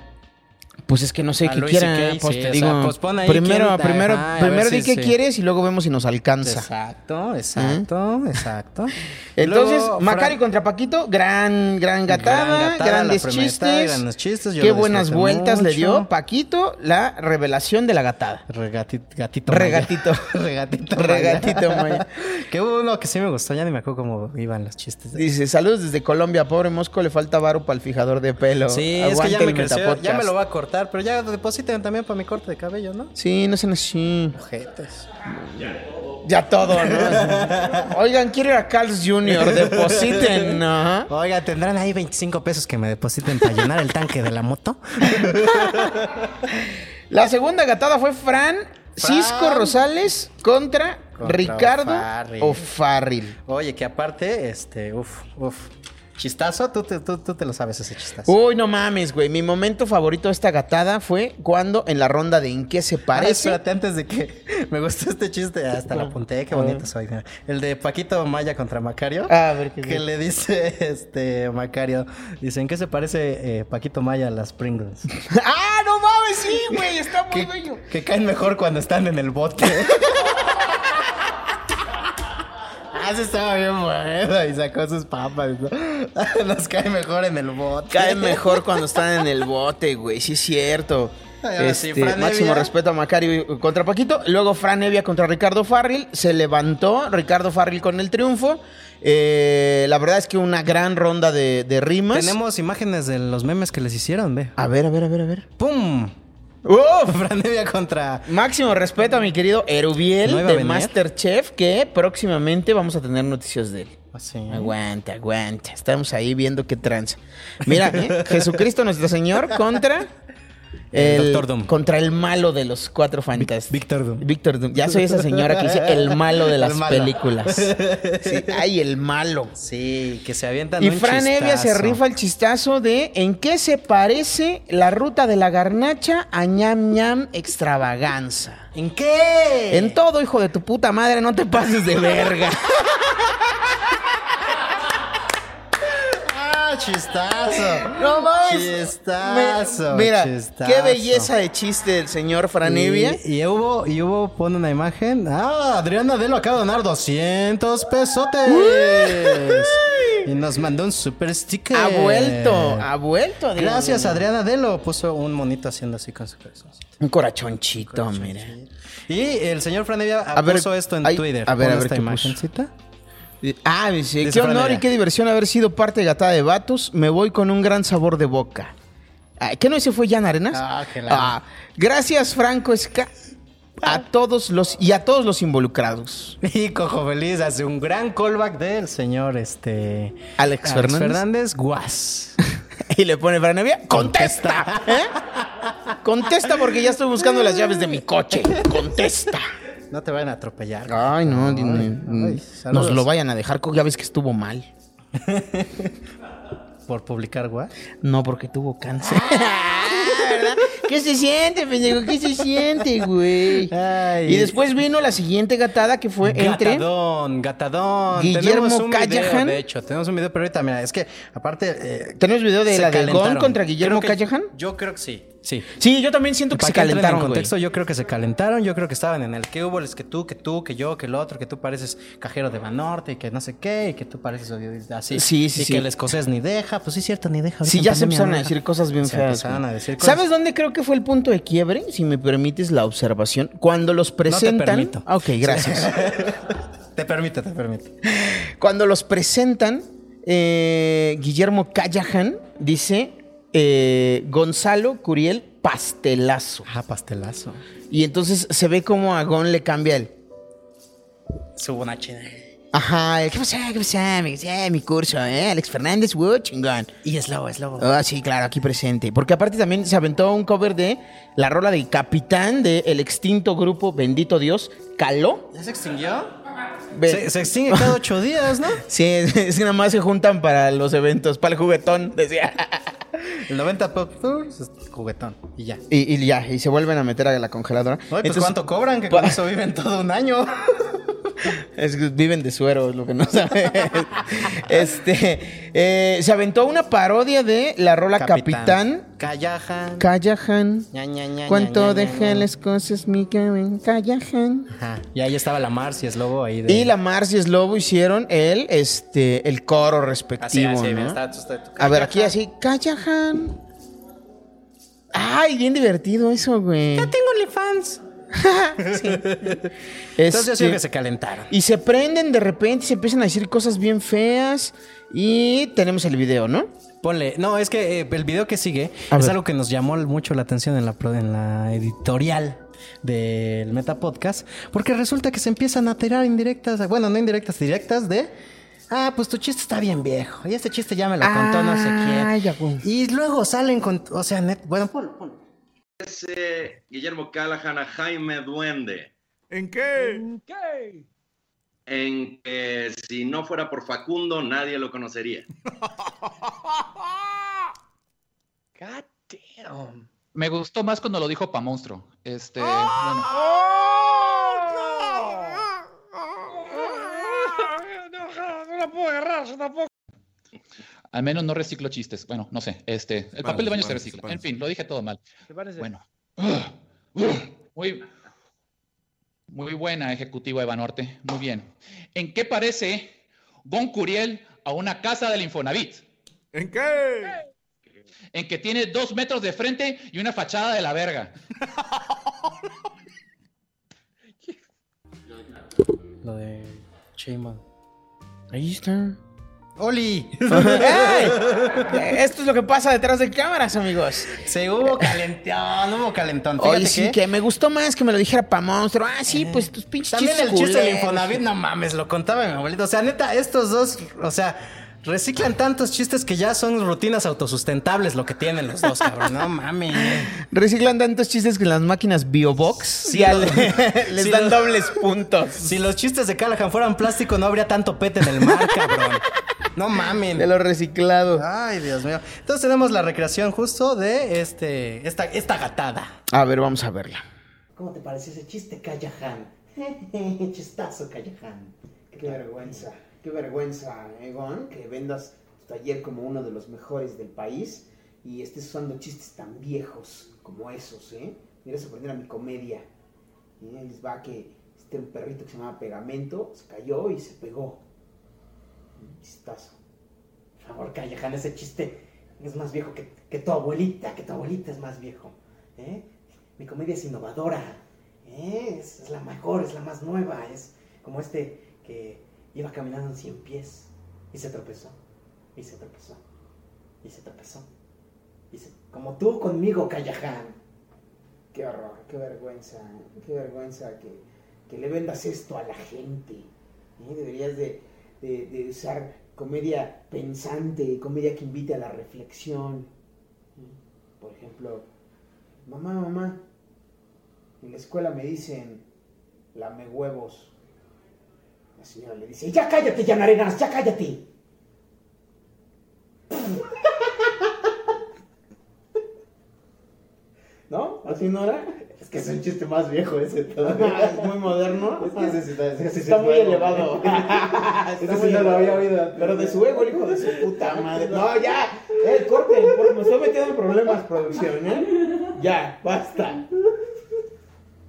Speaker 5: Pues es que no sé
Speaker 4: A
Speaker 5: qué
Speaker 4: Luis
Speaker 5: quieran.
Speaker 4: CK,
Speaker 5: Pues
Speaker 4: sí,
Speaker 5: te
Speaker 4: o sea,
Speaker 5: digo,
Speaker 4: pues pon ahí
Speaker 5: primero,
Speaker 4: quién te-
Speaker 5: primero,
Speaker 4: ajá, a
Speaker 5: primero
Speaker 4: ver
Speaker 5: di
Speaker 4: si
Speaker 5: qué
Speaker 4: sí.
Speaker 5: quieres y luego vemos si nos alcanza. ¿Eh?
Speaker 4: Exacto, exacto, exacto.
Speaker 5: <laughs> Entonces,
Speaker 4: Luego,
Speaker 5: Macario
Speaker 4: Fran-
Speaker 5: contra Paquito, gran, gran gatada,
Speaker 4: Gran gatada,
Speaker 5: grandes,
Speaker 4: la primera
Speaker 5: chistes,
Speaker 4: gatada, grandes chistes, yo
Speaker 5: Qué
Speaker 4: lo
Speaker 5: buenas
Speaker 4: disfruté
Speaker 5: vueltas le dio
Speaker 4: mucho.
Speaker 5: Paquito la revelación de la gatada.
Speaker 4: Regati- gatito.
Speaker 5: Regatito.
Speaker 4: Maya. <laughs> Regatito.
Speaker 5: Regatito,
Speaker 4: <laughs>
Speaker 5: Maya.
Speaker 4: que hubo uno que sí me gustó, ya ni me acuerdo cómo iban los chistes. de-
Speaker 5: Dice, saludos desde Colombia, pobre Mosco, le falta varo para el fijador de pelo.
Speaker 4: Sí, es que ya
Speaker 5: Aguante
Speaker 4: me
Speaker 5: el
Speaker 4: creció, ya
Speaker 5: Metapodcast".
Speaker 4: me lo va a cortar, pero ya depositen también para mi corte de cabello, ¿no?
Speaker 5: Sí, no sean así.
Speaker 4: Ojetes.
Speaker 5: Ya todo, ¿no? Oigan, quiero ir a Carl's Jr., depositen, ¿no?
Speaker 4: <laughs> Oiga, ¿tendrán ahí 25 pesos que me depositen para llenar el tanque de la moto?
Speaker 5: <laughs> La segunda gatada fue Fran, Cisco Rosales contra,
Speaker 4: Contra
Speaker 5: Ricardo
Speaker 4: O'Farrill.
Speaker 5: O'Farrill.
Speaker 4: Oye, que aparte, este, uff, uff. Chistazo, tú te, tú, tú te lo sabes ese chistazo.
Speaker 5: Uy, no mames, güey. Mi momento favorito de esta gatada fue cuando en la ronda de en qué se
Speaker 4: Ay,
Speaker 5: parece.
Speaker 4: espérate, antes de que <laughs> me gustó este chiste, hasta la apunté, qué bonito soy. mira. El de Paquito Maya contra Macario.
Speaker 5: Ah, A ver, ¿qué
Speaker 4: que
Speaker 5: dice?
Speaker 4: le dice <laughs> este Macario, dicen que se parece eh, Paquito Maya a las Pringles.
Speaker 5: <laughs> ¡Ah, no mames! Sí, güey, está muy bello.
Speaker 4: Que caen mejor cuando están en el bote. <laughs> Ah, ese estaba bien bueno y sacó sus papas. ¿no? <laughs> Nos cae mejor en el bote.
Speaker 5: Cae mejor cuando están en el bote, güey. Sí, es cierto.
Speaker 4: Ay, ahora sí,
Speaker 5: Este,
Speaker 4: Fran
Speaker 5: máximo
Speaker 4: Evia.
Speaker 5: respeto a Macario contra Paquito. Luego Fran Evia contra Ricardo Farril. Se levantó Ricardo Farril con el triunfo. Eh, la verdad es que una gran ronda de, de rimas.
Speaker 4: Tenemos imágenes de los memes que les hicieron, ve.
Speaker 5: A ver, a ver, a ver, a ver.
Speaker 4: ¡Pum! <laughs>
Speaker 5: ¡Uf!
Speaker 4: Franevia contra.
Speaker 5: Máximo respeto a mi querido Erubiel
Speaker 4: ¿No iba a
Speaker 5: de
Speaker 4: venir?
Speaker 5: Masterchef, que próximamente vamos a tener noticias de él.
Speaker 4: Así.
Speaker 5: Aguanta, aguanta. Estamos ahí viendo qué tranza. Mira,
Speaker 4: <laughs>
Speaker 5: ¿eh? Jesucristo nuestro Señor contra el,
Speaker 4: Doctor Doom.
Speaker 5: contra el malo de los cuatro fantasmas.
Speaker 4: Víctor Doom.
Speaker 5: Víctor Doom. Ya soy esa señora que dice el malo
Speaker 4: <laughs>
Speaker 5: de
Speaker 4: El
Speaker 5: las
Speaker 4: malo. <laughs>
Speaker 5: películas. Sí, ay, el malo.
Speaker 4: Sí, que se avientan
Speaker 5: Y
Speaker 4: un
Speaker 5: Fran Evia se
Speaker 4: chistazo.
Speaker 5: rifa el chistazo de ¿En qué se parece la ruta de la garnacha a ñam ñam extravaganza?
Speaker 4: ¿En qué?
Speaker 5: En todo, hijo de tu puta madre, no te pases de verga.
Speaker 4: ¡Ah, chistazo!
Speaker 5: No mames.
Speaker 4: Chistazo.
Speaker 5: Me- mira,
Speaker 4: chistazo.
Speaker 5: qué belleza de chiste el señor Franevia.
Speaker 4: Y, y hubo, y hubo, pone una imagen. Ah, Adriana Delo acaba de donar 200 pesotes. y nos mandó un super sticker.
Speaker 5: Ha vuelto, ha vuelto. Adrián.
Speaker 4: Gracias, Adriana Delo. Puso un monito haciendo así con su corazón.
Speaker 5: Un corachonchito, mira.
Speaker 4: Y el señor Franevia
Speaker 5: A ver,
Speaker 4: puso esto en
Speaker 5: ay,
Speaker 4: Twitter.
Speaker 5: a ver,
Speaker 4: Pon
Speaker 5: a ver
Speaker 4: esta
Speaker 5: qué puso.
Speaker 4: imagencita.
Speaker 5: Ah, dice,
Speaker 4: Dice
Speaker 5: qué honor
Speaker 4: Fran Evia.
Speaker 5: y qué diversión haber sido parte de Gatada de Vatos. Me voy con un gran sabor de boca. Ay, ¿Qué no ese fue Jan Arenas?
Speaker 4: Ah, que la- Ah.
Speaker 5: Ah, gracias, Franco Esca. A todos los y a todos los involucrados.
Speaker 4: Y Cojo Feliz hace un gran callback del señor este
Speaker 5: Alex Fernández.
Speaker 4: Guas.
Speaker 5: <laughs> Y le pone Franevia, ¡contesta! ¿eh? Contesta porque ya estoy buscando las llaves de mi coche. ¡Contesta!
Speaker 4: No te vayan a atropellar.
Speaker 5: Ay, Ah, no, di-
Speaker 4: Ay,
Speaker 5: ni-
Speaker 4: ay,
Speaker 5: ni-
Speaker 4: saludos.
Speaker 5: nos lo vayan a dejar, co- ya ves que estuvo mal.
Speaker 4: <laughs> Por publicar Guas.
Speaker 5: No, porque tuvo cáncer. ¿Verdad? ¿Qué se siente, pendejo? ¿Qué se siente, güey?
Speaker 4: Ay.
Speaker 5: Y después vino la siguiente gatada que fue
Speaker 4: <laughs>
Speaker 5: entre...
Speaker 4: Gatadón, gatadón.
Speaker 5: Guillermo
Speaker 4: tenemos un
Speaker 5: Callahan.
Speaker 4: Video, de hecho, tenemos un video, pero ahorita, mira, es que aparte. eh,
Speaker 5: ¿Tenemos video de
Speaker 4: se
Speaker 5: la del Gon
Speaker 4: calentaron.
Speaker 5: contra Guillermo
Speaker 4: Creo que-
Speaker 5: Callahan?
Speaker 4: Yo creo que sí. Sí.
Speaker 5: Sí, yo también siento que
Speaker 4: Para
Speaker 5: se
Speaker 4: que entren
Speaker 5: calentaron,
Speaker 4: en
Speaker 5: güey.
Speaker 4: contexto, yo creo que se calentaron, yo creo que estaban en el que hubo, es que tú, que tú, que yo, que el otro, que tú pareces cajero de Banorte y que no sé qué, y que tú pareces así.
Speaker 5: Sí, sí,
Speaker 4: y
Speaker 5: sí.
Speaker 4: que el escocés ni deja, pues sí es cierto, ni deja.
Speaker 5: Sí,
Speaker 4: ahorita
Speaker 5: ya
Speaker 4: en
Speaker 5: se
Speaker 4: pandemia
Speaker 5: empezaron
Speaker 4: no
Speaker 5: a
Speaker 4: deja.
Speaker 5: decir cosas bien
Speaker 4: Se
Speaker 5: feas.
Speaker 4: empezaron
Speaker 5: güey.
Speaker 4: a decir cosas.
Speaker 5: ¿Sabes dónde creo que fue el punto de quiebre? Si me permites la observación. Cuando los
Speaker 4: No te
Speaker 5: presentan.
Speaker 4: permito.
Speaker 5: Ah, ok, gracias.
Speaker 4: <laughs> Te permite, te permite.
Speaker 5: Cuando los presentan, eh, Guillermo Callahan dice eh, Gonzalo Curiel pastelazo.
Speaker 4: Ah, pastelazo.
Speaker 5: Y entonces se ve como a Gon le cambia el.
Speaker 4: Subo una china.
Speaker 5: Ajá, el, ¿qué pasa? ¿Qué pasa? Mi, eh, mi curso, ¿eh? Alex Fernández, wow, chingón.
Speaker 4: Y es lobo, es lobo.
Speaker 5: Ah, sí, claro, aquí presente. Porque aparte también se aventó un cover de la rola del capitán del extinto grupo Bendito Dios, Caló.
Speaker 4: ¿Ya se extinguió?
Speaker 5: Ve-
Speaker 4: Se, se extingue cada ocho días, ¿no?
Speaker 5: <laughs> Sí, es, es que nada más se juntan para los eventos, para el juguetón, decía.
Speaker 4: <laughs> El 90 Pop Tours es juguetón. Y ya.
Speaker 5: Y, y ya, y se vuelven a meter a la congeladora.
Speaker 4: Oye, pues
Speaker 5: Entonces,
Speaker 4: ¿cuánto cobran? Que con eso viven todo un <laughs> año.
Speaker 5: Es que viven de suero, es lo que no <laughs> sabes. este, eh, se aventó una parodia de la rola Capitán.
Speaker 4: Callahan.
Speaker 5: Callahan.
Speaker 4: Ña, ña, ña, ña,
Speaker 5: ¿Cuánto
Speaker 4: ña, ña.
Speaker 5: dejé las cosas, mi Kevin? Callahan.
Speaker 4: Ajá. Y ahí estaba la Marcia, es lobo ahí. De...
Speaker 5: Y la Marcia Slobo hicieron el, este, el coro respectivo.
Speaker 4: Así, así,
Speaker 5: ¿no?
Speaker 4: ah, mira, está- está-
Speaker 5: A ver,
Speaker 4: <laughs>
Speaker 5: aquí así, Callahan. Ay, bien divertido eso, güey.
Speaker 4: Ya tengo OnlyFans. Entonces yo
Speaker 5: Este,
Speaker 4: siento que se calentaron.
Speaker 5: Y se prenden de repente y se empiezan a decir cosas bien feas. Y tenemos el video, ¿no?
Speaker 4: Ponle. No, es que eh, el video que sigue
Speaker 5: A
Speaker 4: es
Speaker 5: ver.
Speaker 4: algo que nos llamó mucho la atención en la, pro- en la editorial del Meta Podcast. Porque resulta que se empiezan a tirar indirectas. Bueno, no indirectas, directas de. Ah, pues tu chiste está bien viejo. Y este chiste ya me lo contó no sé quién.
Speaker 5: Ay, Ah, ya, güey.
Speaker 4: Y luego salen con. O sea, net, bueno, ponlo, ponlo.
Speaker 11: Guillermo Callahan a Jaime Duende
Speaker 8: ¿En qué?
Speaker 11: en que si no fuera por Facundo nadie lo conocería.
Speaker 12: Me gustó más cuando lo dijo pa' monstruo. Este,
Speaker 3: ¡Ah!
Speaker 12: bueno, al menos no reciclo chistes. Bueno, no sé. Este, el papel de baño se
Speaker 8: vale,
Speaker 12: recicla.
Speaker 8: vale.
Speaker 12: En fin, lo dije todo mal. Bueno. <sighs> Muy, muy buena ejecutiva Eva Norte. Muy bien. ¿En qué parece Gon Curiel a una casa del Infonavit?
Speaker 8: ¿En qué?
Speaker 12: En que tiene dos metros de frente y una fachada de la verga.
Speaker 4: Lo de Shimon.
Speaker 5: Ahí está.
Speaker 4: ¡Oli! <laughs>
Speaker 5: ¡Ey! Esto es lo que pasa detrás de cámaras, amigos.
Speaker 4: Se hubo calentón, hubo calentón. Fíjate
Speaker 5: Oye, sí,
Speaker 4: que- Eh,
Speaker 5: que... me gustó más que me lo dijera pa' monstruo. Ah, sí, pues tus pinches
Speaker 4: También el
Speaker 5: chistes
Speaker 4: chiste del
Speaker 5: culeros.
Speaker 4: Infonavit, no mames, lo contaba mi abuelito. O sea, neta, estos dos, o sea, reciclan tantos chistes que ya son rutinas autosustentables lo que tienen los dos, cabrón. No mames.
Speaker 5: Reciclan tantos chistes que las máquinas Biobox <laughs> ya
Speaker 4: lo-
Speaker 5: le-
Speaker 4: <laughs>
Speaker 5: les
Speaker 4: sí
Speaker 5: dan
Speaker 4: lo-
Speaker 5: dobles puntos.
Speaker 4: Si los chistes de Callahan fueran plástico, no habría tanto pete en el
Speaker 5: <laughs>
Speaker 4: mar, cabrón. No
Speaker 5: De
Speaker 4: mamen.
Speaker 5: lo reciclado.
Speaker 4: Ay, Dios mío. Entonces tenemos la recreación justo de este, esta, esta gatada.
Speaker 5: A ver, vamos a verla.
Speaker 4: ¿Cómo te parece ese chiste, Callahan? <laughs> Chistazo, Callahan.
Speaker 7: Qué vergüenza, qué vergüenza, Egon, que vendas tu taller como uno de los mejores del país y estés usando chistes tan viejos como esos, ¿eh? Me ibas a aprender a mi comedia. Y ahí les va que este un perrito que se llamaba Pegamento, se cayó y se pegó. Un chistazo.
Speaker 4: Por favor, Calleján, ese chiste es más viejo que, que tu abuelita, que tu abuelita es más viejo. ¿eh? Mi comedia es innovadora, ¿eh? es, es la mejor, es la más nueva, es como este que iba caminando en 100 pies y se tropezó, y se tropezó, y se tropezó. Y se- como tú conmigo, Calleján.
Speaker 7: Qué horror, qué vergüenza, qué vergüenza que, que le vendas esto a la gente. ¿eh? Deberías de, de- de usar comedia pensante, comedia que invite a la reflexión. ¿eh? Por ejemplo, mamá, mamá, en la escuela me dicen, lame huevos. La señora le dice, ya cállate, ya Arenas, ya cállate. ¿No? ¿Así no era? Es que es un chiste más viejo ese todavía. es muy moderno. Es que ese sí está, ese sí
Speaker 5: Está
Speaker 7: es
Speaker 5: muy
Speaker 7: nuevo.
Speaker 5: elevado.
Speaker 7: <laughs> Ese sí no lo había oído.
Speaker 5: Pero de su
Speaker 7: ego, hijo de su puta madre. No, ya. Eh, corte, porque me estoy metiendo en problemas, producción, ¿eh? Ya, <laughs> basta.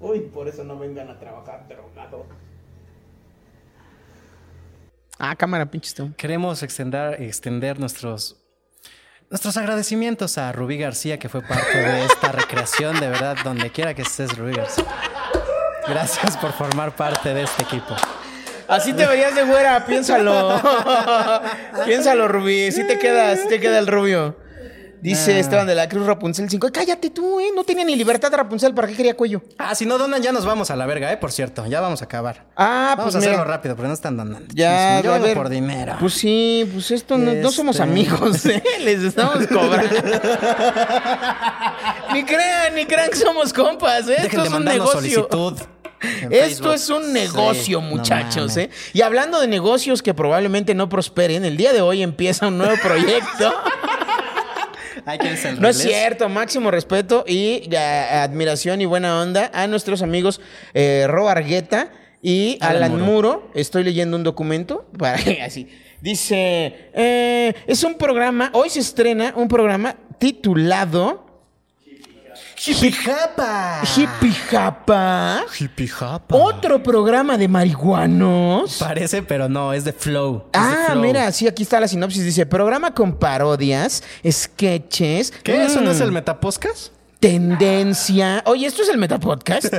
Speaker 7: Uy, por eso no vengan a trabajar drogado.
Speaker 5: Ah, cámara, pinches tú.
Speaker 4: Queremos extender, extender nuestros, nuestros agradecimientos a Rubí García, que fue parte de esta recreación, de verdad, donde quiera que estés, Rubí García. Gracias por formar parte de este equipo.
Speaker 5: Así te verías de güera,
Speaker 7: <laughs>
Speaker 5: piénsalo. piénsalo, Rubí. Si te queda, sí te queda el rubio. Dice
Speaker 3: Ah.
Speaker 5: Esteban de la Cruz Rapunzel 5. Cállate tú, ¿eh? No tenía ni libertad Rapunzel. ¿Para qué quería cuello?
Speaker 4: Ah, si no donan, ya nos vamos a la verga, ¿eh? Por cierto, ya vamos a acabar.
Speaker 5: Ah,
Speaker 4: vamos
Speaker 5: pues
Speaker 4: a hacerlo
Speaker 5: mira.
Speaker 4: rápido, porque no están donando.
Speaker 5: Ya,
Speaker 4: Yo
Speaker 5: a
Speaker 4: vengo
Speaker 5: ver.
Speaker 4: por dinero.
Speaker 5: Pues sí, pues esto no, no somos
Speaker 4: Este.
Speaker 7: <laughs>
Speaker 5: amigos, ¿eh? Les estamos cobrando. ni crean, ni crean que somos compas, ¿eh?
Speaker 4: Dejen
Speaker 5: Esto
Speaker 4: de
Speaker 5: es un
Speaker 4: mandarnos
Speaker 5: negocio.
Speaker 4: solicitud. en
Speaker 5: Esto
Speaker 4: Facebook.
Speaker 5: es un
Speaker 4: Sí,
Speaker 5: negocio,
Speaker 4: no
Speaker 5: muchachos, ¿eh? Y hablando de negocios que probablemente no prosperen, el día de hoy empieza un
Speaker 4: <laughs>
Speaker 5: nuevo proyecto.
Speaker 4: Hay que hacer el
Speaker 5: No es
Speaker 4: relés.
Speaker 5: cierto, máximo respeto y eh, admiración y buena onda a nuestros amigos eh, Ro Argueta y
Speaker 4: Alan
Speaker 5: Alan, Muro. Estoy leyendo un documento <laughs> para así. Dice, eh, es un programa, hoy se estrena un programa titulado
Speaker 4: Jipijapa.
Speaker 5: Jipijapa. Otro programa de marihuanos.
Speaker 4: Parece, pero no, es de Flow. Es de
Speaker 5: Ah,
Speaker 4: Flow.
Speaker 5: mira, sí, aquí está la sinopsis. Dice, programa con parodias, sketches.
Speaker 4: ¿Qué? ¿Eso no es el
Speaker 5: mm,
Speaker 4: Metapodcast?
Speaker 5: Tendencia. Oye, esto es
Speaker 4: <laughs>
Speaker 5: el Metapodcast.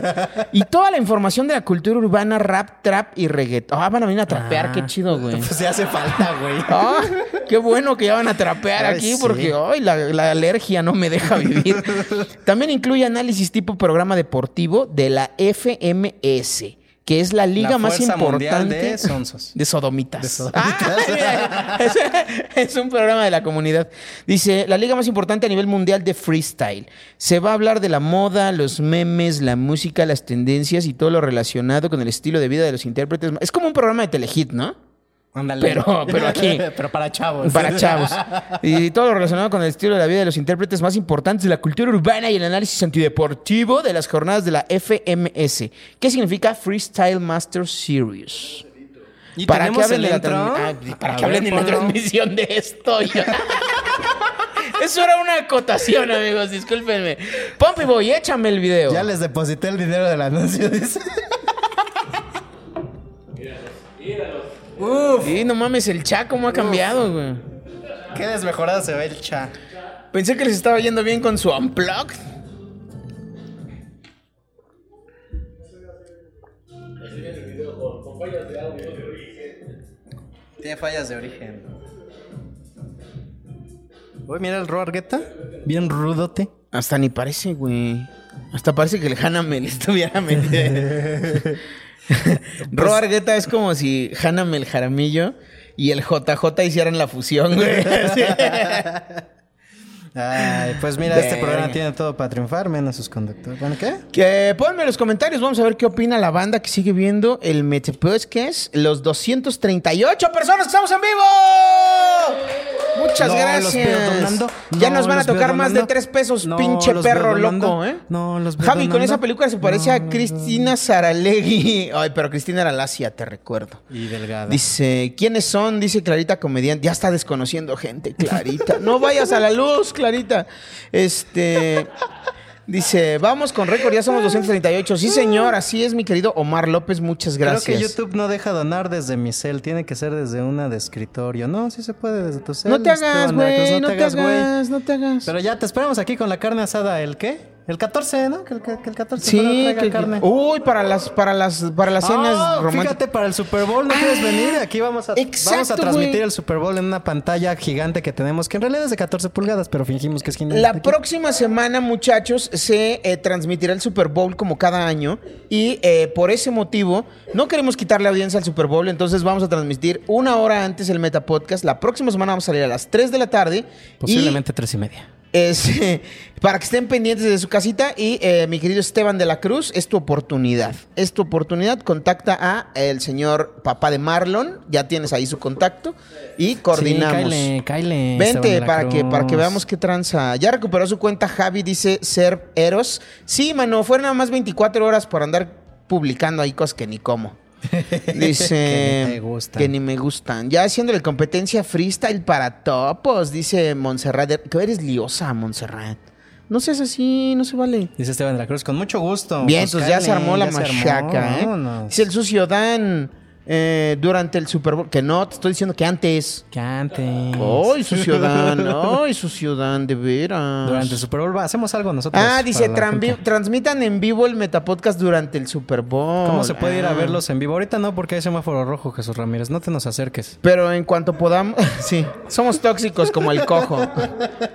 Speaker 5: y toda la información de la cultura urbana, rap, trap y reggaetón. Ah, van a venir a trapear,
Speaker 4: Ah.
Speaker 5: qué chido, güey.
Speaker 4: Pues se hace falta, güey.
Speaker 5: Ah, qué bueno que ya van a trapear
Speaker 4: Ay,
Speaker 5: aquí
Speaker 4: sí.
Speaker 5: porque ay, la, la alergia no me deja vivir.
Speaker 4: <laughs>
Speaker 5: También incluye análisis tipo programa deportivo de la FMS, que es la liga
Speaker 4: La
Speaker 5: más
Speaker 4: Fuerza Mundial
Speaker 5: importante
Speaker 4: de Sonsos.
Speaker 5: de sodomitas.
Speaker 4: De sodomitas.
Speaker 5: Ah, <laughs> mira, es, es un programa de la comunidad. Dice, la liga más importante a nivel mundial de freestyle. Se va a hablar de la moda, los memes, la música, las tendencias y todo lo relacionado con el estilo de vida de los intérpretes. Es como un programa de telehit, ¿no?
Speaker 4: Ándale.
Speaker 5: <laughs> Pero- pero aquí.
Speaker 4: <laughs> pero para chavos.
Speaker 5: Para chavos. <laughs> Y todo lo relacionado con el estilo de la vida de los intérpretes más importantes de la cultura urbana y el análisis antideportivo de las jornadas de la FMS. ¿Qué significa Freestyle Master Series?
Speaker 4: ¿Y
Speaker 5: Para que
Speaker 4: tenemos
Speaker 5: hablen
Speaker 4: el
Speaker 5: de la,
Speaker 4: intro?
Speaker 5: transmi- ah, para
Speaker 4: A
Speaker 5: que
Speaker 4: ver,
Speaker 5: hablen de la
Speaker 4: ponlo.
Speaker 5: transmisión de esto. ya. <laughs> Eso era una acotación, amigos, discúlpenme. Pompey Boy, échame el video.
Speaker 4: Ya les deposité el dinero del anuncio. dice.
Speaker 5: Uf. Y no mames, el chat cómo ha cambiado, güey.
Speaker 4: <laughs> Qué desmejorado se ve el cha.
Speaker 5: Pensé que les estaba yendo bien con su unplugged.
Speaker 4: Tiene fallas de origen. Uy, mira el Roargueta. Bien rudote.
Speaker 5: Hasta ni parece, güey. Hasta parece que el Hanamel <laughs>
Speaker 4: <laughs>
Speaker 5: estuviera metido. Ro Argueta es como si Hanamel Jaramillo y el JJ hicieran la
Speaker 4: <laughs>
Speaker 5: fusión, güey. Así.
Speaker 4: Ay, pues mira, este
Speaker 5: Verga.
Speaker 4: programa tiene todo para triunfar, menos sus conductores. Bueno, ¿qué?
Speaker 5: Que ponme en los comentarios, vamos a ver qué opina la banda que sigue viendo el Metepodcast, los 238 personas que estamos en vivo. Muchas
Speaker 4: No,
Speaker 5: gracias.
Speaker 4: los veo donando.
Speaker 5: ya
Speaker 4: No,
Speaker 5: nos van a
Speaker 4: los veo
Speaker 5: tocar más de
Speaker 4: donando.
Speaker 5: tres pesos,
Speaker 4: No,
Speaker 5: pinche
Speaker 4: los veo
Speaker 5: perro
Speaker 4: donando.
Speaker 5: loco, ¿eh?
Speaker 4: No, los veo
Speaker 5: Javi, con
Speaker 4: donando.
Speaker 5: esa película se parece a Cristina Saralegui. <laughs> Ay, pero Cristina era lacia, te recuerdo.
Speaker 4: Y delgado.
Speaker 5: Dice, ¿quiénes son? Dice Clarita Comediante. Ya está desconociendo gente, Clarita. No vayas a la luz, Clarita. Este. Dice, vamos con récord, ya somos 238. Sí, señor, así es, mi querido Omar López, muchas gracias.
Speaker 4: Creo que YouTube no deja donar desde mi cel, tiene que ser desde una de escritorio. No, sí se puede desde tu cel.
Speaker 5: No te hagas,
Speaker 4: Esteban Veracruz,
Speaker 5: güey, no te hagas, no te hagas.
Speaker 4: Pero ya te esperamos aquí con la carne asada, ¿el qué? El 14, ¿no? Que el, que el 14 fuera
Speaker 5: Sí,
Speaker 4: traiga
Speaker 5: que-
Speaker 4: carne.
Speaker 5: uy, para las, para las, para las cenas
Speaker 4: Ah,
Speaker 5: románticas. Ah,
Speaker 4: Fíjate, para el Super Bowl no quieres venir. Aquí vamos a, vamos
Speaker 5: exacto,
Speaker 4: a transmitir
Speaker 5: güey.
Speaker 4: el Super Bowl en una pantalla gigante que tenemos, que en realidad es de 14 pulgadas, pero fingimos que es gigante.
Speaker 5: La próxima semana, muchachos, se eh, transmitirá el Super Bowl como cada año y eh, por ese motivo no queremos quitarle audiencia al Super Bowl, entonces vamos a transmitir una hora antes el Meta Podcast. La próxima semana vamos a salir a las 3 de la tarde. y,
Speaker 4: Posiblemente tres y media.
Speaker 5: es, <laughs> para que estén pendientes de su casita y eh, mi querido Esteban de la Cruz, es tu oportunidad. Es tu oportunidad, contacta a el señor papá de Marlon, ya tienes ahí su contacto y coordinamos.
Speaker 4: Sí, cáele, cáele, Eh, Esteban de
Speaker 5: Vente
Speaker 4: la
Speaker 5: para que, para que
Speaker 4: Cruz.
Speaker 5: veamos qué tranza. Ya recuperó su cuenta Javi, dice ser Eros. Sí, mano, fueron nada más 24 horas por andar publicando ahí cosas que
Speaker 4: <laughs>
Speaker 5: ni como. Dice
Speaker 4: Que ni te gustan.
Speaker 5: que ni me gustan. Ya haciéndole competencia freestyle para topos, dice Montserrat. Que eres liosa, Montserrat. No seas así, no se vale.
Speaker 4: Dice Esteban de la Cruz, con mucho gusto.
Speaker 5: Bien,
Speaker 4: Pues
Speaker 5: entonces ya se
Speaker 4: cáele,
Speaker 5: armó la
Speaker 4: ya se armó,
Speaker 5: machaca, ¿eh?
Speaker 4: vámonos.
Speaker 5: Dice el sucio Dan. eh, durante el Super Bowl. Que no, te estoy diciendo que antes.
Speaker 4: Que antes. <laughs>
Speaker 5: ¡Ay, su ciudad! ¡Ay, su ciudad! De veras.
Speaker 4: Durante el Super Bowl va, hacemos algo nosotros.
Speaker 5: Ah, dice,
Speaker 4: para la
Speaker 5: "Trambi-
Speaker 4: gente.
Speaker 5: transmitan en vivo el Metapodcast durante el Super Bowl.
Speaker 4: ¿Cómo se puede ir a
Speaker 5: Ah.
Speaker 4: verlos en vivo? Ahorita no, porque hay semáforo rojo, Jesús Ramírez. No te nos acerques.
Speaker 5: Pero en cuanto podamos, <laughs> sí, somos tóxicos como el cojo.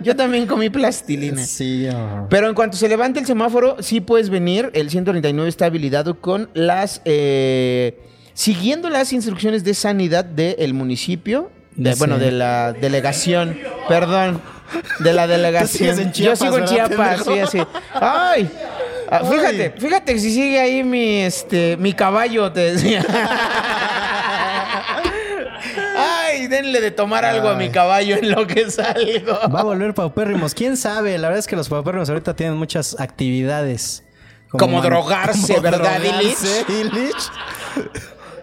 Speaker 5: Yo también comí plastilina.
Speaker 4: Sí, ah.
Speaker 5: Pero en cuanto se levante el semáforo, sí puedes venir. El 139 está habilitado con las... eh, siguiendo las instrucciones de sanidad del municipio. de-
Speaker 4: Sí.
Speaker 5: Bueno, de la delegación. Perdón. De
Speaker 4: <laughs>
Speaker 5: la
Speaker 4: sigues
Speaker 5: delegación.
Speaker 4: en
Speaker 5: Yo sigo en
Speaker 4: Chiapas, ¿verdad,
Speaker 5: Chiapas, sí, así. ¡Ay! Ah, Fíjate, fíjate que si sigue ahí mi, este, mi caballo,
Speaker 4: <laughs>
Speaker 5: te decía. Ay, denle de tomar algo a mi caballo en lo que salgo.
Speaker 4: Va a volver paupérrimos. ¿Quién sabe? La verdad es que los paupérrimos ahorita tienen muchas actividades.
Speaker 5: Como drogarse, ¿verdad,
Speaker 4: drogarse,
Speaker 5: Illich?
Speaker 4: Illich?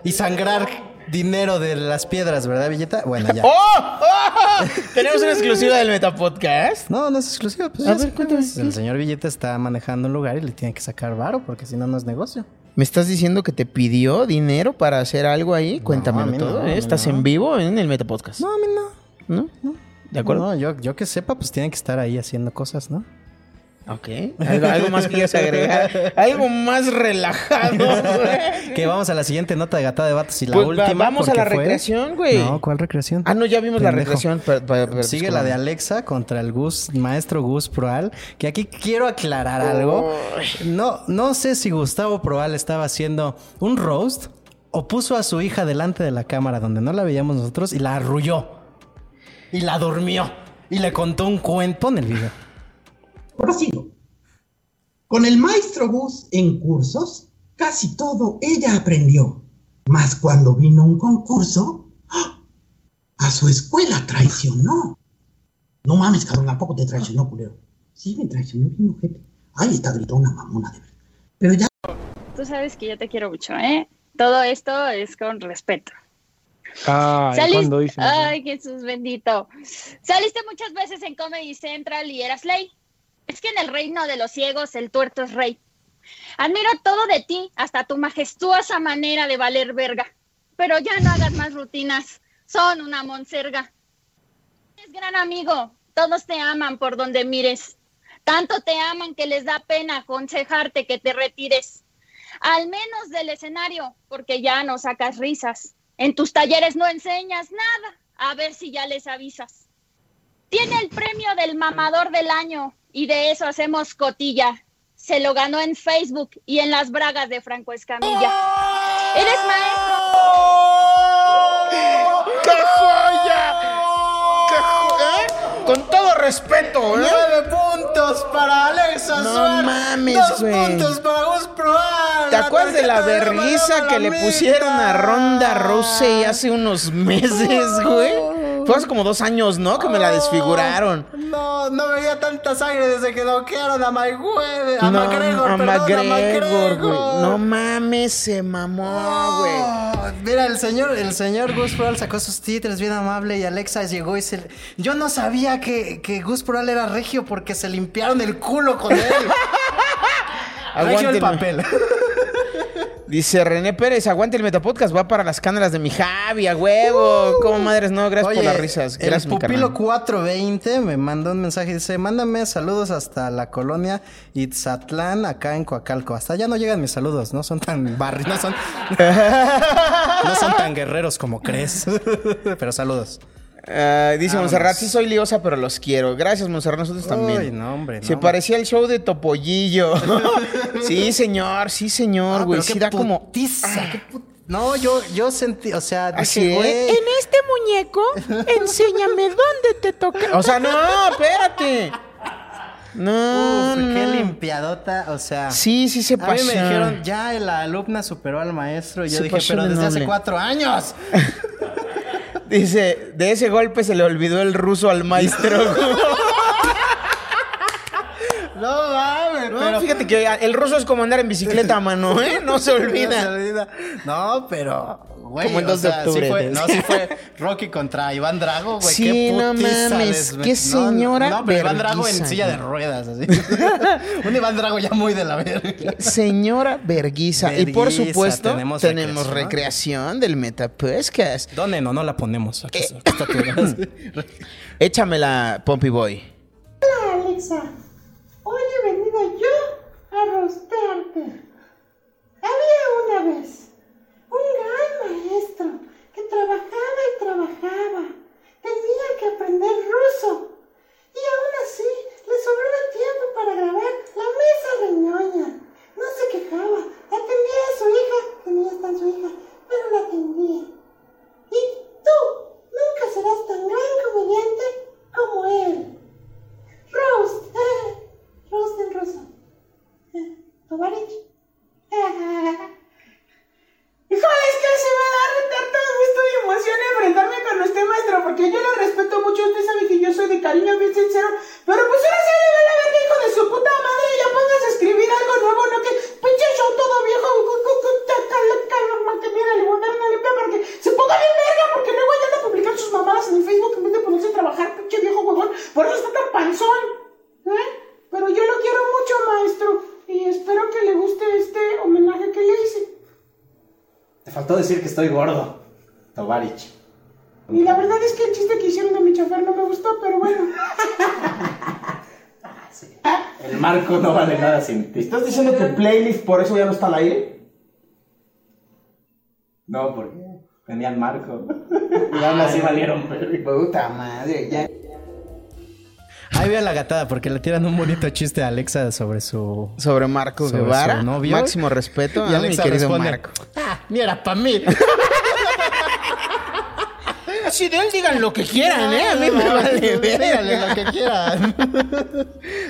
Speaker 4: Y sangrar dinero de las piedras, ¿verdad, Villeta? Bueno, ya.
Speaker 5: ¡Oh! ¡Oh! Tenemos una exclusiva del Metapodcast.
Speaker 4: No, no es exclusiva. Pues
Speaker 5: A
Speaker 4: ya
Speaker 5: ver,
Speaker 4: sabemos.
Speaker 5: cuéntame, sí.
Speaker 4: El señor Villeta está manejando un lugar y le tiene que sacar varo porque si no, no es negocio.
Speaker 5: ¿Me estás diciendo que te pidió dinero para hacer algo ahí?
Speaker 4: a
Speaker 5: Cuéntamelo
Speaker 4: mí
Speaker 5: todo.
Speaker 4: no,
Speaker 5: ¿eh?
Speaker 4: a mí
Speaker 5: ¿Estás
Speaker 4: no.
Speaker 5: en vivo en el Metapodcast?
Speaker 4: No, a mí no.
Speaker 5: ¿No? ¿De acuerdo?
Speaker 4: No, yo, yo que sepa, pues tienen que estar ahí haciendo cosas, ¿no?
Speaker 5: Ok. ¿Eh? ¿Algo, algo más quieres
Speaker 4: <laughs>
Speaker 5: agregar? Algo más relajado. <laughs> ¿Eh? güey.
Speaker 4: que vamos a la siguiente nota de gata de vatos y la
Speaker 5: Pues, va-
Speaker 4: última.
Speaker 5: vamos a la
Speaker 4: porque fue-
Speaker 5: recreación, güey.
Speaker 4: No, ¿cuál recreación?
Speaker 5: Ah, no, ya vimos la
Speaker 4: Pendejo.
Speaker 5: recreación. pero- pero- pero-
Speaker 4: Sigue
Speaker 5: pues,
Speaker 4: la
Speaker 5: ¿cómo?
Speaker 4: de Alexa contra el Gus, maestro Gus Proal. Que aquí quiero aclarar algo. No, no sé si Gustavo Proal estaba haciendo un roast o puso a su hija delante de la cámara donde no la veíamos nosotros y la arrulló. Y la durmió. Y le contó un cuento en el video.
Speaker 3: Prosigo. Con el maestro Gus en cursos, casi todo ella aprendió. Mas cuando vino un concurso, ¡ah! a su escuela traicionó. No mames, cabrón, ¿a poco te traicionó, culero? Sí, me traicionó bien, ojete. Ay, está gritona mamona, de verdad. Pero ya
Speaker 13: Tú sabes que yo te quiero mucho, ¿eh? Todo esto es con respeto.
Speaker 14: Ay,
Speaker 13: Saliste-
Speaker 14: cuando hice.
Speaker 13: Ay, Jesús bendito. Saliste muchas veces en Comedy Central y eras ley. Es que en el reino de los ciegos el tuerto es rey. Admiro todo de ti, hasta tu majestuosa manera de valer verga. Pero ya no hagas más rutinas. Son una monserga. Es gran amigo. Todos te aman por donde mires. Tanto te aman que les da pena aconsejarte que te retires al menos del escenario, porque ya no sacas risas. En tus talleres no enseñas nada, a ver si ya les avisas. Tiene el premio del mamador del año y de eso hacemos cotilla. Se lo ganó en Facebook y en las bragas de Franco Escamilla. Eres maestro.
Speaker 5: ¡Qué joya! ¡Qué joya! ¿eh? Con todo respeto, ¿eh?
Speaker 4: Nueve puntos para Alexa
Speaker 5: No
Speaker 4: Suárez.
Speaker 5: mames,
Speaker 4: Dos
Speaker 5: güey.
Speaker 4: puntos para Gus Proal.
Speaker 5: ¿Te acuerdas de la vergüenza que le pusieron a Ronda Rousey hace
Speaker 4: <laughs>
Speaker 5: unos meses, güey? Fue hace como dos años, ¿no? Que me
Speaker 4: Oh.
Speaker 5: la desfiguraron.
Speaker 4: No, no veía tanta sangre desde que noquearon a My Güey. Eh, A
Speaker 5: no,
Speaker 4: McGregor,
Speaker 5: a
Speaker 4: perdón, a
Speaker 5: McGregor, güey.
Speaker 4: McGregor.
Speaker 5: No mames, se mamó, güey.
Speaker 4: Oh, Mira, el señor, el señor Gus Proal sacó sus títeres bien amable y Alexa llegó y se... le- Yo no sabía que, que Gus Proal era regio porque se limpiaron el culo con él. regio el
Speaker 5: Aguántenme.
Speaker 4: papel.
Speaker 5: Dice René Pérez, aguante el Metapodcast, va para las cámaras de mi Javi, a huevo. ¿Cómo madres? No, gracias por
Speaker 4: Uh. Oye,
Speaker 5: las risas. Gracias,
Speaker 4: el
Speaker 5: mi
Speaker 4: pupilo
Speaker 5: carnal.
Speaker 4: 420 me mandó un mensaje y dice, mándame saludos hasta la colonia Itzatlán, acá en Coacalco. Hasta allá no llegan mis saludos, no son tan barri, no
Speaker 5: <laughs>
Speaker 4: son, no son tan guerreros como crees. Pero saludos.
Speaker 5: Ah, dice
Speaker 4: Vámonos.
Speaker 5: Monserrat, sí soy liosa, pero los quiero. Gracias, Monserrat, nosotros también.
Speaker 4: Uy, no, hombre, no,
Speaker 5: Se
Speaker 4: hombre.
Speaker 5: parecía al show
Speaker 4: <laughs>
Speaker 5: de Topollillo. sí, señor, sí, señor, güey.
Speaker 4: Ah, pero
Speaker 5: Sí
Speaker 4: qué
Speaker 5: da como...
Speaker 4: No, yo, yo sentí, o sea, dije,
Speaker 5: Así es.
Speaker 4: güey,
Speaker 5: En este muñeco, enséñame dónde te
Speaker 4: eh,
Speaker 5: toca. O sea, no, espérate. No,
Speaker 4: uf, qué
Speaker 5: no.
Speaker 4: limpiadota, o sea.
Speaker 5: Sí, sí se
Speaker 4: A mí
Speaker 5: pasó.
Speaker 4: me dijeron, ya la alumna superó al maestro. Y yo
Speaker 5: Se
Speaker 4: dije,
Speaker 5: pasó
Speaker 4: pero
Speaker 5: de
Speaker 4: desde hace
Speaker 5: noble.
Speaker 4: cuatro años.
Speaker 5: Dice, de ese golpe se le
Speaker 4: <laughs>
Speaker 5: olvidó el ruso al maestro.
Speaker 4: No mames.
Speaker 5: sabe, pero... Fíjate que el ruso es como andar
Speaker 4: <laughs>
Speaker 5: en bicicleta a mano, ¿eh? No se
Speaker 15: <laughs> No
Speaker 5: olvida.
Speaker 15: se olvida. No, pero, güey.
Speaker 5: Como el
Speaker 15: o
Speaker 5: 2 de
Speaker 15: sea, sí
Speaker 5: octubre,
Speaker 15: fue-
Speaker 5: ¿no?
Speaker 15: no, sí fue Rocky contra Iván Drago, güey.
Speaker 5: Sí,
Speaker 15: qué
Speaker 5: no
Speaker 15: putiza
Speaker 5: mames,
Speaker 15: les-
Speaker 5: qué
Speaker 15: no,
Speaker 5: señora
Speaker 15: No, pero Iván
Speaker 5: vergüenza,
Speaker 15: Drago en silla de
Speaker 5: güey.
Speaker 15: ruedas, así. <laughs> Un Iván Drago ya muy de la verga.
Speaker 5: Señora Verguisa. y por
Speaker 15: Verguisa,
Speaker 5: supuesto, tenemos,
Speaker 15: tenemos
Speaker 5: recreación,
Speaker 15: recreación.
Speaker 5: del Metapodcast.
Speaker 4: ¿Dónde? No, no la ponemos. Aquí está- aquí está
Speaker 5: <laughs>
Speaker 4: tu-
Speaker 5: Échamela, Pompey Boy.
Speaker 10: Hola, Alexa. Hoy he venido yo a rostearte. Había una vez un gran maestro que trabajaba y trabajaba. Tenía que aprender ruso. Y aún así le sobraba tiempo para grabar la mesa reñoña. No se quejaba. Atendía a su hija. Tenía tan su hija, pero la atendía. Y tú nunca serás tan gran comediante como él. Roast. eh, Roast en ruso. Eh, <laughs> Tovarich. Híjoles, que se me da tanto gusto y emoción enfrentarme con usted, maestro, porque yo lo respeto mucho. Usted sabe que yo soy de cariño bien sincero, pero pues ahora sí le va la verga, hijo de su puta madre. Ya pongas a escribir algo nuevo, no que pinche show todo viejo. cu- cu- cu- ta- cala- cala- mantener el moderno limpio, porque se ponga bien verga, porque luego ya anda a publicar sus mamadas en el Facebook en vez de ponerse a trabajar, pinche viejo huevón. Por eso está tan panzón, ¿eh? Pero yo lo quiero mucho, maestro, y espero que le guste este homenaje que le hice.
Speaker 16: Te faltó decir que estoy gordo, Tovarich.
Speaker 10: Y la verdad es que el chiste que hicieron de mi chofer no me gustó, pero bueno.
Speaker 16: El marco no vale nada sin ti.
Speaker 17: ¿Estás diciendo que playlist por eso ya no está al aire?
Speaker 16: No, porque tenían marco.
Speaker 17: Y
Speaker 16: aún así valieron,
Speaker 17: Puta madre, ya.
Speaker 4: Ahí veo la gatada porque le tiran un bonito chiste a Alexa sobre su...
Speaker 5: Sobre Marco
Speaker 4: sobre
Speaker 5: Guevara.
Speaker 4: su novio.
Speaker 5: Máximo respeto
Speaker 4: Y
Speaker 5: a mi
Speaker 4: Alexa
Speaker 5: querido
Speaker 4: responde,
Speaker 5: Marco.
Speaker 4: <laughs> Ah, ni era para mí.
Speaker 5: <laughs> Así de él digan lo que quieran, ¿eh? A mí me
Speaker 4: No,
Speaker 5: vale
Speaker 4: no, díganle
Speaker 5: verga.
Speaker 4: lo que quieran.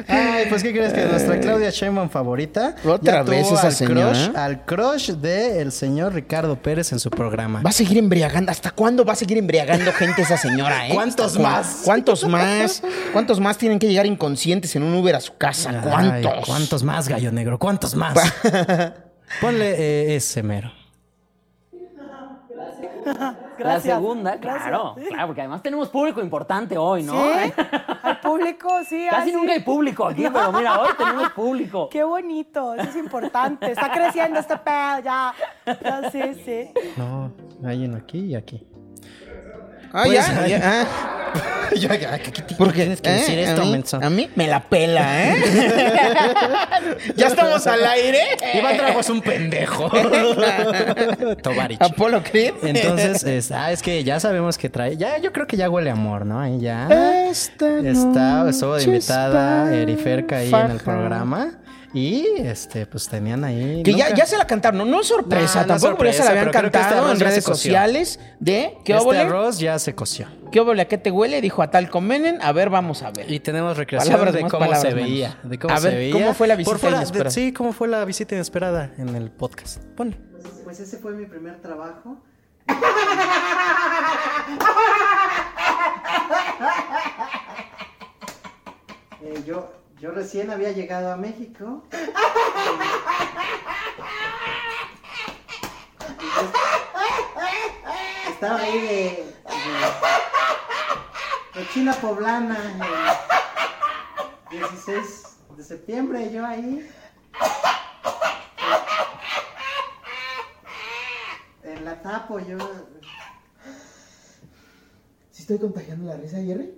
Speaker 4: Ay, pues, ¿qué crees que nuestra Claudia Sheinbaum favorita?
Speaker 5: Eh. Otra
Speaker 4: ya tuvo
Speaker 5: vez esa
Speaker 4: al
Speaker 5: señora.
Speaker 4: crush- al crush del señor Ricardo Pérez en su programa.
Speaker 5: Va a seguir embriagando. ¿Hasta cuándo va a seguir embriagando gente esa señora, eh?
Speaker 4: ¿Cuántos
Speaker 5: ¿Hasta cuán-
Speaker 4: más?
Speaker 5: ¿Cuántos más? ¿Cuántos más tienen que llegar inconscientes en un Uber a su casa? ¿Cuántos?
Speaker 4: Ay,
Speaker 5: <laughs>
Speaker 4: ¿Cuántos más, gallo negro? ¿Cuántos más? Ponle eh, ese mero.
Speaker 3: <laughs>
Speaker 18: La segunda, claro, claro, porque además tenemos público importante hoy, ¿no?
Speaker 3: Sí, Al público, sí.
Speaker 18: Casi
Speaker 3: ah,
Speaker 18: nunca
Speaker 3: sí.
Speaker 18: hay público aquí,
Speaker 3: No. <laughs>
Speaker 18: pero mira, hoy tenemos público.
Speaker 3: Qué bonito, eso es importante. Está creciendo
Speaker 4: <laughs>
Speaker 3: este pedo ya. Ya, sí, sí.
Speaker 4: No, hay uno aquí y aquí.
Speaker 5: Ah,
Speaker 4: Pues,
Speaker 5: ya,
Speaker 4: ay.
Speaker 5: ya, ah. ¿Por qué?
Speaker 4: tienes que
Speaker 5: ¿Eh?
Speaker 4: decir
Speaker 5: ¿A
Speaker 4: esto,
Speaker 5: mí?
Speaker 4: menso?
Speaker 5: A mí me la
Speaker 4: <laughs>
Speaker 5: pela, ¿eh? <laughs> ya estamos al aire.
Speaker 4: Iván Drago es pues, un pendejo. Tovarich.
Speaker 5: Apolo Creed. <laughs>
Speaker 4: Entonces, es, ah, es que ya sabemos que trae. Ya, yo creo que ya huele amor, ¿no? Ahí ya. Está, estuvo de
Speaker 5: noche
Speaker 4: invitada
Speaker 5: está
Speaker 4: Eriferca ahí en el
Speaker 5: faja.
Speaker 4: programa. Y este, pues tenían ahí.
Speaker 5: Que ya,
Speaker 4: nunca-
Speaker 5: ya se la cantaron, no, no es sorpresa,
Speaker 4: No, no
Speaker 5: tampoco, pero ya se la
Speaker 4: sorpresa,
Speaker 5: habían
Speaker 4: pero creo que este
Speaker 5: cantado
Speaker 4: arroz ya
Speaker 5: en
Speaker 4: se
Speaker 5: redes
Speaker 4: coció.
Speaker 5: sociales de ¿Qué
Speaker 4: este
Speaker 5: óvole?
Speaker 4: arroz ya se coció.
Speaker 5: ¿Qué óvole? ¿A qué te huele? Dijo a tal comenen, a ver, vamos a ver.
Speaker 4: Y tenemos recreación de
Speaker 5: más,
Speaker 4: cómo se
Speaker 5: palabras menos.
Speaker 4: veía. De cómo
Speaker 5: a
Speaker 4: se
Speaker 5: ver,
Speaker 4: veía.
Speaker 5: ¿cómo fue la visita
Speaker 4: Por fuera, de-
Speaker 5: inesperada?
Speaker 4: sí, cómo fue la visita inesperada en el podcast. Ponle.
Speaker 3: Pues ese fue mi primer
Speaker 10: <laughs>
Speaker 3: trabajo.
Speaker 19: Eh, yo, yo recién había llegado a México. Y yo Estaba ahí de, de- de China Poblana, el 16 de septiembre, yo ahí. En la tapo, yo.
Speaker 3: ¿Sí estoy contagiando la risa, Jerry?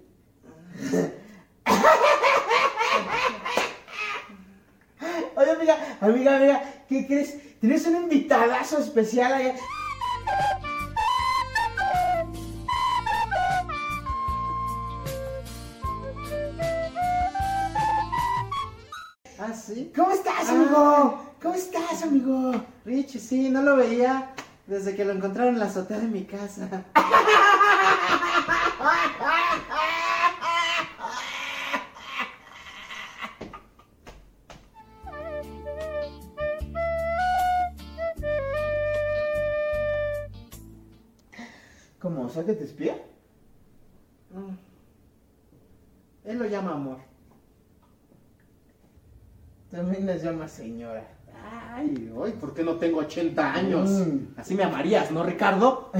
Speaker 19: Oye, amiga, amiga, amiga, ¿qué crees? Tienes un invitadazo especial allá. ¿Ah, sí?
Speaker 3: ¿Cómo estás,
Speaker 19: Ah.
Speaker 3: amigo? ¿Cómo estás, amigo?
Speaker 19: Richie, sí, no lo veía desde que lo encontraron en la azotea de mi casa.
Speaker 3: ¿Cómo? ¿O sea que te espía?
Speaker 19: Mm. Él lo llama amor.
Speaker 20: También las llamas señora. Ay, hoy, ¿por qué no tengo 80 años?
Speaker 3: Mm.
Speaker 21: Así me amarías, ¿no, Ricardo?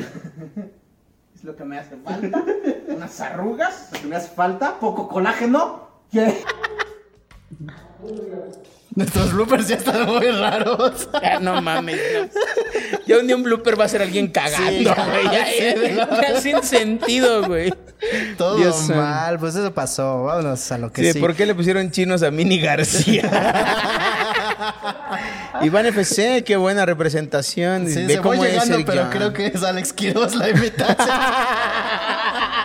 Speaker 20: Es lo que me hace
Speaker 5: <laughs>
Speaker 20: falta. Unas arrugas.
Speaker 21: Lo que me hace falta, poco colágeno. ¿Qué?
Speaker 3: Nuestros bloopers ya están muy raros.
Speaker 5: Ya no mames. no. Ya un día un blooper va a ser alguien cagando,
Speaker 3: Sí,
Speaker 5: güey. Ya,
Speaker 3: sí, ¿no?
Speaker 5: ya sin sentido, güey.
Speaker 3: Todo
Speaker 5: Dios santo.
Speaker 3: mal, pues eso pasó. Vámonos a lo que
Speaker 5: Sí,
Speaker 3: sí.
Speaker 5: ¿Por qué le pusieron chinos a Mini <laughs> García? Iván FC, qué buena representación.
Speaker 3: Sí,
Speaker 5: Ve
Speaker 3: se
Speaker 5: cómo
Speaker 3: voy
Speaker 5: es
Speaker 3: llegando,
Speaker 5: el
Speaker 3: pero
Speaker 5: guión.
Speaker 3: creo que es <laughs> Alex Quiroz la invitada.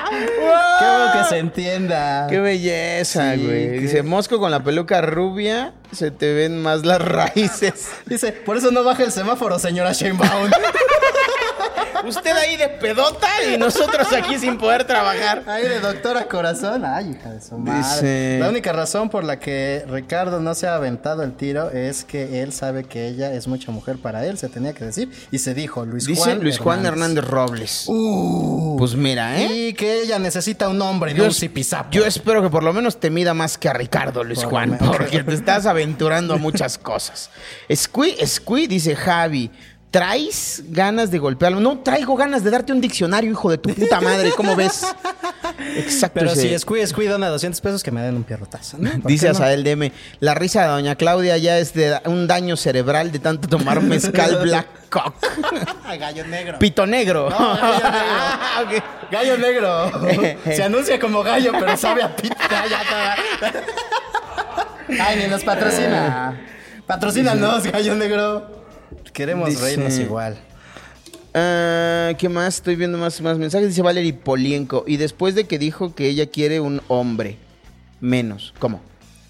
Speaker 3: Qué bueno que se entienda.
Speaker 5: Qué belleza, güey. Dice, Mosco con la peluca rubia, se te ven más las <laughs> raíces.
Speaker 3: Dice, por eso no baja el semáforo, señora Sheinbaum.
Speaker 5: <laughs> Usted ahí de pedota y nosotros aquí sin poder trabajar.
Speaker 3: Ay, de doctora corazón. Ay, hija de su madre.
Speaker 5: Dice-
Speaker 3: La única razón por la que Ricardo no se ha aventado el tiro es que él sabe que ella es mucha mujer para él, se tenía que decir. Y se dijo, Luis
Speaker 5: Dice
Speaker 3: Juan
Speaker 5: Luis Juan Hernández Robles. pues mira, ¿eh?
Speaker 3: Y que ella necesita un hombre,
Speaker 5: Yo
Speaker 3: no un
Speaker 5: es-
Speaker 3: zipizapo.
Speaker 5: Yo espero que por lo menos te mida más que a Ricardo, Luis
Speaker 3: Por lo
Speaker 5: Juan,
Speaker 3: menos.
Speaker 5: porque te estás aventurando
Speaker 3: <laughs>
Speaker 5: a muchas cosas. Squee, Squee, dice Javi. ¿Traes ganas de golpearlo? No, traigo ganas de darte un diccionario, hijo de tu puta madre.
Speaker 3: <laughs>
Speaker 5: ¿Cómo ves? Exacto.
Speaker 3: Pero
Speaker 5: ese-
Speaker 3: si Squee Squee dona 200 pesos, que me den un pierrotazo. ¿no? ¿Por
Speaker 5: Dice
Speaker 3: qué no?
Speaker 5: Azael DM, la risa de doña Claudia ya es de un daño cerebral de tanto tomar
Speaker 3: <laughs>
Speaker 5: mezcal black cock.
Speaker 3: <laughs> Gallo
Speaker 5: <laughs>
Speaker 3: negro.
Speaker 5: Pito negro.
Speaker 3: Gallo
Speaker 5: <laughs>
Speaker 3: negro. Se anuncia como gallo, pero sabe a pita. Ay, ni nos patrocina.
Speaker 5: <laughs>
Speaker 3: Patrocínanos, gallo negro. Queremos
Speaker 5: Dice-
Speaker 3: reírnos igual.
Speaker 5: Ah, ¿Qué más? Estoy viendo más, más mensajes. Dice Valery Polienko. Y después de que dijo que ella quiere un hombre menos. ¿Cómo?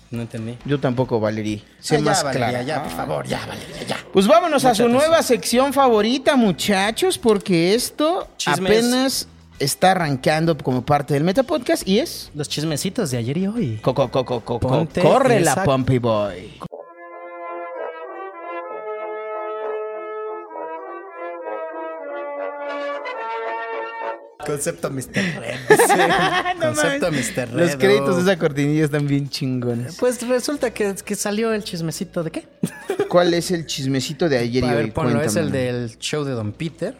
Speaker 3: No entendí.
Speaker 5: Yo tampoco, Valery. Sé
Speaker 3: Ah, ya,
Speaker 5: más
Speaker 3: Valeria,
Speaker 5: clara.
Speaker 3: ya, por favor, ya, Valeria, ya.
Speaker 5: Pues vámonos a
Speaker 3: Mucha
Speaker 5: su
Speaker 3: atención.
Speaker 5: nueva sección favorita, muchachos, porque esto
Speaker 3: Chismes.
Speaker 5: apenas está arrancando como parte del Meta Podcast y es.
Speaker 3: Los chismecitos de ayer y hoy.
Speaker 5: Coco, coco, coco.
Speaker 3: Ponte
Speaker 5: Corre la
Speaker 3: esa-
Speaker 5: Pompey Boy.
Speaker 3: Concepto Mr.
Speaker 5: <laughs>
Speaker 3: Red.
Speaker 5: No
Speaker 3: Concepto
Speaker 5: mames.
Speaker 3: Mr. Red.
Speaker 5: Los créditos de esa cortinilla están bien chingones.
Speaker 3: Pues resulta que, que salió el chismecito de qué?
Speaker 5: ¿Cuál es el chismecito de ayer y
Speaker 3: A
Speaker 5: hoy?
Speaker 3: ver, ponlo, es
Speaker 5: Cuéntame.
Speaker 3: el del show de Don Peter.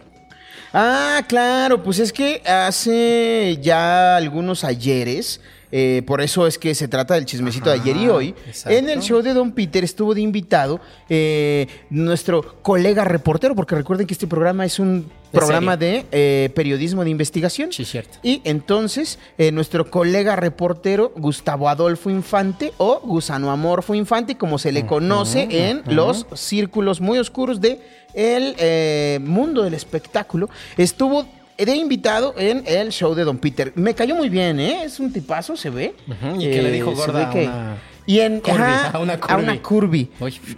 Speaker 5: Ah, claro, pues es que hace ya algunos ayeres, eh, por eso es que se trata del chismecito de ayer y hoy,
Speaker 3: exacto.
Speaker 5: en el show de Don Peter estuvo de invitado eh, nuestro colega reportero, porque recuerden que este programa es un
Speaker 3: De
Speaker 5: programa de eh, periodismo de investigación.
Speaker 3: Sí, cierto.
Speaker 5: Y entonces, eh, nuestro colega reportero Gustavo Adolfo Infante o Gusano Amorfo Infante, como se le conoce en los círculos muy oscuros de el eh, mundo del espectáculo, estuvo de invitado en el show de Don Peter. Me cayó muy bien, ¿eh? Es un tipazo, se ve. Eh,
Speaker 3: Ujú, ¿y qué le dijo
Speaker 5: se
Speaker 3: gorda
Speaker 5: ve
Speaker 3: a una
Speaker 5: Y en,
Speaker 3: curvy?
Speaker 5: ajá,
Speaker 3: A <laughs> una
Speaker 5: a una curvy.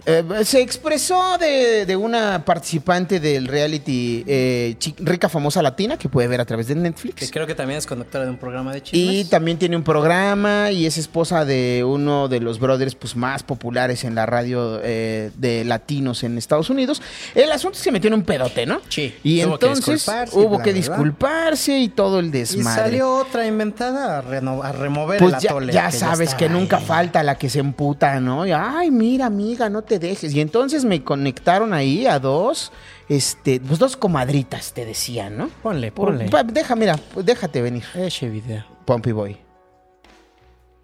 Speaker 5: Eh, se expresó de, de una participante del reality eh, chi- Rica Famosa Latina que puede ver a través de Netflix.
Speaker 3: Que creo que también es conductora de un programa de
Speaker 5: Y
Speaker 3: chismes.
Speaker 5: también tiene un programa y es esposa de uno de los brothers pues, más populares en la radio eh, de latinos en Estados Unidos. El asunto es que metió en un pedote, ¿no?
Speaker 3: Sí.
Speaker 5: Y
Speaker 3: Tuvo que
Speaker 5: entonces
Speaker 3: disculparse y
Speaker 5: hubo
Speaker 3: bla,
Speaker 5: que
Speaker 3: bla, bla.
Speaker 5: disculparse y todo el
Speaker 3: Y
Speaker 5: desmadre.
Speaker 3: salió otra inventada a, reno- a remover
Speaker 5: pues
Speaker 3: el
Speaker 5: ya,
Speaker 3: atole.
Speaker 5: ya sabes que
Speaker 3: estaba
Speaker 5: nunca
Speaker 3: ahí.
Speaker 5: falta la que se emputa, ¿no? Y, Ay, mira, amiga, no te dejes. Y entonces me conectaron ahí a dos, este, pues dos comadritas, te decían, ¿no?
Speaker 3: Ponle,
Speaker 5: Por-
Speaker 3: ponle.
Speaker 5: pa- deja, mira, déjate venir.
Speaker 3: Ese video.
Speaker 5: Pompey Boy.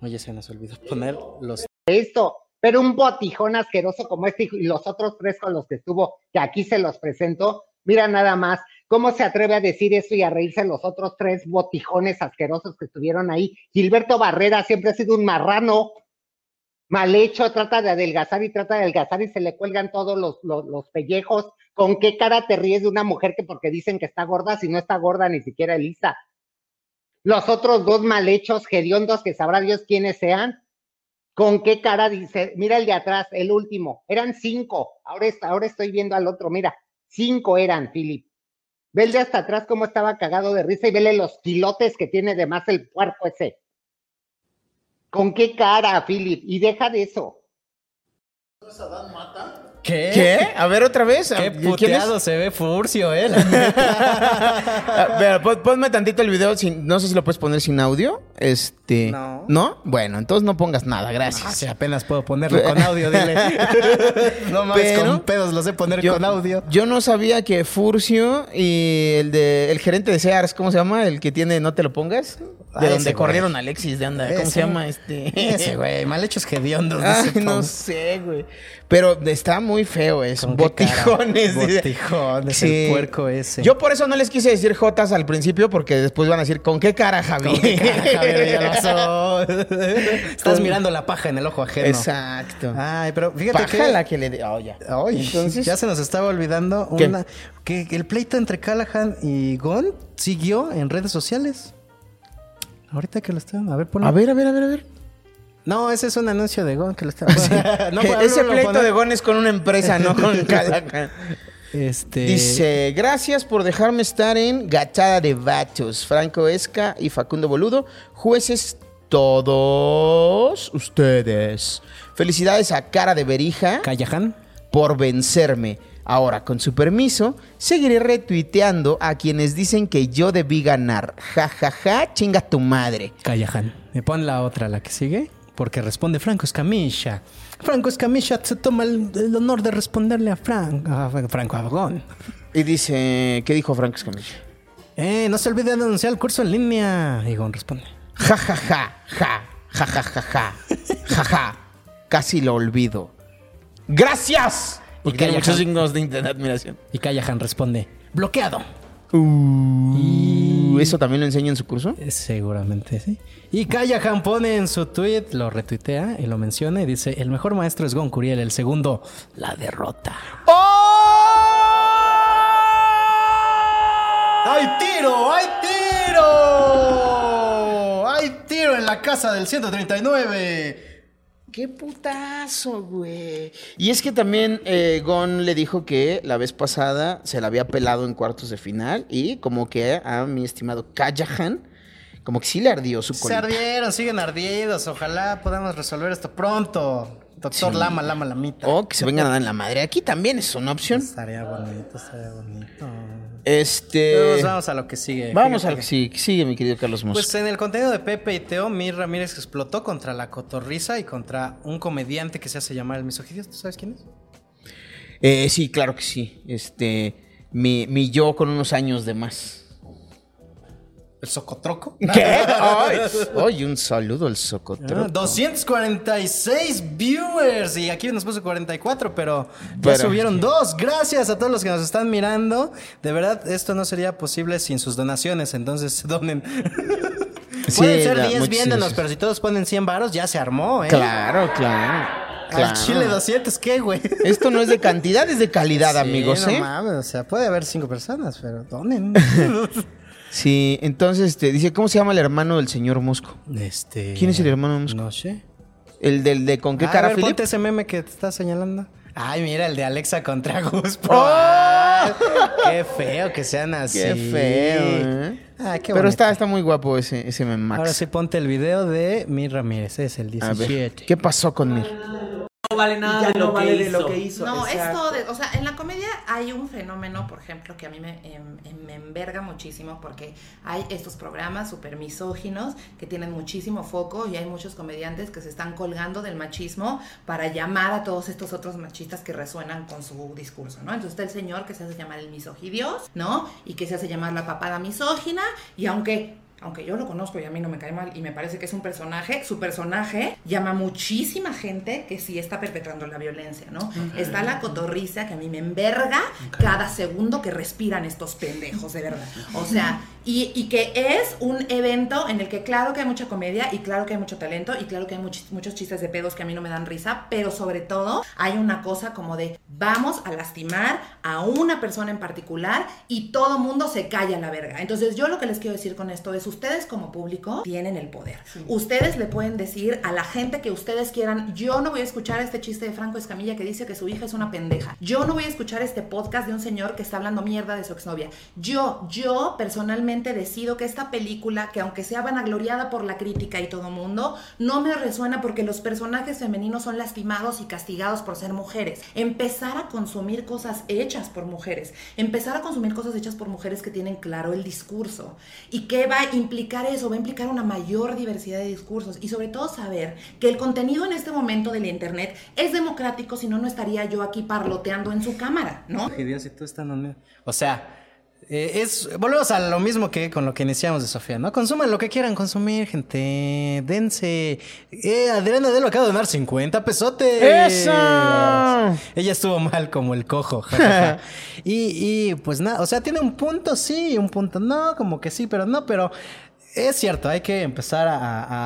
Speaker 3: Oye, se nos olvidó poner los...
Speaker 22: Esto, pero un botijón asqueroso como este hijo- y los otros tres con los que estuvo, que aquí se los presento, mira nada más, ¿cómo se atreve a decir eso y a reírse los otros tres botijones asquerosos que estuvieron ahí? Gilberto Barrera siempre ha sido un marrano, mal hecho, trata de adelgazar y trata de adelgazar y se le cuelgan todos los, los- los pellejos. ¿Con qué cara te ríes de una mujer que porque dicen que está gorda, si no está gorda ni siquiera Elisa? Los otros dos mal hechos, hediondos, que sabrá Dios quiénes sean, ¿Con qué cara dice? Mira el de atrás, el último. Eran cinco. Ahora, es- ahora estoy viendo al otro. Mira, cinco eran, Philip. Ve el de hasta atrás cómo estaba cagado de risa y vele los quilotes que tiene de más el puerco ese. ¿Con qué cara, Philip? Y deja de eso.
Speaker 5: ¿Qué? ¿Qué? A ver otra vez.
Speaker 4: Qué
Speaker 5: ¿Quién es?
Speaker 4: puteado se ve Furcio, eh.
Speaker 5: <laughs> A ver, pon- ponme tantito el video. sin- no sé si lo puedes poner sin audio. Este. No. Bueno, entonces no pongas nada, gracias.
Speaker 4: si Ah, apenas puedo ponerlo con audio,
Speaker 5: <laughs>
Speaker 4: dile. no mames,
Speaker 5: Pero-
Speaker 4: con pedos lo sé poner
Speaker 5: Yo-
Speaker 4: con audio.
Speaker 5: Yo no sabía que Furcio y el de el gerente de Sears, ¿cómo se llama? El que tiene No te lo pongas. De
Speaker 4: Ah, ese
Speaker 5: donde
Speaker 4: güey.
Speaker 5: corrieron a Alexis de anda. ¿Cómo
Speaker 4: Ese.
Speaker 5: se
Speaker 4: <laughs>
Speaker 5: llama este?
Speaker 4: Ese güey, mal hechos hediondos.
Speaker 5: Ay,
Speaker 4: dice
Speaker 5: Ah, no
Speaker 4: Pau.
Speaker 5: sé,
Speaker 4: <laughs>
Speaker 5: güey. Pero está muy feo eso.
Speaker 4: qué cara?
Speaker 5: Botijones. dice.
Speaker 4: Botijones, el puerco ese.
Speaker 5: Yo por eso no les quise decir Jotas al principio, porque después van a decir, ¿con qué cara, Javi?
Speaker 4: Con qué cara, Javier
Speaker 5: <laughs>
Speaker 4: Villalbazo. Estás
Speaker 5: Con-
Speaker 4: mirando la paja en el ojo ajeno.
Speaker 5: Exacto.
Speaker 4: Ay, pero fíjate
Speaker 5: Paja
Speaker 4: que...
Speaker 5: la que le... di- Oh, ya.
Speaker 4: Ay,
Speaker 5: Entonces-
Speaker 4: ya se nos estaba olvidando
Speaker 5: ¿Qué?
Speaker 4: una- que el pleito entre Callahan y Gon siguió en redes sociales. Ahorita que lo están, a ver, ponlo.
Speaker 5: A ver, a ver, a ver, a ver.
Speaker 4: No, ese es un anuncio de Gon que lo
Speaker 5: <laughs>
Speaker 4: estaba. <laughs> No, pues,
Speaker 5: Ese
Speaker 4: háblalo,
Speaker 5: pleito
Speaker 4: poner-
Speaker 5: de Gon es con una empresa,
Speaker 4: <laughs>
Speaker 5: no con Calaca.
Speaker 4: Este,
Speaker 5: Dice, gracias por dejarme estar en Gachada de Vatos. Franco Esca y Facundo Boludo, jueces todos ustedes. Felicidades a Cara de Berija. Por vencerme. Ahora, con su permiso, seguiré retuiteando a quienes dicen que yo debí ganar. Ja, ja, ja, chinga tu madre.
Speaker 4: Callahan. Me pon la otra, la que sigue. Porque responde Franco Escamilla. Franco Escamilla se toma el, el honor de responderle a, Fran- a Franco Abagón.
Speaker 5: Y dice, ¿qué dijo Franco Escamilla?
Speaker 4: Eh, no se olviden de anunciar el curso en línea. Y Gon responde.
Speaker 5: Ja, ja, ja, ja, ja, ja, ja, ja, ja, ja. Casi lo olvido. ¡Gracias! Porque tiene
Speaker 4: Callahan.
Speaker 5: muchos signos de inten- admiración.
Speaker 4: Y Callahan responde. Bloqueado.
Speaker 5: Uh, ¿Eso también lo enseña en su curso?
Speaker 4: Eh, Seguramente sí. Y Callahan pone en su tweet, lo retuitea y lo menciona y dice: El mejor maestro es Gon Curiel, el segundo, la derrota.
Speaker 5: "Oh".
Speaker 4: ¡Hay tiro! ¡Hay tiro! ¡Hay tiro en la casa del 139!
Speaker 5: ¡Qué putazo, güey! Y es que también eh, Gon le dijo que la vez pasada se la había pelado en cuartos de final y como que a mi estimado Callahan, como que sí le ardió su
Speaker 4: Se
Speaker 5: colita.
Speaker 4: ardieron, siguen ardidos. Ojalá podamos resolver esto pronto. Doctor
Speaker 5: Sí.
Speaker 4: Lama, Lama, Lamita.
Speaker 5: O que se vengan a dar en la madre. Aquí también es una opción.
Speaker 4: Estaría bonito, estaría bonito.
Speaker 5: Este...
Speaker 4: Pues vamos a lo que sigue.
Speaker 5: Vamos
Speaker 4: Fíjate
Speaker 5: al que sigue, sigue, mi querido Carlos Mosco.
Speaker 4: Pues en el contenido de Pepe y Teo, Mir Ramírez explotó contra la cotorriza y contra un comediante que se hace llamar el misogidio. ¿Tú sabes quién es?
Speaker 5: Eh, sí, claro que sí. Este, mi, mi yo con unos años de más.
Speaker 4: ¿El Socotroco? <laughs>
Speaker 5: ¿Qué? Ay, ay, un saludo al Socotroco.
Speaker 4: Ah, 246 viewers y aquí nos puso 44, pero ya
Speaker 5: Pero-
Speaker 4: subieron dos. Gracias a todos los que nos están mirando. De verdad, esto no sería posible sin sus donaciones, entonces <laughs> donen.
Speaker 5: Sí,
Speaker 4: Pueden ser
Speaker 5: la-
Speaker 4: 10
Speaker 5: muchísimas
Speaker 4: viéndonos,
Speaker 5: gracias.
Speaker 4: pero si todos ponen 100 varos, ya se armó, ¿eh?
Speaker 5: Claro, claro.
Speaker 4: Al
Speaker 5: claro.
Speaker 4: Chile 200, ¿qué, güey?
Speaker 5: Esto no es
Speaker 4: <laughs>
Speaker 5: de cantidad, es de calidad,
Speaker 4: Sí,
Speaker 5: amigos,
Speaker 4: no
Speaker 5: ¿eh?
Speaker 4: mames, o sea, puede haber cinco personas, pero
Speaker 5: <laughs>
Speaker 4: donen.
Speaker 5: Sí, entonces este, dice, ¿cómo se llama el hermano del señor Mosco?
Speaker 4: Este.
Speaker 5: ¿Quién es el hermano de Mosco?
Speaker 4: No sé.
Speaker 5: El del de con qué
Speaker 4: Ah, a
Speaker 5: cara,
Speaker 4: ver,
Speaker 5: Philip?
Speaker 4: ponte ese meme que te está señalando. Ay, mira, el de Alexa contra <laughs> Gus
Speaker 5: Proal.
Speaker 4: Qué feo que sean así.
Speaker 5: Qué feo, ¿eh?
Speaker 4: Ay, Ah, qué
Speaker 5: Pero
Speaker 4: bonito.
Speaker 5: está, está muy guapo ese, ese meme, Max.
Speaker 4: Ahora sí ponte el video de Mir Ramírez, es el
Speaker 5: A ver,
Speaker 4: 17.
Speaker 5: ¿qué pasó con Mir?
Speaker 3: no vale nada
Speaker 4: Ya
Speaker 3: de,
Speaker 4: no
Speaker 3: lo,
Speaker 4: vale
Speaker 3: que
Speaker 4: de lo
Speaker 3: hizo.
Speaker 4: que hizo.
Speaker 23: No, es
Speaker 4: Exacto.
Speaker 23: todo. de- o sea, en la comedia hay un fenómeno, por ejemplo, que a mí me, em- em- me enverga muchísimo porque hay estos programas súper misóginos que tienen muchísimo foco y hay muchos comediantes que se están colgando del machismo para llamar a todos estos otros machistas que resuenan con su discurso, ¿no? Entonces está el señor que se hace llamar el misogidios, ¿no? Y que se hace llamar la papada misógina y aunque aunque yo lo conozco y a mí no me cae mal y me parece que es un personaje, su personaje llama a muchísima gente que sí está perpetrando la violencia, ¿no? Está la cotorriza que a mí me enverga cada segundo que respiran estos pendejos, de verdad. O sea, y, y que es un evento en el que claro que hay mucha comedia y claro que hay mucho talento y claro que hay muchis- muchos chistes de pedos que a mí no me dan risa, pero sobre todo hay una cosa como de vamos a lastimar a una persona en particular y todo mundo se calla la verga. Entonces yo lo que les quiero decir con esto es ustedes como público tienen el poder. Ustedes le pueden decir a la gente que ustedes quieran, yo no voy a escuchar este chiste de Franco Escamilla que dice que su hija es una pendeja. Yo no voy a escuchar este podcast de un señor que está hablando mierda de su exnovia. Yo, yo personalmente realmente decido que esta película, que aunque sea vanagloriada por la crítica y todo mundo, no me resuena porque los personajes femeninos son lastimados y castigados por ser mujeres. Empezar a consumir cosas hechas por mujeres, empezar a consumir cosas hechas por mujeres que tienen claro el discurso. ¿Y qué va a implicar eso? Va a implicar una mayor diversidad de discursos y sobre todo saber que el contenido en este momento del Internet es democrático, si no, no estaría yo aquí parloteando en su cámara, ¿no?
Speaker 4: Que Dios, si tú estás en- O sea, eh, es, volvemos a lo mismo que con lo que iniciamos de Sofía, ¿no? Consuman lo que quieran consumir, gente. Dense. Eh, Adriana Delo acaba de donar 50 pesotes.
Speaker 5: ¡Eso!
Speaker 4: Ella estuvo mal como el cojo. ja, ja, ja. y, y, pues nada, o sea, tiene un punto sí, un punto no, como que sí, pero no, pero es cierto, hay que empezar a,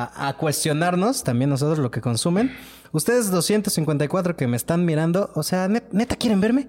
Speaker 4: a- a cuestionarnos también nosotros lo que consumen. Ustedes 254 que me están mirando, o sea, ¿net- neta quieren verme.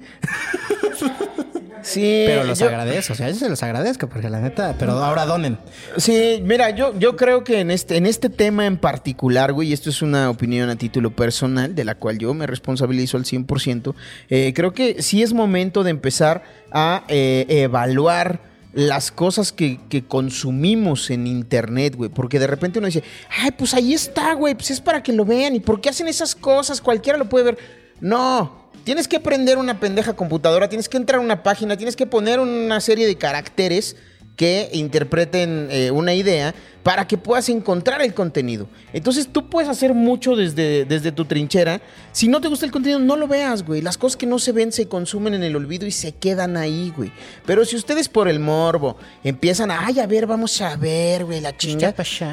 Speaker 5: Sí,
Speaker 4: Pero los
Speaker 5: yo-
Speaker 4: agradezco, o sea, yo se los agradezco porque la neta, pero ahora donen.
Speaker 5: Sí, mira, yo, yo creo que en este, en este tema en particular, güey, y esto es una opinión a título personal, de la cual yo me responsabilizo al 100%, eh, creo que sí es momento de empezar a eh, evaluar las cosas que, que consumimos en internet, güey, porque de repente uno dice, ay, pues ahí está, güey, pues es para que lo vean, ¿y por qué hacen esas cosas? Cualquiera lo puede ver. No, Tienes que prender una pendeja computadora, tienes que entrar a una página, tienes que poner una serie de caracteres que interpreten eh, una idea para que puedas encontrar el contenido. Entonces tú puedes hacer mucho desde, desde tu trinchera. Si no te gusta el contenido, no lo veas, güey. Las cosas que no se ven se consumen en el olvido y se quedan ahí, güey. Pero si ustedes por el morbo empiezan a, ay, a ver, vamos a ver, güey, la chinga.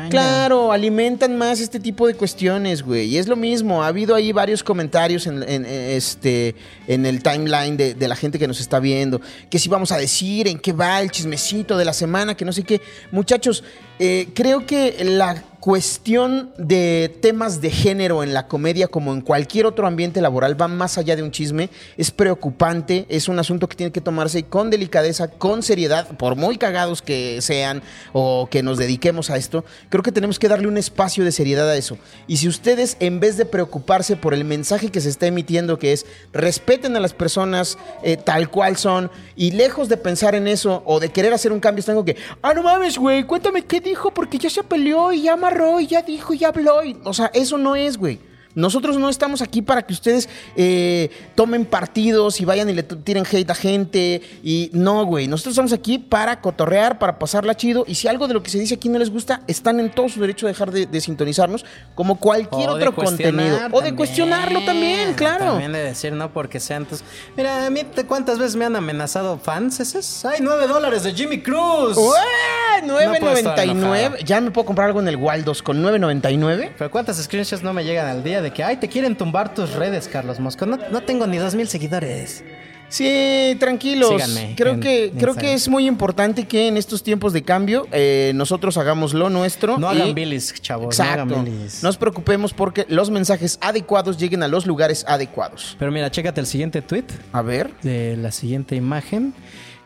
Speaker 5: Claro, alimentan más este tipo de cuestiones, güey. Y es lo mismo. Ha habido ahí varios comentarios en, en- eh, este, en el timeline de, de la gente que nos está viendo. Que si vamos a decir, en qué va el chismecito de la semana, que no sé qué. Muchachos, eh, creo que la cuestión de temas de género en la comedia, como en cualquier otro ambiente laboral, va más allá de un chisme. Es preocupante, es un asunto que tiene que tomarse con delicadeza, con seriedad, por muy cagados que sean o que nos dediquemos a esto. Creo que tenemos que darle un espacio de seriedad a eso. Y si ustedes, en vez de preocuparse por el mensaje que se está emitiendo, que es respeten a las personas eh, tal cual son, y lejos de pensar en eso o de querer hacer un cambio, están como que, ah, no mames, güey, cuéntame qué dijo, porque ya se peleó y ya amarró y ya dijo y ya habló. y- o sea, eso no es, güey. Nosotros no estamos aquí para que ustedes eh, tomen partidos y vayan y le t- tiren hate a gente. Y no, güey. Nosotros estamos aquí para cotorrear, para pasarla chido. Y si algo de lo que se dice aquí no les gusta, están en todo su derecho de dejar de, de sintonizarnos, como cualquier
Speaker 4: O de
Speaker 5: otro
Speaker 4: cuestionar
Speaker 5: contenido. O de
Speaker 4: también.
Speaker 5: cuestionarlo también, claro.
Speaker 4: También de decir, no porque sean tus. Mira, a mí, te- ¿cuántas veces me han amenazado fans? ¿Esas? ¡Ay, nueve dólares de Jimmy Cruz!
Speaker 5: ¡Ué!
Speaker 4: No puedo estar
Speaker 5: 9.99.
Speaker 4: enojado.
Speaker 5: ya me puedo comprar algo en el Waldos con 9.99.
Speaker 4: Pero ¿cuántas screenshots no me llegan al día de que, ay, te quieren tumbar tus redes, Carlos Mosco? No, no tengo ni dos mil seguidores.
Speaker 5: Sí, tranquilos.
Speaker 4: Síganme
Speaker 5: creo
Speaker 4: en
Speaker 5: que creo
Speaker 4: Instagram.
Speaker 5: que es muy importante que en estos tiempos de cambio eh, nosotros hagamos lo nuestro.
Speaker 4: No
Speaker 5: y-
Speaker 4: hagan bilis, chavos.
Speaker 5: Exacto.
Speaker 4: No
Speaker 5: No,
Speaker 4: hagan bilis.
Speaker 5: nos preocupemos porque los mensajes adecuados lleguen a los lugares adecuados.
Speaker 4: Pero mira, chécate el siguiente tweet.
Speaker 5: A ver.
Speaker 4: De la siguiente imagen.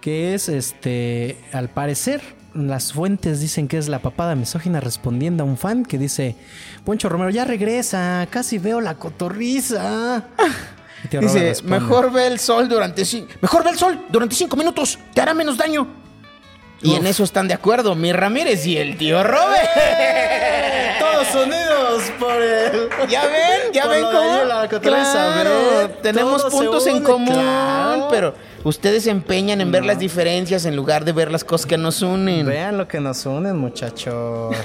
Speaker 4: Que es este. Al parecer. Las fuentes dicen que es la papada misógina respondiendo a un fan que dice: Poncho Romero, ya regresa, casi veo la
Speaker 5: <laughs>
Speaker 4: cotorriza. Y tío Robert
Speaker 5: Dice,
Speaker 4: responde,
Speaker 5: mejor ve el sol durante ci- mejor ve el sol durante cinco minutos, te hará menos daño. Y en eso están de acuerdo mi Ramírez y el tío Robert.
Speaker 4: Todos unidos por el.
Speaker 5: Ya ven, ya
Speaker 4: Por
Speaker 5: ven
Speaker 4: lo de
Speaker 5: cómo.
Speaker 4: ayer, la cotorriza,
Speaker 5: Claro,
Speaker 4: ¿verdad?
Speaker 5: tenemos
Speaker 4: Todo se
Speaker 5: puntos en
Speaker 4: une,
Speaker 5: común,
Speaker 4: claro.
Speaker 5: pero ustedes se empeñan en ver las diferencias en lugar de ver las cosas que nos unen.
Speaker 4: Vean lo que nos unen, muchachos.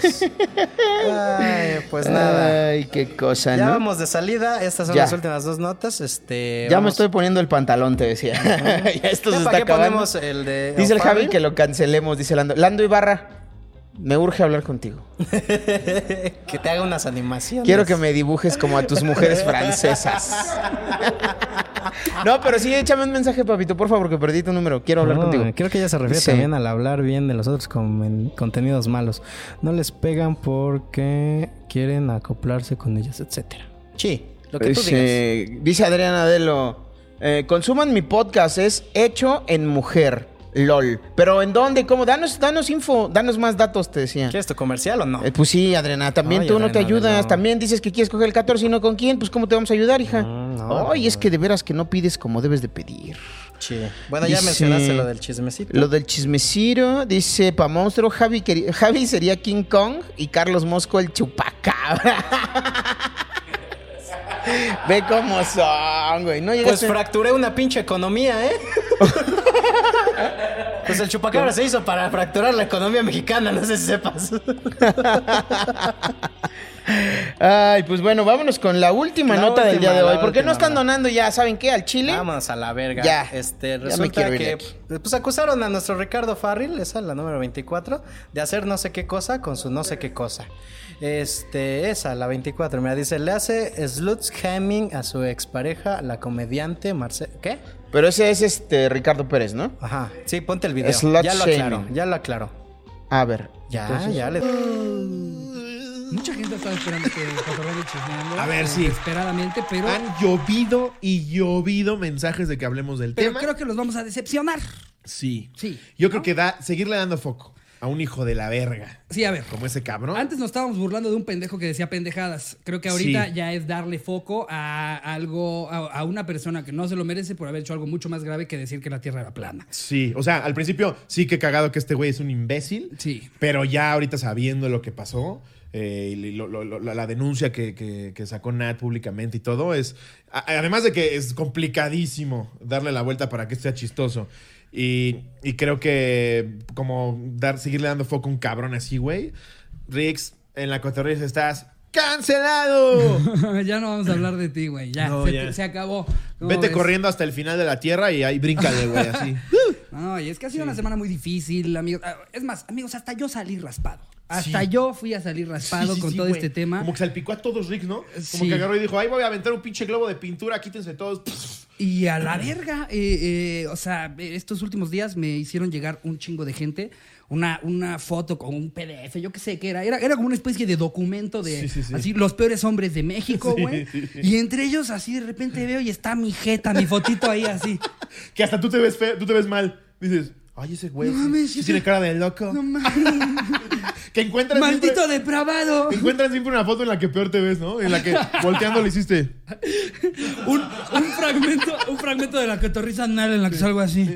Speaker 4: Ay,
Speaker 5: <laughs>
Speaker 4: pues nada.
Speaker 5: Ay, qué cosa,
Speaker 4: ya
Speaker 5: pues, ¿no?
Speaker 4: vamos de salida. Estas son
Speaker 5: Ya.
Speaker 4: las últimas dos notas. Este,
Speaker 5: Ya me
Speaker 4: vamos-
Speaker 5: estoy poniendo el pantalón, te decía. <laughs> ya
Speaker 4: <laughs>
Speaker 5: esto
Speaker 4: Ya,
Speaker 5: se
Speaker 4: ¿para
Speaker 5: está
Speaker 4: qué
Speaker 5: acabando.
Speaker 4: ponemos el de
Speaker 5: <laughs> Dice el
Speaker 4: O'Farrell?
Speaker 5: Javi que lo cancelemos, dice Lando. Lando Ibarra, me urge hablar contigo.
Speaker 4: <laughs> que te haga unas animaciones.
Speaker 5: Quiero que me dibujes como a tus
Speaker 4: <laughs>
Speaker 5: mujeres francesas. No, pero sí, échame un mensaje, papito, por favor, que perdí tu número. Quiero hablar
Speaker 4: No,
Speaker 5: contigo.
Speaker 4: Creo que ella se refiere
Speaker 5: Dice,
Speaker 4: también al hablar bien de los otros comen- contenidos malos. No les pegan porque quieren acoplarse con ellos, etcétera. Sí, lo que tú digas.
Speaker 5: dice, dice Adriana Adelo, eh, consuman mi podcast, es hecho en mujer. LOL. Pero ¿en dónde? ¿Cómo? Danos, danos info, danos más datos, te decía.
Speaker 4: ¿Quieres tu comercial o no?
Speaker 5: Eh, pues sí, Adriana, también
Speaker 4: Ay,
Speaker 5: tú no te
Speaker 4: Adriana,
Speaker 5: ayudas,
Speaker 4: no.
Speaker 5: también dices que quieres coger el
Speaker 4: Mm,
Speaker 5: 14 y no con quién, pues ¿cómo te vamos a ayudar, hija? Ay, es que de veras que no pides como debes de pedir.
Speaker 4: Sí. Bueno, ya
Speaker 5: Dice-
Speaker 4: mencionaste lo del chismecito.
Speaker 5: Lo del chismeciro, dice pa' monstruo, Javi, queri- Javi sería King Kong y Carlos Mosco el chupacabra. <laughs> Ve cómo son, güey. No
Speaker 4: Pues
Speaker 5: llegaste-
Speaker 4: fracturé una pinche economía, ¿eh? pues el chupacabra se hizo para fracturar la economía mexicana, no sé si sepas.
Speaker 5: Ay, pues bueno, vámonos con la última
Speaker 4: La
Speaker 5: nota del
Speaker 4: última,
Speaker 5: día de
Speaker 4: la
Speaker 5: hoy. ¿Por qué no
Speaker 4: última,
Speaker 5: están
Speaker 4: la-
Speaker 5: donando ya? ¿Saben qué? ¿Al Chile?
Speaker 4: Vámonos a la verga.
Speaker 5: Ya. Ya
Speaker 4: Este,
Speaker 5: me
Speaker 4: resulta
Speaker 5: quiero ir de
Speaker 4: que
Speaker 5: aquí.
Speaker 4: pues acusaron a nuestro Ricardo Farril, esa es la número 24, de hacer no sé qué cosa con su no sé qué cosa. Este, esa, la 24, mira, dice, le hace slutshaming a su expareja, la comediante Marcela... ¿Qué?
Speaker 5: Pero ese es este Ricardo Pérez, ¿no?
Speaker 4: Ajá. Sí, ponte el video.
Speaker 5: Slut
Speaker 4: ya lo aclaro,
Speaker 5: shaming.
Speaker 4: ya lo aclaro.
Speaker 5: A ver.
Speaker 4: Ya,
Speaker 5: entonces-
Speaker 4: ya le...
Speaker 18: Mucha gente estaba esperando que José Raúl chismeando.
Speaker 8: A ver,
Speaker 18: eh,
Speaker 8: sí.
Speaker 18: Desesperadamente, pero,
Speaker 8: Han llovido y llovido mensajes de que hablemos del
Speaker 18: pero
Speaker 8: tema.
Speaker 18: creo que los vamos a decepcionar.
Speaker 8: Sí.
Speaker 18: Sí.
Speaker 8: Yo creo que da, seguirle dando foco a un hijo de la verga.
Speaker 18: Sí, a ver.
Speaker 8: Como ese cabrón.
Speaker 18: Antes nos estábamos burlando de un pendejo que decía pendejadas. Creo que ahorita
Speaker 8: Sí.
Speaker 18: ya es darle foco a algo, a, a una persona que no se lo merece por haber hecho algo mucho más grave que decir que la Tierra era plana.
Speaker 8: Sí, o sea, al principio sí que cagado que este güey es un imbécil.
Speaker 18: Sí.
Speaker 8: Pero ya ahorita sabiendo lo que pasó, eh, y lo- lo- lo- la denuncia que, que- que sacó Nat públicamente y todo, es. a- Además de que es complicadísimo darle la vuelta para que sea chistoso. Y, y creo que como dar, seguirle dando foco a un cabrón así, güey. Rix, en la cotorrisa estás cancelado.
Speaker 18: <laughs> ya no vamos a hablar de ti, güey. Ya,
Speaker 8: No,
Speaker 18: se,
Speaker 8: ya.
Speaker 18: se acabó. ¿Cómo
Speaker 8: Vete
Speaker 18: ves?
Speaker 8: corriendo hasta el final de la tierra y ahí bríncale, güey, así.
Speaker 18: No, y es que ha sido una semana muy difícil, amigos. Ah, Es más, amigos, hasta yo salí raspado. Hasta
Speaker 8: Sí.
Speaker 18: yo fui a salir raspado
Speaker 8: Sí, sí,
Speaker 18: con
Speaker 8: sí,
Speaker 18: todo
Speaker 8: güey.
Speaker 18: este tema.
Speaker 8: Como que salpicó a todos Rick, ¿no? Como
Speaker 18: Sí.
Speaker 8: que agarró y dijo, ahí voy a aventar un pinche globo de pintura, quítense todos.
Speaker 18: Y a la verga, eh, eh, o sea, estos últimos días me hicieron llegar un chingo de gente, una, una foto con un PDF, yo qué sé qué era, era, era como una especie de documento de
Speaker 8: Sí, sí, sí.
Speaker 18: así los peores hombres de México,
Speaker 8: <laughs> Sí,
Speaker 18: güey.
Speaker 8: sí, sí.
Speaker 18: Y entre ellos así de repente veo y está mi jeta,
Speaker 8: <laughs>
Speaker 18: mi fotito ahí así.
Speaker 8: Que hasta tú te ves feo, tú te ves mal. Dices, ay, ese güey sí- sí tiene cara de loco. <laughs> que encuentras
Speaker 18: Maldito
Speaker 8: siempre-
Speaker 18: depravado.
Speaker 8: que Encuentras siempre una foto en la que peor te ves, ¿no? En
Speaker 18: <laughs>
Speaker 8: la que volteando le hiciste.
Speaker 18: un, un fragmento, un fragmento de la cotorriza anal en la que salgo así.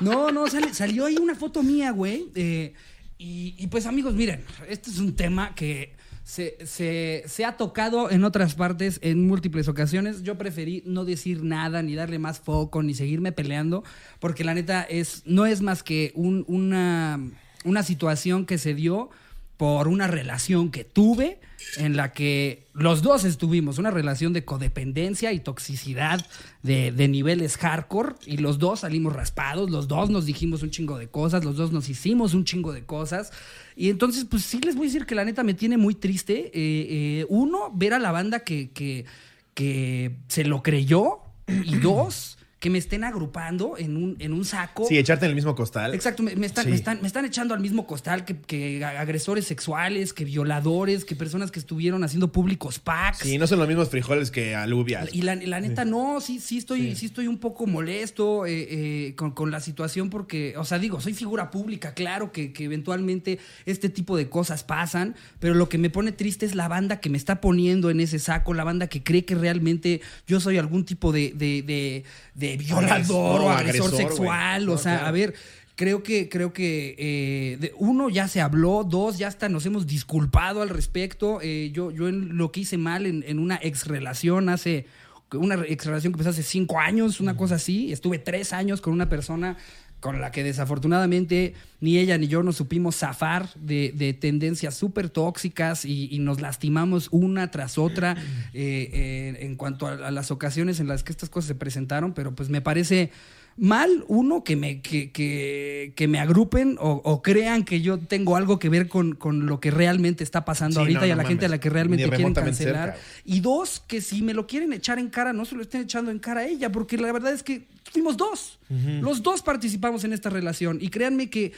Speaker 18: No, no, sale- salió ahí una foto mía, güey. eh, y, y pues amigos, miren, este es un tema que se, se- se ha tocado en otras partes en múltiples ocasiones. Yo preferí no decir nada, ni darle más foco, ni seguirme peleando, porque la neta es, no es más que un- una, una situación que se dio por una relación que tuve en la que los dos estuvimos, una relación de codependencia y toxicidad de, de niveles hardcore, y los dos salimos raspados, los dos nos dijimos un chingo de cosas, los dos nos hicimos un chingo de cosas, y entonces pues sí les voy a decir que la neta me tiene muy triste, eh, eh, uno, ver a la banda que, que, que se lo creyó, y dos, que me estén agrupando en un, en un saco.
Speaker 8: Sí, echarte en el mismo costal.
Speaker 18: Exacto, me, me están,
Speaker 8: Sí.
Speaker 18: me, están, me están echando al mismo costal que, que agresores sexuales, que violadores, que personas que estuvieron haciendo públicos packs.
Speaker 8: Sí, no son los mismos frijoles que alubias.
Speaker 18: Y la, la neta, no, sí, sí estoy, sí.
Speaker 8: Sí.
Speaker 18: estoy un poco molesto eh, eh, con, con la situación porque, o sea, digo, soy figura pública, claro que, que eventualmente este tipo de cosas pasan, pero lo que me pone triste es la banda que me está poniendo en ese saco, la banda que cree que realmente yo soy algún tipo de, de, de- de violador o agresor,
Speaker 8: Agresor, güey.
Speaker 18: sexual. O
Speaker 8: No,
Speaker 18: sea,
Speaker 8: claro.
Speaker 18: a ver, creo que, creo que eh, de- uno, ya se habló, dos, ya hasta nos hemos disculpado al respecto. Eh, yo, yo en lo que hice mal en, en una ex relación hace. Una ex relación que empezó hace cinco años, una cosa así. Estuve tres años con una persona con la que desafortunadamente ni ella ni yo nos supimos zafar de, de tendencias súper tóxicas y, y nos lastimamos una tras otra eh, eh, en cuanto a, a las ocasiones en las que estas cosas se presentaron, pero pues me parece mal uno que me, que, que- que me agrupen o, o crean que yo tengo algo que ver con, con lo que realmente está pasando
Speaker 8: Sí,
Speaker 18: ahorita
Speaker 8: no,
Speaker 18: y a
Speaker 8: no
Speaker 18: la gente a
Speaker 8: mames.
Speaker 18: la que realmente
Speaker 8: Ni
Speaker 18: quieren
Speaker 8: remotamente
Speaker 18: cancelar.
Speaker 8: cerca,
Speaker 18: Y dos, que si me lo quieren echar en cara, no se lo estén echando en cara a ella, porque la verdad es que fuimos dos.
Speaker 8: Ujú.
Speaker 18: Los dos participamos en esta relación. Y créanme que.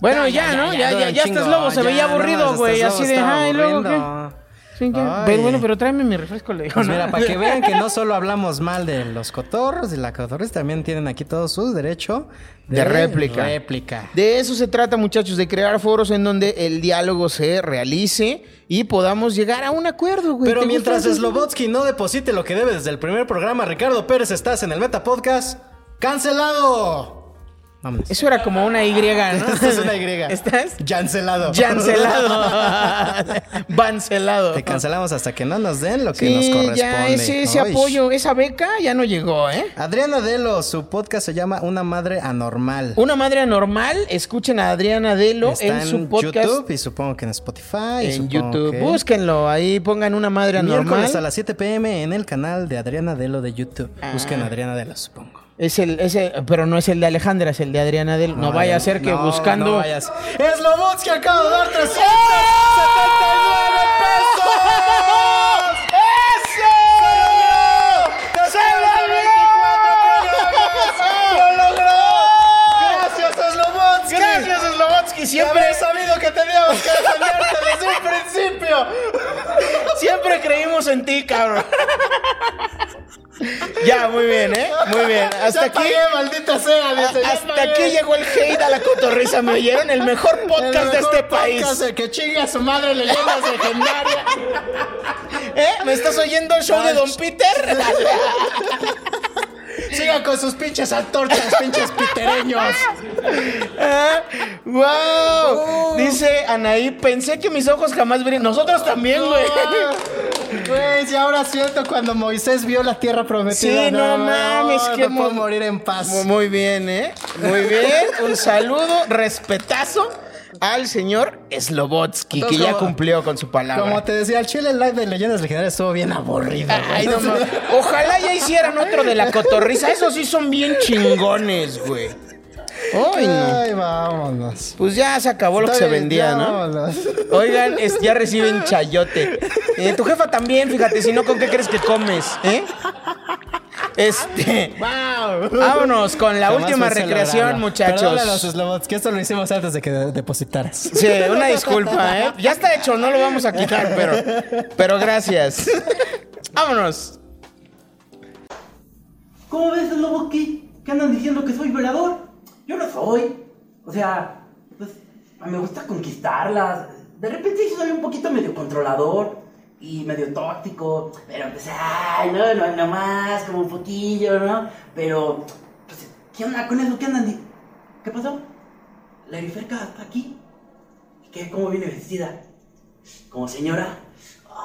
Speaker 5: Bueno, ya, ¿no? Ya, ya, ya, estás lobo, se veía aburrido, güey. Así de, ay, lobo, ¿qué? Sí,
Speaker 4: Ay.
Speaker 5: ya. Pero bueno, pero tráeme mi refresco, le
Speaker 4: <laughs>
Speaker 5: digo.
Speaker 4: Pues
Speaker 5: ¿no?
Speaker 4: mira, para
Speaker 5: <laughs>
Speaker 4: que vean que no solo hablamos mal de los cotorros y las cotorres, también tienen aquí todo su derecho
Speaker 5: De réplica.
Speaker 4: réplica.
Speaker 5: De eso se trata, muchachos, de crear foros en donde el diálogo se realice y podamos llegar a un acuerdo, güey.
Speaker 4: Pero
Speaker 5: Pues, ¿Te
Speaker 4: mientras
Speaker 5: gusta eso?
Speaker 4: Slobotsky no deposite lo que debe desde el primer programa, Ricardo Pérez, estás en el Meta Podcast. ¡Cancelado!
Speaker 5: Eso era como una Y, ¿no?
Speaker 4: Esta es una Y.
Speaker 5: <laughs> ¿Estás?
Speaker 4: Yancelado. <laughs>
Speaker 5: Yancelado. Vancelado.
Speaker 4: Te cancelamos hasta que no nos den lo que
Speaker 5: Sí,
Speaker 4: nos corresponde.
Speaker 5: ya ese, ese
Speaker 4: Ay.
Speaker 5: apoyo, esa beca ya no llegó, ¿eh?
Speaker 4: Adriana Delo, su podcast se llama Una Madre Anormal.
Speaker 5: Una madre anormal, escuchen a Adriana Delo
Speaker 4: Está
Speaker 5: en su podcast.
Speaker 4: YouTube y supongo que en Spotify. y
Speaker 5: en
Speaker 4: supongo
Speaker 5: YouTube.
Speaker 4: que-
Speaker 5: Búsquenlo, ahí pongan una madre
Speaker 4: Miércoles a
Speaker 5: anormal.
Speaker 4: las 7 pm en el canal de Adriana Delo de YouTube. Busquen
Speaker 5: Ah.
Speaker 4: a Adriana Delo, supongo.
Speaker 5: Es el, es el- pero no es el de Alejandra, es el de Adriana Delo. No, vaya a ser que
Speaker 4: no,
Speaker 5: buscando.
Speaker 4: no vayas. Slobotsky acaba de dar 300.
Speaker 10: ¡Se lo logró! ¡Lo logró!
Speaker 5: ¡Gracias, Slobotsky! ¡Gracias, Slobotsky! Siempre he sabido que teníamos que defenderte desde un principio. <laughs> Siempre creímos en ti, cabrón. Ya, muy bien, ¿eh? Muy bien. Hasta aquí.
Speaker 4: maldita sea.
Speaker 5: dice, ya
Speaker 4: hasta
Speaker 5: pagué.
Speaker 4: aquí llegó el hate a la cotorriza. ¿Me oyeron? El mejor podcast de
Speaker 5: mejor
Speaker 4: este
Speaker 5: podcast,
Speaker 4: país.
Speaker 5: el
Speaker 4: que chingue a su madre, leyendas legendarias.
Speaker 5: <laughs> ¿Eh? ¿Me estás oyendo el show de Don
Speaker 4: <laughs>
Speaker 5: Peter?
Speaker 4: Sigan con sus pinches antorchas,
Speaker 5: <laughs>
Speaker 4: pinches pitereños.
Speaker 5: ¿Eh? ¡Wow! Dice Anaí, pensé que mis ojos jamás verían. Nosotros también, güey.
Speaker 4: Pues, y ahora siento cuando Moisés vio Pues la tierra prometida.
Speaker 5: Sí, no mames,
Speaker 4: no
Speaker 5: qué
Speaker 4: puedo
Speaker 5: mo-
Speaker 4: morir en paz.
Speaker 5: Mu- Muy bien, ¿eh? Muy bien. Un saludo, respetazo al señor Slobotsky, que
Speaker 4: Entonces,
Speaker 5: ya
Speaker 4: como-
Speaker 5: cumplió con su palabra.
Speaker 4: Como te decía, el chile live de leyendas legendarias estuvo bien aburrido. güey.
Speaker 5: Ay, no mames. Ojalá ya hicieran otro de la cotorriza. Esos sí son bien chingones, güey. Ay, no.
Speaker 4: Ay, vámonos.
Speaker 5: Pues ya se acabó lo que
Speaker 4: Está
Speaker 5: se
Speaker 4: bien,
Speaker 5: vendía,
Speaker 4: ya
Speaker 5: ¿no?
Speaker 4: vámonos.
Speaker 5: Oigan, eh, es- ya reciben chayote. Eh, tu jefa también, fíjate, si no, ¿con qué crees que comes? ¿Eh? Este. Vámonos con la
Speaker 4: <laughs> Jamás
Speaker 5: última
Speaker 4: fue
Speaker 5: recreación,
Speaker 4: celebrada. Perdónale a los
Speaker 5: muchachos.
Speaker 4: Slobots, que esto lo hicimos antes de que de- depositaras.
Speaker 5: Sí, una disculpa, ¿eh? Ya está hecho, no lo vamos a quitar, pero, pero gracias. Vámonos.
Speaker 3: ¿Cómo ves, lobo, que, que andan diciendo que soy violador? Yo no soy. O sea, pues, me gusta conquistarlas. De repente sí soy un poquito medio controlador y medio tóxico. Pero pues, ay, no, no, no más, como un poquillo, ¿no? Pero, pues, ¿qué onda con eso? ¿Qué andan? di- ¿Qué pasó? La eriferca está aquí. ¿Y qué? ¿Cómo viene vestida? Como señora.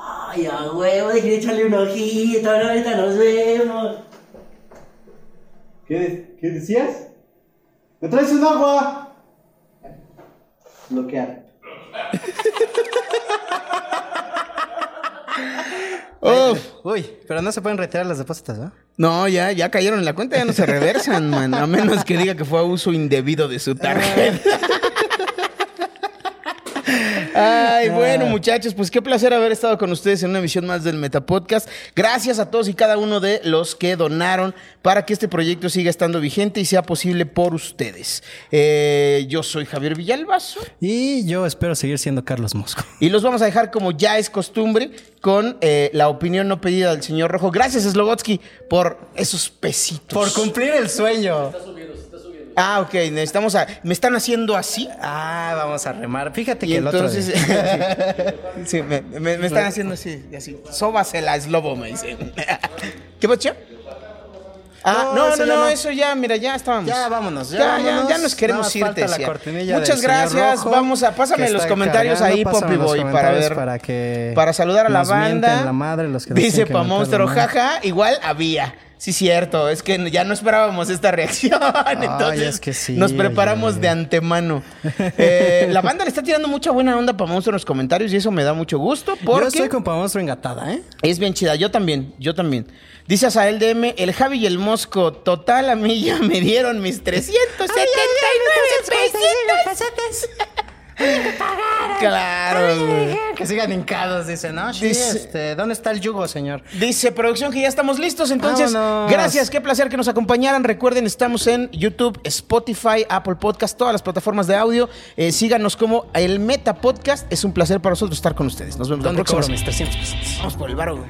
Speaker 3: Ay, a huevo, déjenme echarle un ojito, ¿no? ahorita nos vemos.
Speaker 24: ¿Qué, de- qué decías? ¡Me traes un agua! Bloquear.
Speaker 5: <laughs> Uf.
Speaker 4: Uy, pero no se pueden retirar las depósitos, ¿no?
Speaker 5: No, ya, ya cayeron en la cuenta, ya no se reversan, man. A menos que diga que fue a uso indebido de
Speaker 4: Ah,
Speaker 5: su tarjeta. Ay,
Speaker 4: Ah.
Speaker 5: bueno, muchachos, pues qué placer haber estado con ustedes en una emisión más del Metapodcast. Gracias a todos y cada uno de los que donaron para que este proyecto siga estando vigente y sea posible por ustedes. Eh, yo soy Javier Villalbazo.
Speaker 4: Y yo espero seguir siendo Carlos Mosco.
Speaker 5: Y los vamos a dejar, como ya es costumbre, con eh, la opinión no pedida del señor Rojo. Gracias, Slobotsky, por esos pesitos.
Speaker 4: Por cumplir el sueño.
Speaker 5: Ah, ok, necesitamos a. ¿Me están haciendo así?
Speaker 4: Ah, vamos a remar. Fíjate
Speaker 5: Y
Speaker 4: que el otro
Speaker 5: entonces.
Speaker 4: día- <laughs>
Speaker 5: <laughs> sí, sí, me, me- me están haciendo así, así. Sóbasela, es lobo, me dicen. <laughs> ¿Qué pocho? Ah,
Speaker 4: No,
Speaker 5: no,
Speaker 4: eso
Speaker 5: no,
Speaker 4: ya
Speaker 5: no,
Speaker 4: no.
Speaker 5: eso ya, mira, ya estábamos.
Speaker 4: Ya vámonos, ya
Speaker 5: Ya, ya,
Speaker 4: vámonos.
Speaker 5: ya nos
Speaker 4: Nada
Speaker 5: queremos
Speaker 4: más
Speaker 5: ir,
Speaker 4: falta la
Speaker 5: Tesia.
Speaker 4: cortinilla
Speaker 5: Muchas
Speaker 4: del señor
Speaker 5: gracias.
Speaker 4: Rojo,
Speaker 5: Vamos a. Pásame
Speaker 4: que
Speaker 5: los
Speaker 4: está
Speaker 5: comentarios
Speaker 4: cargando.
Speaker 5: ahí,
Speaker 4: Pásame
Speaker 5: Poppy
Speaker 4: los
Speaker 5: Boy, para
Speaker 4: comentarios
Speaker 5: ver.
Speaker 4: para que
Speaker 5: para saludar a la
Speaker 4: nos mienten
Speaker 5: banda.
Speaker 4: la madre, los que nos
Speaker 5: Dice
Speaker 4: tienen que
Speaker 5: pa'
Speaker 4: mentar la
Speaker 5: monstruo,
Speaker 4: madre.
Speaker 5: jaja, igual había. Sí, cierto, es que ya no esperábamos esta reacción. <laughs> Entonces,
Speaker 4: es que sí,
Speaker 5: nos preparamos
Speaker 4: oye.
Speaker 5: de antemano. Eh, la banda le está tirando mucha buena onda para monstruo en los comentarios y eso me da mucho gusto
Speaker 4: Yo
Speaker 5: porque
Speaker 4: estoy con Pa' Monstruo engatada, ¿eh?
Speaker 5: es bien chida. Yo también, yo también. Dice Azael DM, el Javi y el Mosco, total,
Speaker 10: <laughs>
Speaker 5: a mí ya me dieron mis 379 pesitos. que pagaran. Claro, güey.
Speaker 4: Que sigan hincados, dice, ¿no? Sí,
Speaker 5: Dice-
Speaker 4: este, ¿dónde está el yugo, señor?
Speaker 5: Dice producción que ya estamos listos, entonces
Speaker 4: Vámonos.
Speaker 5: gracias, qué placer que nos acompañaran. Recuerden, estamos en YouTube, Spotify, Apple Podcast, todas las plataformas de audio. Eh, síganos como el Meta Podcast. Es un placer para nosotros estar con ustedes. Nos vemos la
Speaker 4: ¿Dónde
Speaker 5: próxima.
Speaker 4: cobro mis
Speaker 5: semana.
Speaker 4: 300 pesos?
Speaker 5: Vamos por el varo, güey.